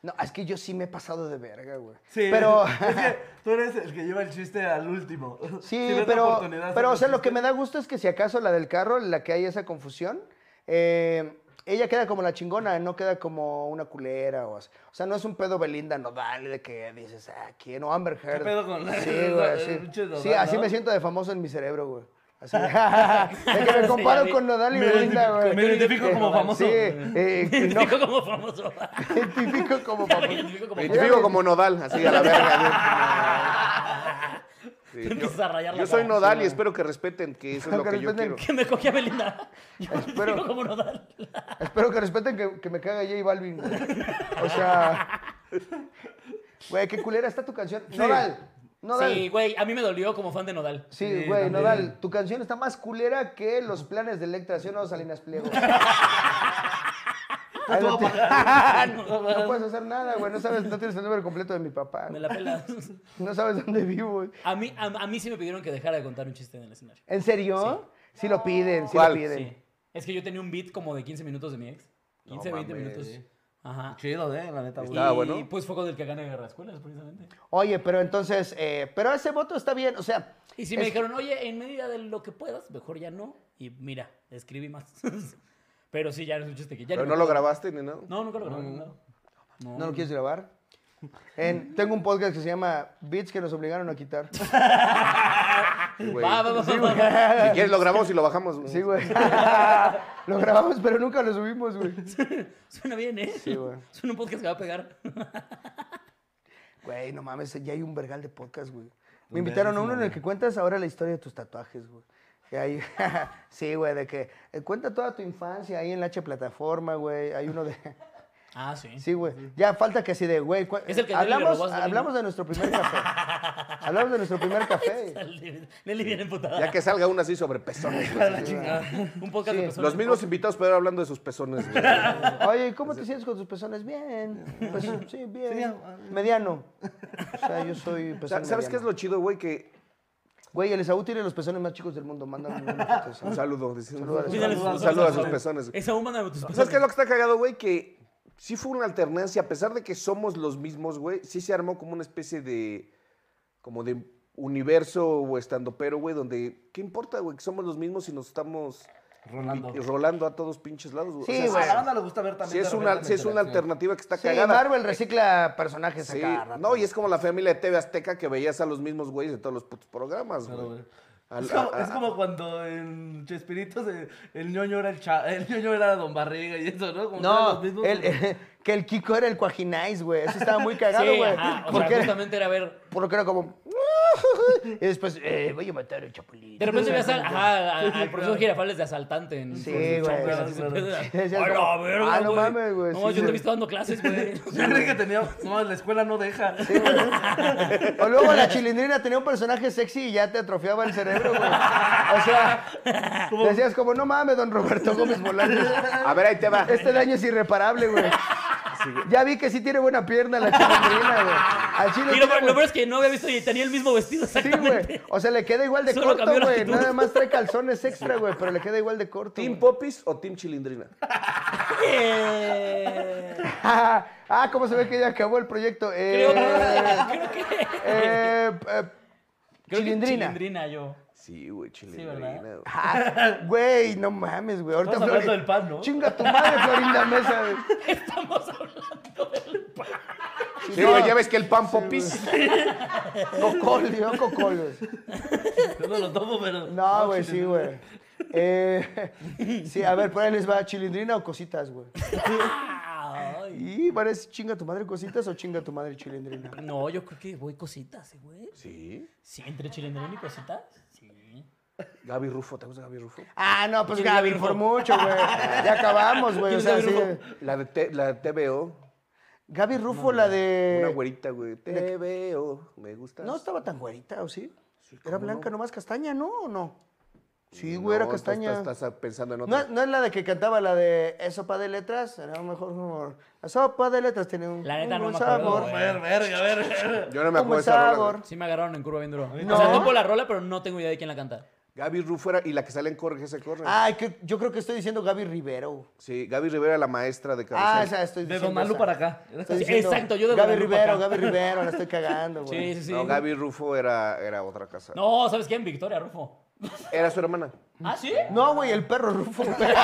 Speaker 3: No, es que yo sí me he pasado de verga, güey.
Speaker 4: Sí,
Speaker 3: Pero...
Speaker 4: es que tú eres el que lleva el chiste al último.
Speaker 3: Sí,
Speaker 4: Si ves la
Speaker 3: pero,
Speaker 4: oportunidad,
Speaker 3: pero o
Speaker 4: sacas
Speaker 3: sea, lo que
Speaker 4: chiste.
Speaker 3: me da gusto es que si acaso la del carro, la que hay esa confusión, eh, ella queda como la chingona, no queda como una culera o así. O sea, no es un pedo Belinda Nodal de que dices, ah, ¿quién? O Amber Heard.
Speaker 4: pedo con la-
Speaker 3: Sí,
Speaker 4: la-
Speaker 3: güey,
Speaker 4: el
Speaker 3: sí.
Speaker 4: pinche Nodal,
Speaker 3: Sí, así
Speaker 4: no?
Speaker 3: me siento de famoso en mi cerebro, güey. Así. de que me
Speaker 1: Sí, ya
Speaker 3: comparo
Speaker 1: vi.
Speaker 3: con Nodal y
Speaker 4: Me
Speaker 3: Belinda,
Speaker 4: identifico-
Speaker 3: güey.
Speaker 4: me identifico
Speaker 3: Eh,
Speaker 4: como famoso.
Speaker 3: Sí, eh,
Speaker 1: Me
Speaker 3: no,
Speaker 1: identifico como famoso.
Speaker 3: me identifico como
Speaker 1: Ya me
Speaker 3: famoso.
Speaker 1: identifico como famoso.
Speaker 2: Me identifico como Nodal, así a la verga. Sí,
Speaker 1: Te empiezas a rayar la
Speaker 2: yo soy
Speaker 1: cara.
Speaker 2: Nodal y espero que respeten que eso es lo
Speaker 3: Que
Speaker 2: que yo
Speaker 3: respeten
Speaker 2: quiero.
Speaker 1: Que me cogí a Belinda. Yo me
Speaker 3: Espero-
Speaker 1: identifico como Nodal.
Speaker 3: Espero que respeten que, que me caga J Balvin, güey. O sea. Güey, qué culera está tu canción. Nodal. Nodal.
Speaker 1: Sí, güey, a mí me dolió como fan de Nodal.
Speaker 3: Sí,
Speaker 4: Sí,
Speaker 3: güey,
Speaker 4: también.
Speaker 3: Nodal. Tu canción está más culera que los planes de Electra, ¿sí o no, Salinas Pliego? Ahí lo ti- no puedes hacer nada, güey. No sabes, no tienes el número completo de mi papá.
Speaker 1: Me la pelas.
Speaker 3: No sabes dónde vivo.
Speaker 1: A mí, a, a mí sí me pidieron que dejara de contar un chiste en el escenario.
Speaker 3: ¿En serio? Sí, lo piden, sí
Speaker 2: ¿Cuál?
Speaker 3: lo piden.
Speaker 1: Sí. Es que yo tenía un beat como de 15 minutos de mi ex. 15, 20
Speaker 2: mames.
Speaker 1: minutos. Ajá.
Speaker 4: Chido, ¿eh? La neta, güey.
Speaker 2: Estaba
Speaker 1: y
Speaker 2: bueno.
Speaker 1: pues fue con el que gana Guerra Escuelas, precisamente.
Speaker 3: Oye, pero entonces, eh, pero ese voto está bien, o sea.
Speaker 1: Y si me
Speaker 3: es-
Speaker 1: dijeron, oye, en medida de lo que puedas, mejor ya no. Y mira, escribí más. Pero sí, ya es un chiste que ya
Speaker 2: Pero
Speaker 1: ni
Speaker 2: no
Speaker 1: me
Speaker 2: lo
Speaker 1: acuerdo.
Speaker 2: grabaste ni nada.
Speaker 1: No, nunca lo grabé. no.
Speaker 3: ¿No lo quieres grabar? En- tengo un podcast que se llama Beats que nos obligaron a quitar.
Speaker 2: güey.
Speaker 1: Va, va, va, va, va.
Speaker 2: Si quieres lo grabamos y lo bajamos.
Speaker 3: Sí, güey. lo grabamos, pero nunca lo subimos, güey.
Speaker 1: Suena bien, ¿eh?
Speaker 3: Sí, güey.
Speaker 1: Suena un podcast que va a pegar.
Speaker 3: Güey, no mames, ya hay un vergal de podcast, güey. Me invitaron a uno en el que cuentas ahora la historia de tus tatuajes, güey. Y ahí- sí, güey, de que eh, cuenta toda tu infancia ahí en la H plataforma, güey. Hay uno de.
Speaker 1: Ah, sí.
Speaker 3: Sí, güey. Ya falta que así de, güey. cu-
Speaker 1: Es el que Nelly le
Speaker 3: hablamos,
Speaker 1: robó a Salinas.
Speaker 3: hablamos de nuestro primer café. hablamos de nuestro primer café.
Speaker 1: Nelly viene emputada.
Speaker 2: Ya que salga una así sobre pezones. güey.
Speaker 1: La chingada. Un podcast
Speaker 3: Sí.
Speaker 1: de personas.
Speaker 2: Los mismos invitados, pero hablando de sus pezones. güey.
Speaker 3: Oye, ¿y ¿cómo te sientes con tus pezones? Bien. Pues, sí, bien. Mediano. O sea, yo soy
Speaker 2: O
Speaker 3: pezón.
Speaker 2: sea, ¿Sabes qué es lo chido, güey? Que
Speaker 3: Güey, el Esaú tiene los pezones más chicos del mundo. Mándame una foto, Esaú.
Speaker 2: un saludo. dice.
Speaker 3: Saludos.
Speaker 1: Pídale sus
Speaker 2: Un
Speaker 1: pezones,
Speaker 2: saludo a
Speaker 1: por
Speaker 2: sus
Speaker 1: favor.
Speaker 2: pezones. güey.
Speaker 1: Esa aún manda a tus
Speaker 2: ¿Sabes
Speaker 1: pezones.
Speaker 2: qué es lo que está cagado, güey? Que sí fue una alternancia, a pesar de que somos los mismos, güey, sí se armó como una especie de. como de universo o estando pero, güey, donde. ¿Qué importa, güey? Que somos los mismos y nos estamos
Speaker 4: Rolando.
Speaker 2: y- rolando a todos pinches lados, güey.
Speaker 3: Sí,
Speaker 2: si-
Speaker 3: güey.
Speaker 4: A la banda le gusta ver también.
Speaker 2: si
Speaker 4: de
Speaker 2: es
Speaker 4: repente
Speaker 2: una,
Speaker 4: la
Speaker 2: si es una
Speaker 4: interacción.
Speaker 2: alternativa que está
Speaker 3: Sí,
Speaker 2: cagada.
Speaker 3: Marvel recicla personajes
Speaker 2: Sí,
Speaker 3: a cada rato.
Speaker 2: no, y es como la familia de TV Azteca que veías a los mismos güeyes de todos los putos programas,
Speaker 4: Claro,
Speaker 2: güey.
Speaker 4: güey.
Speaker 2: Al-
Speaker 4: es, como,
Speaker 2: a- a-
Speaker 4: es como cuando en Chespirito se- el ñoño era el cha- el ñoño era Don Barriga y eso, ¿no? Como eran
Speaker 3: No,
Speaker 4: los mismos,
Speaker 3: el-
Speaker 4: pero-
Speaker 3: que el Kiko era el cuajinais, güey. Eso estaba muy cagado,
Speaker 1: Sí,
Speaker 3: güey.
Speaker 1: ajá. O sea,
Speaker 3: porque, era-
Speaker 1: justamente era ver.
Speaker 3: porque era como... Y después, eh, voy a matar al chapulín.
Speaker 1: De repente veías al, ajá, al- al
Speaker 4: claro.
Speaker 1: profesor Girafales de asaltante. En,
Speaker 3: Sí,
Speaker 1: con sus
Speaker 3: güey.
Speaker 1: chompas,
Speaker 4: Sí,
Speaker 1: así,
Speaker 4: claro.
Speaker 1: así,
Speaker 3: Sí, decías
Speaker 1: A
Speaker 3: como,
Speaker 1: la verga,
Speaker 3: ah, no
Speaker 1: güey.
Speaker 3: mames, güey,
Speaker 1: No,
Speaker 3: sí,
Speaker 1: yo
Speaker 3: sí.
Speaker 1: te he visto dando clases, güey.
Speaker 4: Yo creí que tenía. No, la escuela no deja.
Speaker 3: O luego la chilindrina tenía un personaje sexy y ya te atrofiaba el cerebro, güey. O sea, decías como, no mames, don Roberto Gómez Bolaños.
Speaker 2: A ver, ahí te va.
Speaker 3: Este daño es irreparable, güey. Ya vi que sí tiene buena pierna la chilindrina, güey. Al chile
Speaker 1: Y
Speaker 3: tiene
Speaker 1: lo, peor- lo
Speaker 3: buen-
Speaker 1: peor es que no había visto y tenía el mismo vestido
Speaker 3: Sí,
Speaker 1: exactamente.
Speaker 3: güey. O sea, le queda igual de
Speaker 1: Solo
Speaker 3: corto,
Speaker 1: cambió la
Speaker 3: güey.
Speaker 1: actitud.
Speaker 3: Nada más trae calzones extra, güey, pero le queda igual de corto.
Speaker 2: ¿Team
Speaker 3: güey.
Speaker 2: Popis o Team Chilindrina?
Speaker 1: Eh,
Speaker 3: ah, ¿cómo se ve que ya acabó el proyecto? Eh,
Speaker 1: creo, creo que.
Speaker 3: eh, eh,
Speaker 1: creo que
Speaker 3: chilindrina.
Speaker 1: Chilindrina, yo.
Speaker 2: Sí, güey,
Speaker 1: ¿verdad?
Speaker 2: Chilindrina, güey.
Speaker 3: Ah, Güey, no mames, güey. Ahorita
Speaker 4: Estamos hablando del pan, ¿no?
Speaker 3: Chinga tu madre, Florinda Mesa. güey.
Speaker 1: Estamos hablando del pan.
Speaker 2: Sí, güey, ya ves que el pan Popis.
Speaker 3: Cocol, yo cocol, güey.
Speaker 4: Yo no lo tomo, pero.
Speaker 3: No, güey, sí, güey. Eh, sí, a ver, por ahí les va, ¿chilindrina o cositas, güey?
Speaker 1: Ay.
Speaker 3: Y parece chinga tu madre cositas o chinga tu madre chilindrina.
Speaker 1: No, yo creo que voy cositas, eh, güey.
Speaker 2: Sí.
Speaker 1: Sí, entre Chilindrina y cositas. Sí.
Speaker 2: Gaby Rufo, ¿te gusta Gaby Rufo?
Speaker 3: Ah, no, pues
Speaker 1: ¿Quién es
Speaker 3: Gaby,
Speaker 1: Gaby
Speaker 3: por
Speaker 1: Rufo?
Speaker 3: mucho, güey. Ya acabamos, güey. O
Speaker 1: ¿Quién
Speaker 3: sea,
Speaker 1: es
Speaker 3: sí.
Speaker 1: Gaby
Speaker 2: La de, T- la de TVO,
Speaker 3: Gaby Rufo, la de.
Speaker 2: una güerita, güey. TVO, me gusta.
Speaker 3: No estaba tan güerita, ¿o sí?
Speaker 2: ¿cómo
Speaker 3: Era blanca, nomás castaña, ¿no? ¿O no? Sí,
Speaker 2: No, pues
Speaker 3: güey, era
Speaker 2: tú
Speaker 3: castaña.
Speaker 2: Estás, estás pensando en
Speaker 3: ¿No,
Speaker 2: otra.
Speaker 3: no es la de que cantaba la de "Es sopa de letras? Era mejor como... La sopa de letras tiene un,
Speaker 1: La neta no
Speaker 3: un buen
Speaker 1: me acuerdo,
Speaker 3: sabor.
Speaker 1: güey.
Speaker 4: Ver, verga, verga.
Speaker 2: Yo no me acuerdo
Speaker 3: Un
Speaker 2: de
Speaker 3: buen
Speaker 2: esa rola,
Speaker 3: sabor.
Speaker 2: güey.
Speaker 1: Sí me agarraron en curva bien duro.
Speaker 3: No.
Speaker 1: O sea, topo la rola, pero no tengo idea de quién la canta.
Speaker 2: Gaby Rufo era, y la que sale en Corre, que se corre.
Speaker 3: Ay, que, yo creo que estoy diciendo Gaby Rivero.
Speaker 2: Sí, Gaby Rivera, la maestra de cabeza.
Speaker 3: Ah, esa estoy
Speaker 4: De
Speaker 3: diciendo
Speaker 4: Don Malu
Speaker 3: esa.
Speaker 4: para acá.
Speaker 3: Estoy
Speaker 1: Sí,
Speaker 3: diciendo
Speaker 1: exacto, yo de
Speaker 3: Gaby
Speaker 1: Guadalupe
Speaker 3: Rivero,
Speaker 1: acá.
Speaker 3: Gaby Rivero, la estoy cagando,
Speaker 1: Sí,
Speaker 3: güey.
Speaker 1: sí, sí.
Speaker 2: No, Gaby Rufo era, era otra casa.
Speaker 1: No, ¿sabes quién? Victoria Rufo.
Speaker 2: Era su hermana.
Speaker 1: ¿Ah, sí?
Speaker 3: No, güey, el perro Rufo. güey.
Speaker 1: pues,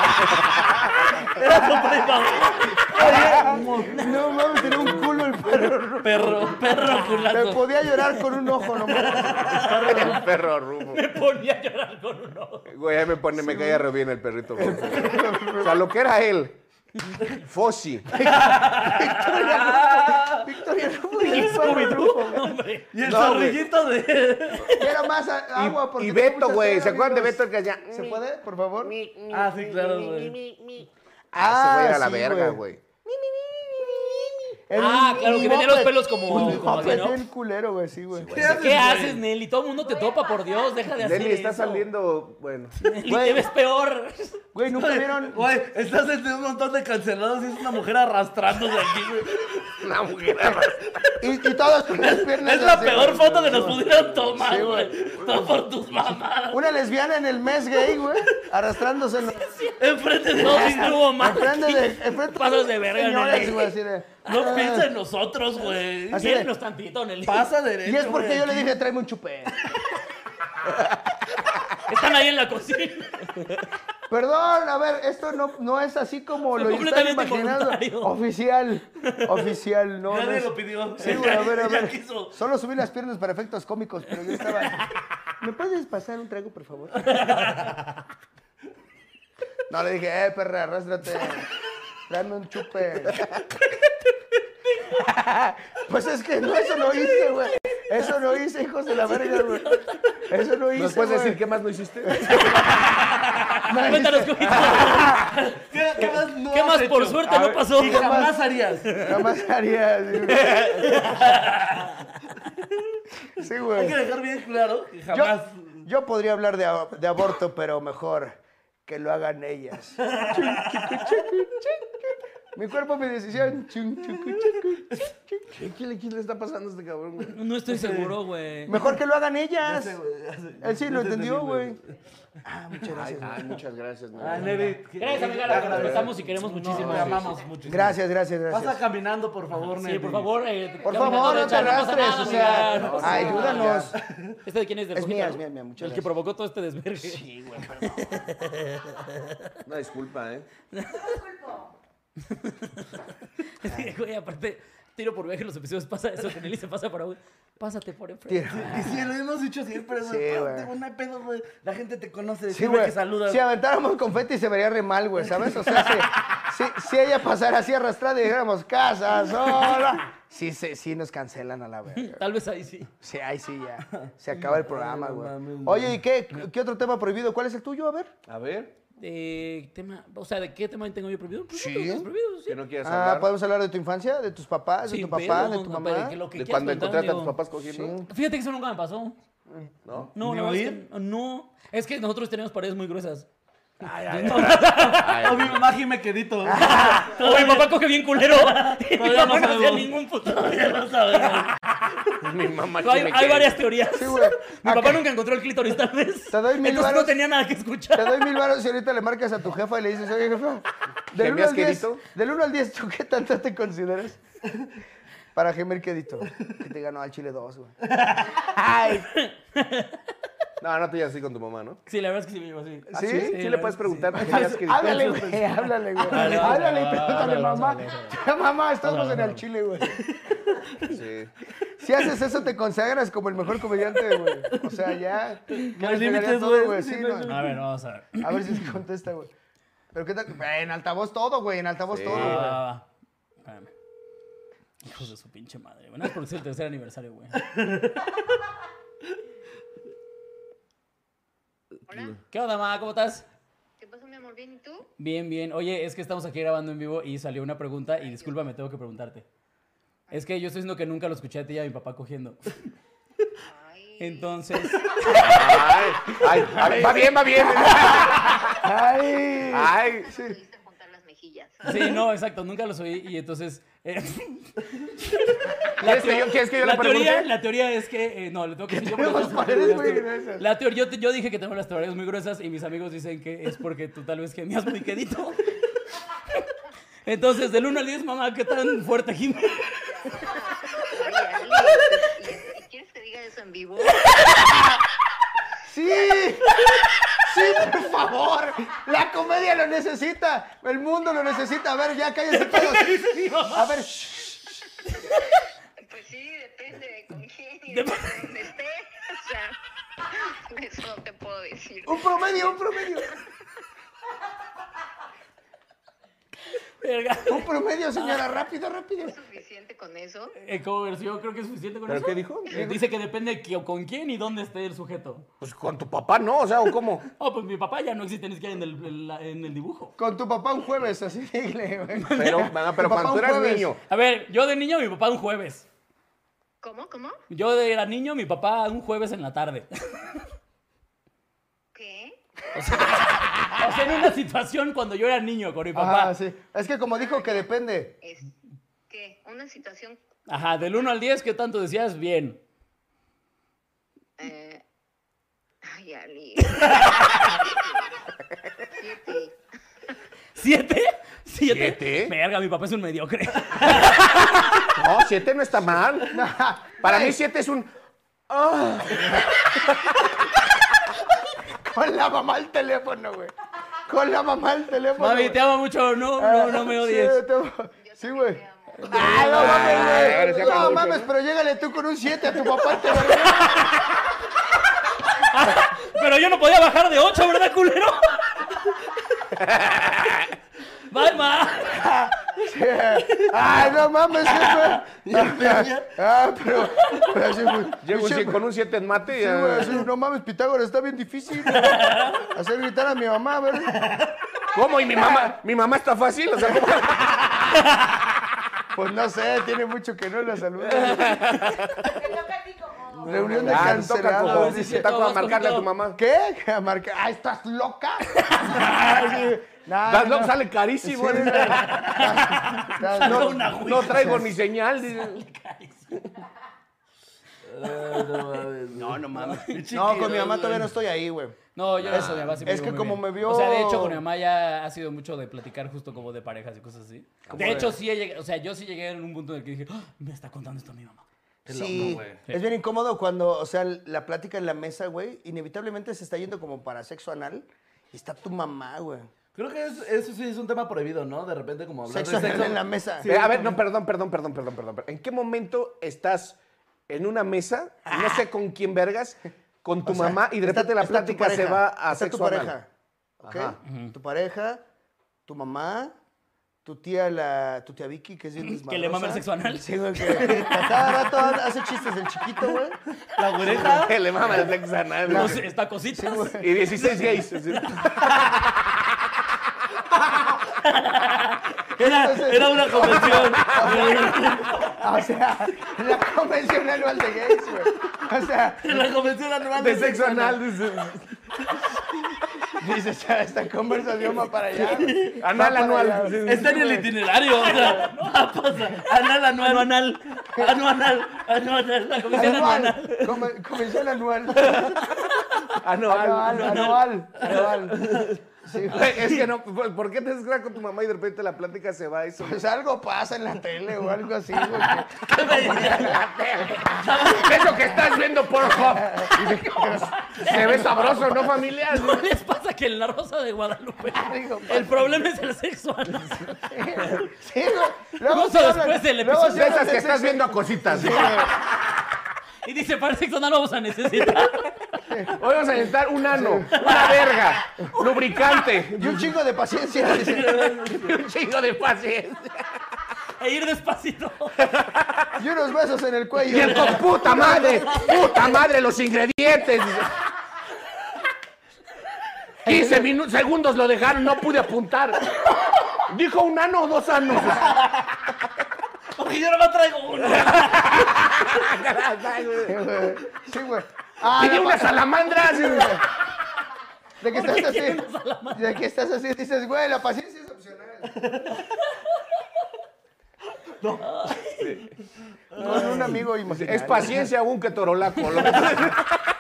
Speaker 3: no mames, tenía un culo el perro Rufo.
Speaker 1: Perro, perro
Speaker 3: Me
Speaker 1: culazo.
Speaker 3: podía llorar con un ojo nomás.
Speaker 2: El perro Rufo.
Speaker 1: Me ponía a llorar con un ojo.
Speaker 2: Güey, ahí me pone, me caía re bien el perrito. Rufo. o sea, lo que era él. Fossi.
Speaker 3: Victoria Rufo y el perro Rufo. güey.
Speaker 1: Hombre.
Speaker 4: Y el
Speaker 2: No, güey.
Speaker 4: zorrillito de.
Speaker 3: Era más a- agua porque
Speaker 2: Y, y
Speaker 3: tiene
Speaker 2: Beto,
Speaker 3: mucha
Speaker 2: güey.
Speaker 3: cera,
Speaker 2: ¿Se acuerdan de
Speaker 3: amigos.
Speaker 2: Beto el que "Mm, hacía?
Speaker 3: ¿Se puede, por favor?
Speaker 4: Ah, sí, claro, güey.
Speaker 2: Ah, ese güey era la
Speaker 3: sí,
Speaker 2: verga, güey.
Speaker 3: Era
Speaker 1: Ah,
Speaker 3: un-
Speaker 1: claro,
Speaker 3: un
Speaker 1: que tenía los
Speaker 3: moped.
Speaker 1: pelos como-
Speaker 3: Un
Speaker 1: como así,
Speaker 3: moped
Speaker 1: ¿no?
Speaker 3: bien culero, güey, sí, güey.
Speaker 4: ¿Qué haces,
Speaker 1: ¿Qué
Speaker 4: güey?
Speaker 1: haces, Nelly? Todo el mundo te topa, por Dios. Deja de hacer
Speaker 2: Nelly está
Speaker 1: eso.
Speaker 2: saliendo, bueno.
Speaker 1: Nelly,
Speaker 3: Güey.
Speaker 1: te ves peor.
Speaker 3: Güey, nunca vieron...
Speaker 4: Güey, estás entre un montón de cancelados y es una mujer arrastrándose aquí, güey.
Speaker 2: Una mujer.
Speaker 3: Y, y todos con las piernas
Speaker 4: Es la
Speaker 3: así, güey.
Speaker 4: peor foto que nos pudieron
Speaker 3: Sí,
Speaker 4: tomar,
Speaker 3: güey.
Speaker 4: güey. Todo por tus mamás.
Speaker 3: Una lesbiana en el mes gay, güey, arrastrándose en los...
Speaker 4: Enfrente de
Speaker 1: No,
Speaker 4: todos.
Speaker 1: sí estuvo mal.
Speaker 3: Enfrente de... Enfrente
Speaker 1: Pasas de verga,
Speaker 3: señores,
Speaker 1: Nelly.
Speaker 3: güey, así de... "Ah".
Speaker 4: No piensa en nosotros, güey.
Speaker 3: Así de-
Speaker 1: Mírenos tantito, Nelly.
Speaker 4: Pasa derecho.
Speaker 3: Y es porque
Speaker 4: güey,
Speaker 3: yo le
Speaker 4: aquí.
Speaker 3: dije, tráeme un chupé.
Speaker 1: Están ahí en la cocina.
Speaker 3: Perdón, a ver, esto no, no es así como
Speaker 1: Fue
Speaker 3: lo están
Speaker 1: completamente
Speaker 3: imaginando.
Speaker 1: involuntario.
Speaker 3: Oficial, oficial, no, no
Speaker 4: Nadie
Speaker 3: es-
Speaker 4: lo pidió.
Speaker 3: Sí, güey, a ver, a
Speaker 4: Ella
Speaker 3: ver.
Speaker 4: quiso.
Speaker 3: Solo subí las piernas para efectos cómicos, pero yo estaba. ¿Me puedes pasar un trago, por favor? No le dije, eh, perra, arrástrate. Dame un chupe. pues es que no, eso no hice, güey. Eso no hice, hijos de la verga, güey. Eso no hice.
Speaker 2: ¿Nos puedes
Speaker 3: güey.
Speaker 2: decir qué más no hiciste?
Speaker 3: No hice.
Speaker 1: Cuéntanos, cojito.
Speaker 3: "Ah,
Speaker 4: ¿Qué, qué más, no
Speaker 1: ¿Qué
Speaker 4: has
Speaker 1: más
Speaker 4: hecho?
Speaker 1: por suerte no pasó?
Speaker 4: Y
Speaker 3: jamás-
Speaker 4: jamás harías.
Speaker 3: Jamás haría. así, güey. Sí,
Speaker 4: Hay
Speaker 3: güey.
Speaker 4: que dejar bien claro que
Speaker 3: Yo,
Speaker 4: jamás.
Speaker 3: yo podría hablar de, a- de aborto, pero mejor que lo hagan ellas. Chun, chucu, chucu, chucu. Mi cuerpo, mi decisión. Chun, chucu, chucu, chucu.
Speaker 2: ¿Qué, qué, le- qué le está pasando a este cabrón, güey?
Speaker 1: No estoy seguro, güey.
Speaker 3: Mejor que lo hagan ellas.
Speaker 4: Ese, güey, ese-
Speaker 3: Él sí
Speaker 4: no
Speaker 3: lo
Speaker 4: te
Speaker 3: entendió, güey.
Speaker 4: entendí,
Speaker 3: Ah, muchas
Speaker 2: Ay,
Speaker 3: gracias.
Speaker 2: ay, muchas gracias,
Speaker 4: Ah,
Speaker 2: güey.
Speaker 4: Nelly. que-
Speaker 1: Gracias, amiga. La respetamos y queremos muchísimo.
Speaker 4: Te amamos muchísimo.
Speaker 3: Gracias, gracias,
Speaker 4: Pasa
Speaker 3: gracias.
Speaker 4: caminando, por favor, Nelly.
Speaker 1: Sí, por favor. eh,
Speaker 3: Por
Speaker 1: cambia
Speaker 3: favor,
Speaker 1: la
Speaker 3: no te
Speaker 1: derecha, pasa
Speaker 3: arrastres,
Speaker 1: nada,
Speaker 3: o sea,
Speaker 1: amiga, no pasa
Speaker 3: ay,
Speaker 1: nada.
Speaker 3: ayúdanos.
Speaker 1: ¿Este de quién es? ¿De
Speaker 3: Es
Speaker 1: Jorge
Speaker 3: mía,
Speaker 1: Carlos?
Speaker 3: es mía, mía, muchas
Speaker 1: El que
Speaker 3: gracias.
Speaker 1: provocó todo este desvergue.
Speaker 3: Sí, güey, perdón.
Speaker 2: Una disculpa, ¿eh?
Speaker 1: Es que, güey, aparte, tiro por viaje en los episodios pasa eso, que Nelly se pasa para, güey, pásate por enfrente.
Speaker 3: Tira.
Speaker 4: Y si lo hemos dicho siempre, güey.
Speaker 3: Sí,
Speaker 4: Sí,
Speaker 3: güey.
Speaker 4: Tengo una pedo, güey. La gente te conoce.
Speaker 3: Sí,
Speaker 4: Sí,
Speaker 3: güey.
Speaker 4: que saluda.
Speaker 3: Si aventáramos confeti se vería re mal, güey, ¿sabes? O sea, si, si- si ella pasara así arrastrada y dijéramos casa sola, sí, se- sí nos cancelan a la verga.
Speaker 1: Tal vez ahí sí.
Speaker 3: Sí, ahí sí ya. Se acaba el programa,
Speaker 4: no
Speaker 3: güey.
Speaker 4: mames, güey.
Speaker 3: Oye, ¿y qué, qué otro tema prohibido? ¿Cuál es el tuyo? A ver.
Speaker 2: A ver,
Speaker 1: Eh, tema, o sea, ¿de qué tema tengo yo prohibido? Pues
Speaker 3: Sí.
Speaker 1: no tengo temas prohibidos, sí.
Speaker 2: que no quieras
Speaker 3: Ah,
Speaker 2: hablar.
Speaker 3: ¿podemos hablar de tu infancia? ¿De tus papás? ¿De
Speaker 1: Sin
Speaker 3: tu papá?
Speaker 1: pedo,
Speaker 3: ¿De tu
Speaker 1: no, pero
Speaker 3: mamá?
Speaker 1: que lo que
Speaker 2: De
Speaker 1: quieras
Speaker 2: cuando
Speaker 1: preguntar,
Speaker 2: encontraste a tus
Speaker 1: amigo.
Speaker 2: papás cogiendo,
Speaker 1: Fíjate que eso nunca me pasó.
Speaker 2: ¿no?
Speaker 1: No,
Speaker 4: ¿Ni
Speaker 1: la verdad es
Speaker 4: oír?
Speaker 1: que no. Es que nosotros teníamos paredes muy gruesas.
Speaker 2: Ay, ay,
Speaker 1: No,
Speaker 2: ay,
Speaker 4: O mi mamá gime quedito.
Speaker 1: O mi papá coge bien culero. Y mi
Speaker 4: Todavía no
Speaker 1: papá no hacía
Speaker 4: sabemos.
Speaker 1: ningún puto.
Speaker 2: Mi mamá
Speaker 1: Hay,
Speaker 2: tiene
Speaker 1: hay
Speaker 2: que-
Speaker 1: varias teorías.
Speaker 3: Sí, güey.
Speaker 1: Mi
Speaker 3: Acá-
Speaker 1: papá nunca encontró el clítoris, tal vez.
Speaker 3: Te doy mil
Speaker 1: Entonces no
Speaker 3: varos.
Speaker 1: tenía nada que
Speaker 3: Te
Speaker 1: escuchar.
Speaker 3: doy mil baros y ahorita le marcas a tu jefa y le dices, oye, jefa, del
Speaker 2: ¿Gemías
Speaker 3: 1 al 10,
Speaker 2: quedito?
Speaker 3: del 1 al 10, ¿tú qué tanto te consideras? Para gemer quedito. Que te ganó al Chile 2, güey. Ay,
Speaker 2: No, no te llevas así con tu mamá, ¿no?
Speaker 1: Sí, la verdad es que sí me llevo así.
Speaker 3: ¿Sí?
Speaker 2: ¿Ah, ¿Sí?
Speaker 1: Sí,
Speaker 2: ¿Sí
Speaker 1: la
Speaker 2: le
Speaker 1: verdad,
Speaker 2: puedes preguntar qué querías que
Speaker 3: háblale,
Speaker 2: dijera?
Speaker 3: güey, háblale, güey.
Speaker 1: Háblale,
Speaker 3: Háblale y
Speaker 4: háblale,
Speaker 3: pregúntale,
Speaker 4: háblale,
Speaker 3: mamá.
Speaker 4: háblale,
Speaker 3: Mamá, estamos en el Chile, güey.
Speaker 2: Sí.
Speaker 3: Si haces eso, te consagras como el mejor comediante, güey. O sea, ya.
Speaker 4: No hay
Speaker 3: les pegaría
Speaker 4: límites,
Speaker 3: todo,
Speaker 4: güey.
Speaker 3: Sí,
Speaker 4: Sí,
Speaker 3: no.
Speaker 4: no,
Speaker 1: A ver, vamos a ver.
Speaker 3: A ver si se contesta, güey. Pero qué tal, en altavoz todo, güey, en altavoz
Speaker 2: Sí.
Speaker 3: todo,
Speaker 1: Ah, Va,
Speaker 4: Ah.
Speaker 3: güey.
Speaker 1: va, va. Espérame. Hijos de su pinche madre, güey. No es porque es el tercer aniversario, güey.
Speaker 6: Hola,
Speaker 1: ¿Qué onda, ma? ¿Cómo estás?
Speaker 6: ¿qué pasó, mi amor? ¿Bien y tú?
Speaker 1: Bien, bien. Oye, es que estamos aquí grabando en vivo y salió una pregunta y discúlpame, tengo que preguntarte. Es que yo estoy diciendo que nunca lo escuché a ti y a mi papá cogiendo.
Speaker 6: Ay,
Speaker 1: Entonces,
Speaker 2: Ay, ay, ay, va bien, va bien.
Speaker 3: Ay.
Speaker 2: Ay,
Speaker 6: nunca
Speaker 2: sí.
Speaker 6: pudiste juntar las mejillas.
Speaker 1: sí, no, exacto, nunca los oí y entonces... eh,
Speaker 2: ¿Quieres que yo, quieres que yo
Speaker 1: la
Speaker 2: le pregunte?
Speaker 1: teoría, la teoría es que... eh, no, le tengo que decir yo porque
Speaker 3: tenemos
Speaker 1: tú-
Speaker 3: paredes muy
Speaker 1: tú-
Speaker 3: gruesas.
Speaker 1: La teoría, yo, te- yo dije que tengo las teorías muy gruesas y mis amigos dicen que es porque tú tal vez gemías muy quedito. Entonces, del 1 al 10, mamá, ¿qué tan fuerte gime?
Speaker 6: Oye, Ali, ¿y- y- y ¿quieres que diga eso en vivo?
Speaker 3: ¡Sí! ¡Sí, por favor! ¡La comedia lo necesita! ¡El mundo lo necesita! A ver, ya cállate todos. A ver, shh,
Speaker 6: Pues sí, depende de con quién y de dónde esté. O sea, eso no te puedo decir.
Speaker 3: un promedio, un promedio.
Speaker 1: Verga.
Speaker 3: Un promedio, señora. Rápido, rápido.
Speaker 6: ¿Es suficiente con eso?
Speaker 1: Eh, como versión, creo que es suficiente con
Speaker 2: ¿Pero
Speaker 1: eso.
Speaker 2: qué dijo?
Speaker 1: Eh, dice que depende qui- con quién y dónde esté el sujeto.
Speaker 2: Pues con tu papá no, o sea, ¿o cómo?
Speaker 1: Oh, pues mi papá ya no existe ni siquiera en el, en la- en el dibujo.
Speaker 3: Con tu papá un jueves, así dile, güey.
Speaker 2: Pero, mamá, pero
Speaker 3: Tu papá
Speaker 2: cuando tú
Speaker 3: un
Speaker 2: eras
Speaker 3: jueves.
Speaker 2: niño.
Speaker 1: A ver, yo de niño, mi papá un jueves.
Speaker 6: ¿Cómo? ¿Cómo?
Speaker 1: Yo de era niño, mi papá un jueves en la tarde.
Speaker 6: ¿Qué?
Speaker 1: O sea, en una situación cuando yo era niño con mi papá.
Speaker 2: Ah,
Speaker 3: Ajá, sí. Es que como dijo que depende.
Speaker 6: Es, ¿Qué? ¿Una situación?
Speaker 1: Ajá, del 1 al 10, ¿qué tanto decías? Bien.
Speaker 6: Eh... Ay, Ali. Siete.
Speaker 1: ¿Siete? ¿Siete?
Speaker 2: ¿Siete?
Speaker 1: Verga, mi papá es un mediocre.
Speaker 2: No, siete no está mal. Para mí siete es un...
Speaker 3: Con la mamá al teléfono, güey. Con la mamá al teléfono.
Speaker 1: Mami,
Speaker 3: güey.
Speaker 1: te amo mucho. No, no, no me
Speaker 3: Sí,
Speaker 1: odies.
Speaker 3: te amo. Sí, güey.
Speaker 2: Ah,
Speaker 3: No mames,
Speaker 2: se
Speaker 3: güey.
Speaker 2: acabó
Speaker 3: No
Speaker 2: mucho,
Speaker 3: mames,
Speaker 2: ¿no?
Speaker 3: pero llégale tú con un 7 a tu papá. Te lo
Speaker 1: Pero yo no podía bajar de 8, ¿verdad, culero? Bye, ma.
Speaker 3: Ay, no mames, jefe. Ah, pero. pero sí, güey.
Speaker 2: Llego un
Speaker 3: Sí,
Speaker 2: cien- con un siete en mate y...
Speaker 3: Sí,
Speaker 2: ah,
Speaker 3: güey, sí, no mames, Pitágoras está bien difícil. güey. Hacer gritar a mi mamá, a ver.
Speaker 2: ¿Cómo? ¿Y mi mamá? ¿Mi mamá está fácil? O sea, ¿cómo?
Speaker 3: Pues no sé, tiene mucho que no la saluda.
Speaker 5: Te toca a ti como.
Speaker 3: Reunión de
Speaker 2: Ah, te toca,
Speaker 3: cancelados.
Speaker 2: cojo.
Speaker 1: ver si
Speaker 2: Te
Speaker 1: sí.
Speaker 2: toca
Speaker 1: Vamos,
Speaker 2: marcarle a tu
Speaker 1: cojito.
Speaker 2: mamá.
Speaker 3: ¿Qué? Que a marcar- Ah, ¿estás loca? Ay, sí. No,
Speaker 2: Das
Speaker 3: no,
Speaker 2: Lop
Speaker 3: no.
Speaker 2: sale carísimo.
Speaker 3: Sí,
Speaker 2: dice.
Speaker 3: güey. Estás
Speaker 1: Sale
Speaker 3: loca.
Speaker 1: una güey.
Speaker 2: No traigo ni señal. dice.
Speaker 4: Ay, no mames. No, no mames.
Speaker 3: No, con mi mamá todavía no estoy ahí, güey.
Speaker 1: No, yo eso, mi mamá sí me
Speaker 3: es
Speaker 1: llevo
Speaker 3: que
Speaker 1: muy
Speaker 3: como
Speaker 1: bien.
Speaker 3: me vio-
Speaker 1: O sea, de hecho, con mi mamá ya ha sido mucho de platicar justo como de parejas y cosas así. De hecho, sí, he llegado- o sea, yo sí llegué en un punto en el que dije, "Ah, me está contando esto mi mamá.
Speaker 4: Qué
Speaker 3: Sí,
Speaker 4: loco, güey.
Speaker 3: es bien incómodo cuando, o sea, la plática en la mesa, güey, inevitablemente se está yendo como para sexo anal y está tu mamá, güey.
Speaker 4: Creo que es- eso sí es un tema prohibido, ¿no? De repente como hablar
Speaker 3: Sexo
Speaker 4: de
Speaker 3: anal
Speaker 4: sexo.
Speaker 3: en la mesa.
Speaker 2: Eh, a ver, no, perdón, perdón, perdón, perdón, perdón. perdón. ¿En qué momento estás en una mesa, no sé con quién vergas, con tu
Speaker 3: O sea,
Speaker 2: mamá y de
Speaker 3: está-
Speaker 2: repente la
Speaker 3: está tu
Speaker 2: plática se
Speaker 3: pareja,
Speaker 2: va a
Speaker 3: está
Speaker 2: sexo
Speaker 3: tu
Speaker 2: anal?
Speaker 3: pareja, ¿ok?
Speaker 2: Ajá.
Speaker 3: Tu pareja, tu mamá, tu tía, la, tu tía Vicky, que es bien
Speaker 1: Que le mama el
Speaker 3: desmadrosa.
Speaker 1: sexo anal.
Speaker 3: Sí, güey, que que a cada rato hace chistes del chiquito, güey.
Speaker 4: La gureta.
Speaker 2: Que le mama el sexo anal.
Speaker 1: No sé, está cositas.
Speaker 2: Y 16 gays. así.
Speaker 1: Era,
Speaker 3: Entonces-
Speaker 1: era una convención.
Speaker 3: O sea, la convención anual de gays, güey. O sea,
Speaker 4: La convención anual
Speaker 2: De sexo anal. dice.
Speaker 3: Dices, "Ah, esta conversación va para allá. güey.
Speaker 2: Anal,
Speaker 3: Va para
Speaker 2: anual.
Speaker 3: allá.
Speaker 1: Está en el itinerario, o sea, no va a pasar. Anal, anual, anal, anual, anual, la comisión anual.
Speaker 3: Anual. Come- Comisión anual.
Speaker 2: Anual.
Speaker 3: Anual, anual, anual. Sí, güey.
Speaker 2: Güey, Es que no, ¿por por qué te desgracias con tu mamá y de repente la plática se va a eso?
Speaker 3: Pues algo pasa en la tele o algo así, güey. que-
Speaker 2: Eso que estás viendo por Se ve sabroso, ¿no, familia?
Speaker 1: ¿No les pasa que en la Rosa de Guadalupe
Speaker 3: Ah, Digo,
Speaker 1: el problema es el sexo anal?
Speaker 3: Sí, güey. Luego
Speaker 1: Justo
Speaker 3: se hablan-
Speaker 1: después del
Speaker 3: luego
Speaker 1: episodio.
Speaker 3: se
Speaker 2: De
Speaker 3: hablan
Speaker 2: esas que
Speaker 3: de
Speaker 2: estás
Speaker 3: sexo.
Speaker 2: viendo a cositas.
Speaker 3: Sí,
Speaker 2: Hoy
Speaker 3: güey.
Speaker 1: Y dice, para el sexo anal vamos a necesitar.
Speaker 2: vamos a necesitar un ano, una verga, lubricante
Speaker 3: Y un chingo de paciencia. dice.
Speaker 2: y un chingo de paciencia.
Speaker 1: E ir despacito.
Speaker 3: Y unos besos en el cuello.
Speaker 2: Y el con puta madre, puta madre, los ingredientes. 15 minutos, segundos lo dejaron, no pude apuntar. Dijo un ano o dos anos.
Speaker 1: Porque yo no me traigo uno.
Speaker 3: Sí, güey. Sí, güey. Ah,
Speaker 2: Tenía
Speaker 3: la
Speaker 2: una
Speaker 3: pa-
Speaker 2: salamandra. así.
Speaker 1: ¿Por
Speaker 3: de que
Speaker 1: qué
Speaker 3: estás
Speaker 1: quiere una
Speaker 3: así.
Speaker 1: salamandra?
Speaker 3: De que estás así, dices, güey, la paciencia es opcional. No. Con un amigo imaginario.
Speaker 2: Es paciencia un que torolaco. lo que-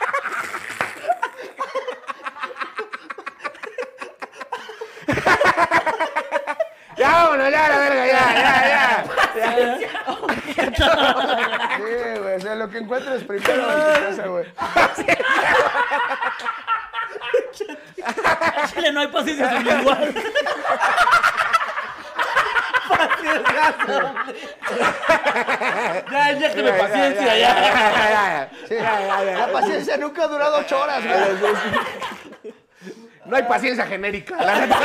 Speaker 2: ya, vámonos, ya, la verga, ya, ya,
Speaker 3: Sí, güey. O sea, lo que encuentres primero en tu casa, güey.
Speaker 1: Chile, no hay paciencia sin lenguaje. ya, ya que me paciencia, ya.
Speaker 2: ya.
Speaker 3: Sí. La paciencia nunca ha durado ocho horas, güey.
Speaker 2: No hay paciencia genérica. la neta.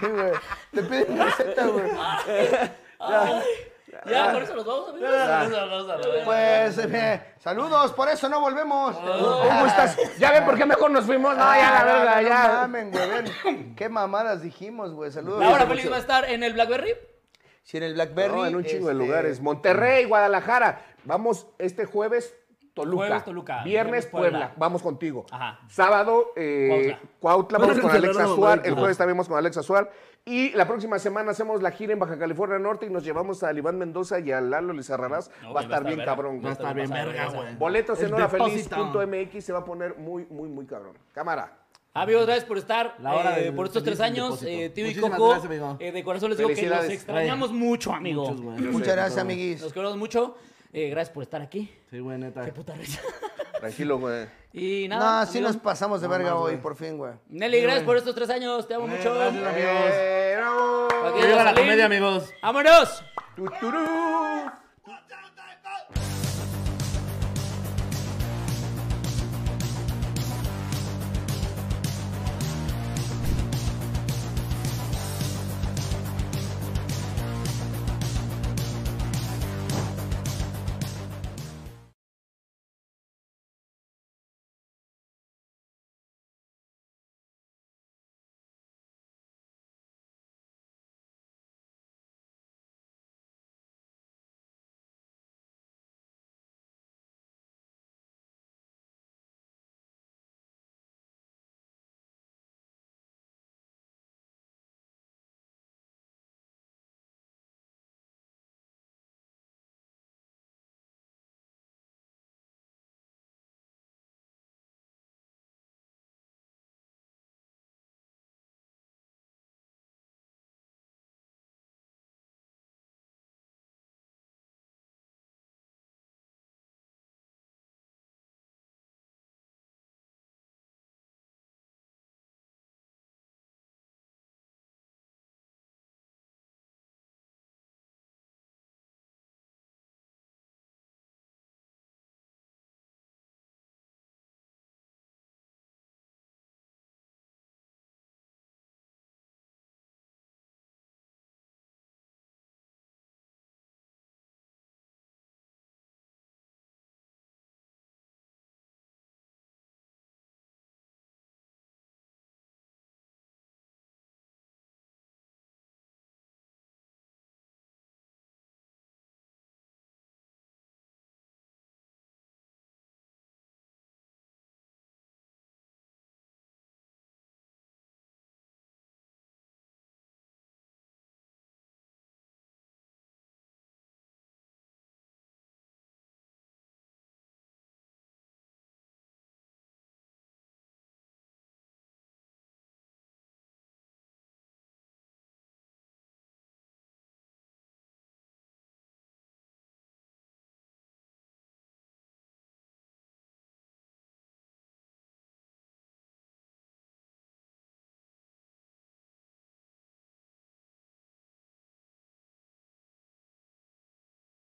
Speaker 3: Sí, güey. Te piden receta, güey.
Speaker 4: Ah.
Speaker 1: Ya, por eso nos vamos, amigos.
Speaker 3: Pues, eh, saludos, por eso no volvemos.
Speaker 2: ¿Cómo estás? ¿Ya ven por qué mejor nos fuimos? No, ya, Oh. la verga,
Speaker 3: Ah, no
Speaker 2: ya.
Speaker 3: mamen, güey, ven. Qué mamadas dijimos, güey. Saludos.
Speaker 1: La hora feliz va a estar en el Blackberry.
Speaker 3: Si en el Blackberry.
Speaker 2: No, en un chingo de
Speaker 3: este,
Speaker 2: lugares. Monterrey, Guadalajara. Vamos este jueves, Toluca.
Speaker 1: Jueves, Toluca.
Speaker 2: Viernes,
Speaker 1: Viernes,
Speaker 2: Puebla.
Speaker 1: Puebla.
Speaker 2: Vamos contigo.
Speaker 1: Ajá.
Speaker 2: Sábado, eh, Cuautla. Vamos con Alexa Suar. El jueves también vamos con Alexa Suar. Y la próxima semana hacemos la gira en Baja California Norte y nos llevamos a Iván Mendoza y a Lalo Lizarrarás.
Speaker 1: No,
Speaker 2: va
Speaker 1: güey,
Speaker 2: a estar bien
Speaker 1: verga.
Speaker 2: cabrón. güey.
Speaker 1: estar bien verga, güey.
Speaker 2: Boletos en
Speaker 4: El
Speaker 2: horafeliz.mx se va a poner muy, muy, muy cabrón. Cámara.
Speaker 1: Amigos, gracias por estar,
Speaker 4: La hora
Speaker 1: eh,
Speaker 4: del
Speaker 1: por estos
Speaker 4: feliz
Speaker 1: tres años,
Speaker 4: depósito.
Speaker 1: eh, Tío y
Speaker 4: Muchísimas
Speaker 1: Coco,
Speaker 4: gracias, amigo.
Speaker 1: eh, de corazón les digo que los
Speaker 2: Felicidades.
Speaker 1: extrañamos mucho, amigo.
Speaker 4: Muchos, güey.
Speaker 3: Muchas gracias, amiguis.
Speaker 1: Nos queremos mucho, eh, gracias por estar aquí.
Speaker 4: Sí, güey, neta.
Speaker 1: Qué puta risa.
Speaker 2: Tranquilo, güey.
Speaker 1: Y nada,
Speaker 3: No, sí
Speaker 1: amigo.
Speaker 3: nos pasamos de verga hoy, por fin, güey.
Speaker 1: Nelly, gracias por estos tres años, te amo mucho.
Speaker 4: Eh, gracias, amigo.
Speaker 2: Eh, bravo.
Speaker 1: Ok,
Speaker 4: Viva la
Speaker 1: Rosalín.
Speaker 4: comedia, amigos.
Speaker 1: ¡Vámonos!
Speaker 2: Tuturú.